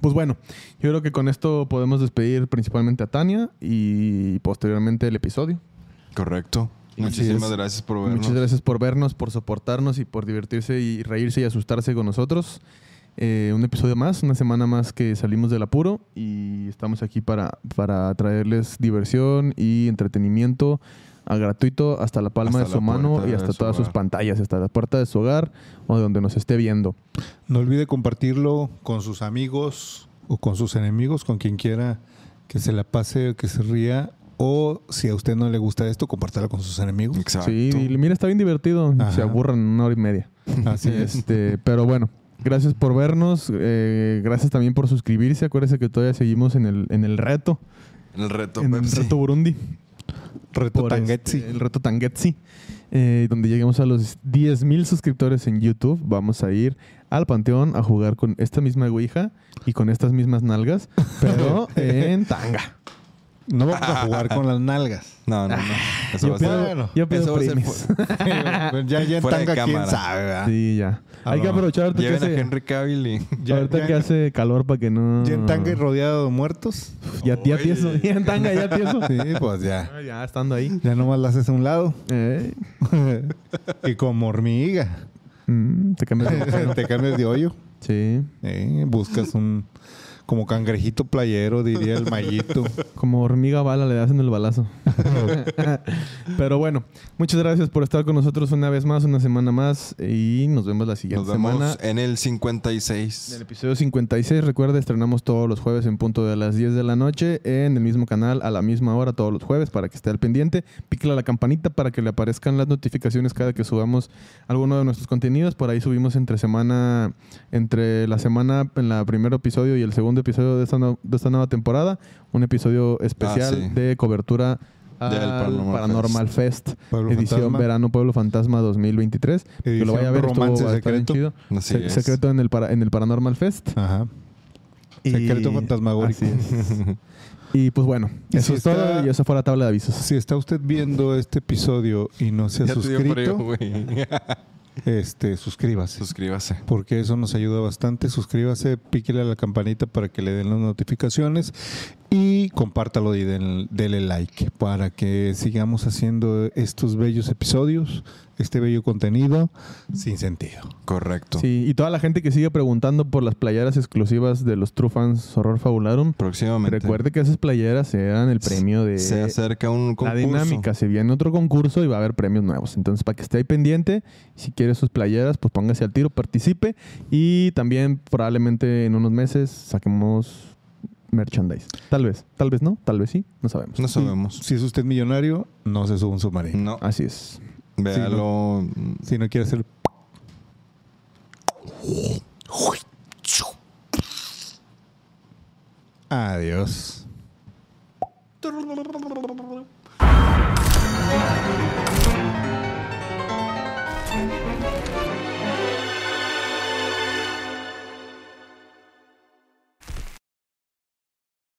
pues bueno, yo creo que con esto podemos despedir principalmente a Tania y posteriormente el episodio.
correcto.
Así
Muchísimas
es.
gracias por vernos.
Muchas gracias por vernos, por soportarnos y por divertirse y reírse y asustarse con nosotros. Eh, un episodio más, una semana más que salimos del apuro y estamos aquí para, para traerles diversión y entretenimiento a gratuito hasta la palma
Hasta
de su
la
mano
puerta
y
de
hasta
su
todas sus
hogar.
pantallas, hasta la puerta de su hogar o de donde nos esté viendo.
No olvide compartirlo con sus amigos o con sus enemigos, con quien quiera que se la pase, que se ría. O si a usted no le gusta esto, compártalo con sus enemigos.
Exacto.
Sí, dile, mira, está bien divertido. y Se
Ajá.
aburran una hora y media.
Así es.
Este, pero bueno, gracias por vernos. eh, gracias también por suscribirse. Acuérdense que todavía seguimos en el, en el reto.
El reto
en
Pepsi.
el reto Burundi.
Reto
por
Tangetsi.
este, el reto Tangetsi. eh, donde lleguemos a los 10.000 suscriptores en YouTube. Vamos a ir al Panteón a jugar con esta misma Ouija y con estas mismas nalgas, pero en tanga.
No vamos a jugar con las *laughs* nalgas.
No, no, no. Eso
Ah, Yo
va a ser-
pido,
bueno,
yo pido
eso va a ser
primis.
Pero Pues ya, ya en
Fuera de
tanga, quién
cámara.
sabe, ¿verdad?
Sí, ya.
Ah,
Hay que
no.
aprovechar ahorita que
Lleven a
hace-
Henry Cavill y...
Ya-
ahorita
ya-
que hace calor para que no.
ya en tanga y rodeado de muertos.
Ya, ya tieso.
Oye.
Ya en tanga, ya
*laughs*
tieso.
Sí, pues ya.
Ah, Ya estando ahí.
Ya nomás la haces a un *laughs* lado.
Eh,
y como hormiga.
mm, te cambias
*laughs*
de boca, ¿no?
*laughs* Te cambias de hoyo.
Sí.
Eh, buscas un como cangrejito playero, diría el *laughs* mallito.
Como hormiga bala le das en el
*laughs*
balazo. Pero bueno, muchas gracias por estar con nosotros una vez más, una semana más. Y nos vemos la
Nos
siguiente
vemos
semana.
en el
En el
56.
episodio 56, recuerda, estrenamos todos los jueves en punto de las 10 de la noche en el mismo canal a la misma hora todos los jueves para que esté al pendiente. Pícale a la campanita para que le aparezcan las notificaciones cada que subamos alguno de nuestros contenidos. Por ahí subimos entre semana, entre la semana en la primer episodio y
Ah,
el segundo episodio de esta, no- de esta nueva temporada, un episodio especial
sí.
de cobertura al
Del
Paranormal,
Paranormal
Fest,
Pueblo
edición
Fantasma.
Verano Pueblo Fantasma 2023. que lo
Edición
vaya a ver, estuvo-
Romance
va a estar bien
Secreto.
chido.
Así
Se-
es.
Secreto en el, para- en el Paranormal Fest.
Ajá.
Y-
Secreto fantasmagórico.
Así es.
*laughs*
y pues bueno,
Y
eso
si
es
está-
todo y esa fue la tabla de avisos.
Si está usted viendo este episodio y no se ha
Ya te dio
*laughs*
frío,
suscrito,
güey.
este, suscríbase.
Suscríbase.
porque eso nos ayuda bastante. Suscríbase, píquele a la campanita para que le den las notificaciones y compártalo y den- dele like para que sigamos haciendo estos bellos episodios, este bello contenido sin sentido.
Correcto.
Sí, y toda la gente que sigue preguntando por las playeras exclusivas de los True Fans Horror Fabularum,
Próximamente.
recuerde que esas playeras eran el premio de
Se acerca un
la
concurso.
dinámica. Se viene otro concurso y va a haber premios nuevos. Entonces, para que esté ahí pendiente, si quiere sus playeras, pues póngase al tiro, participe. Y también probablemente en unos meses saquemos merchandise. Tal vez, tal vez no, tal vez sí, no sabemos.
No sabemos.
Si es usted millonario, no se suba un submarino.
No.
Así es.
Véalo.
Si no quiere hacer Adiós.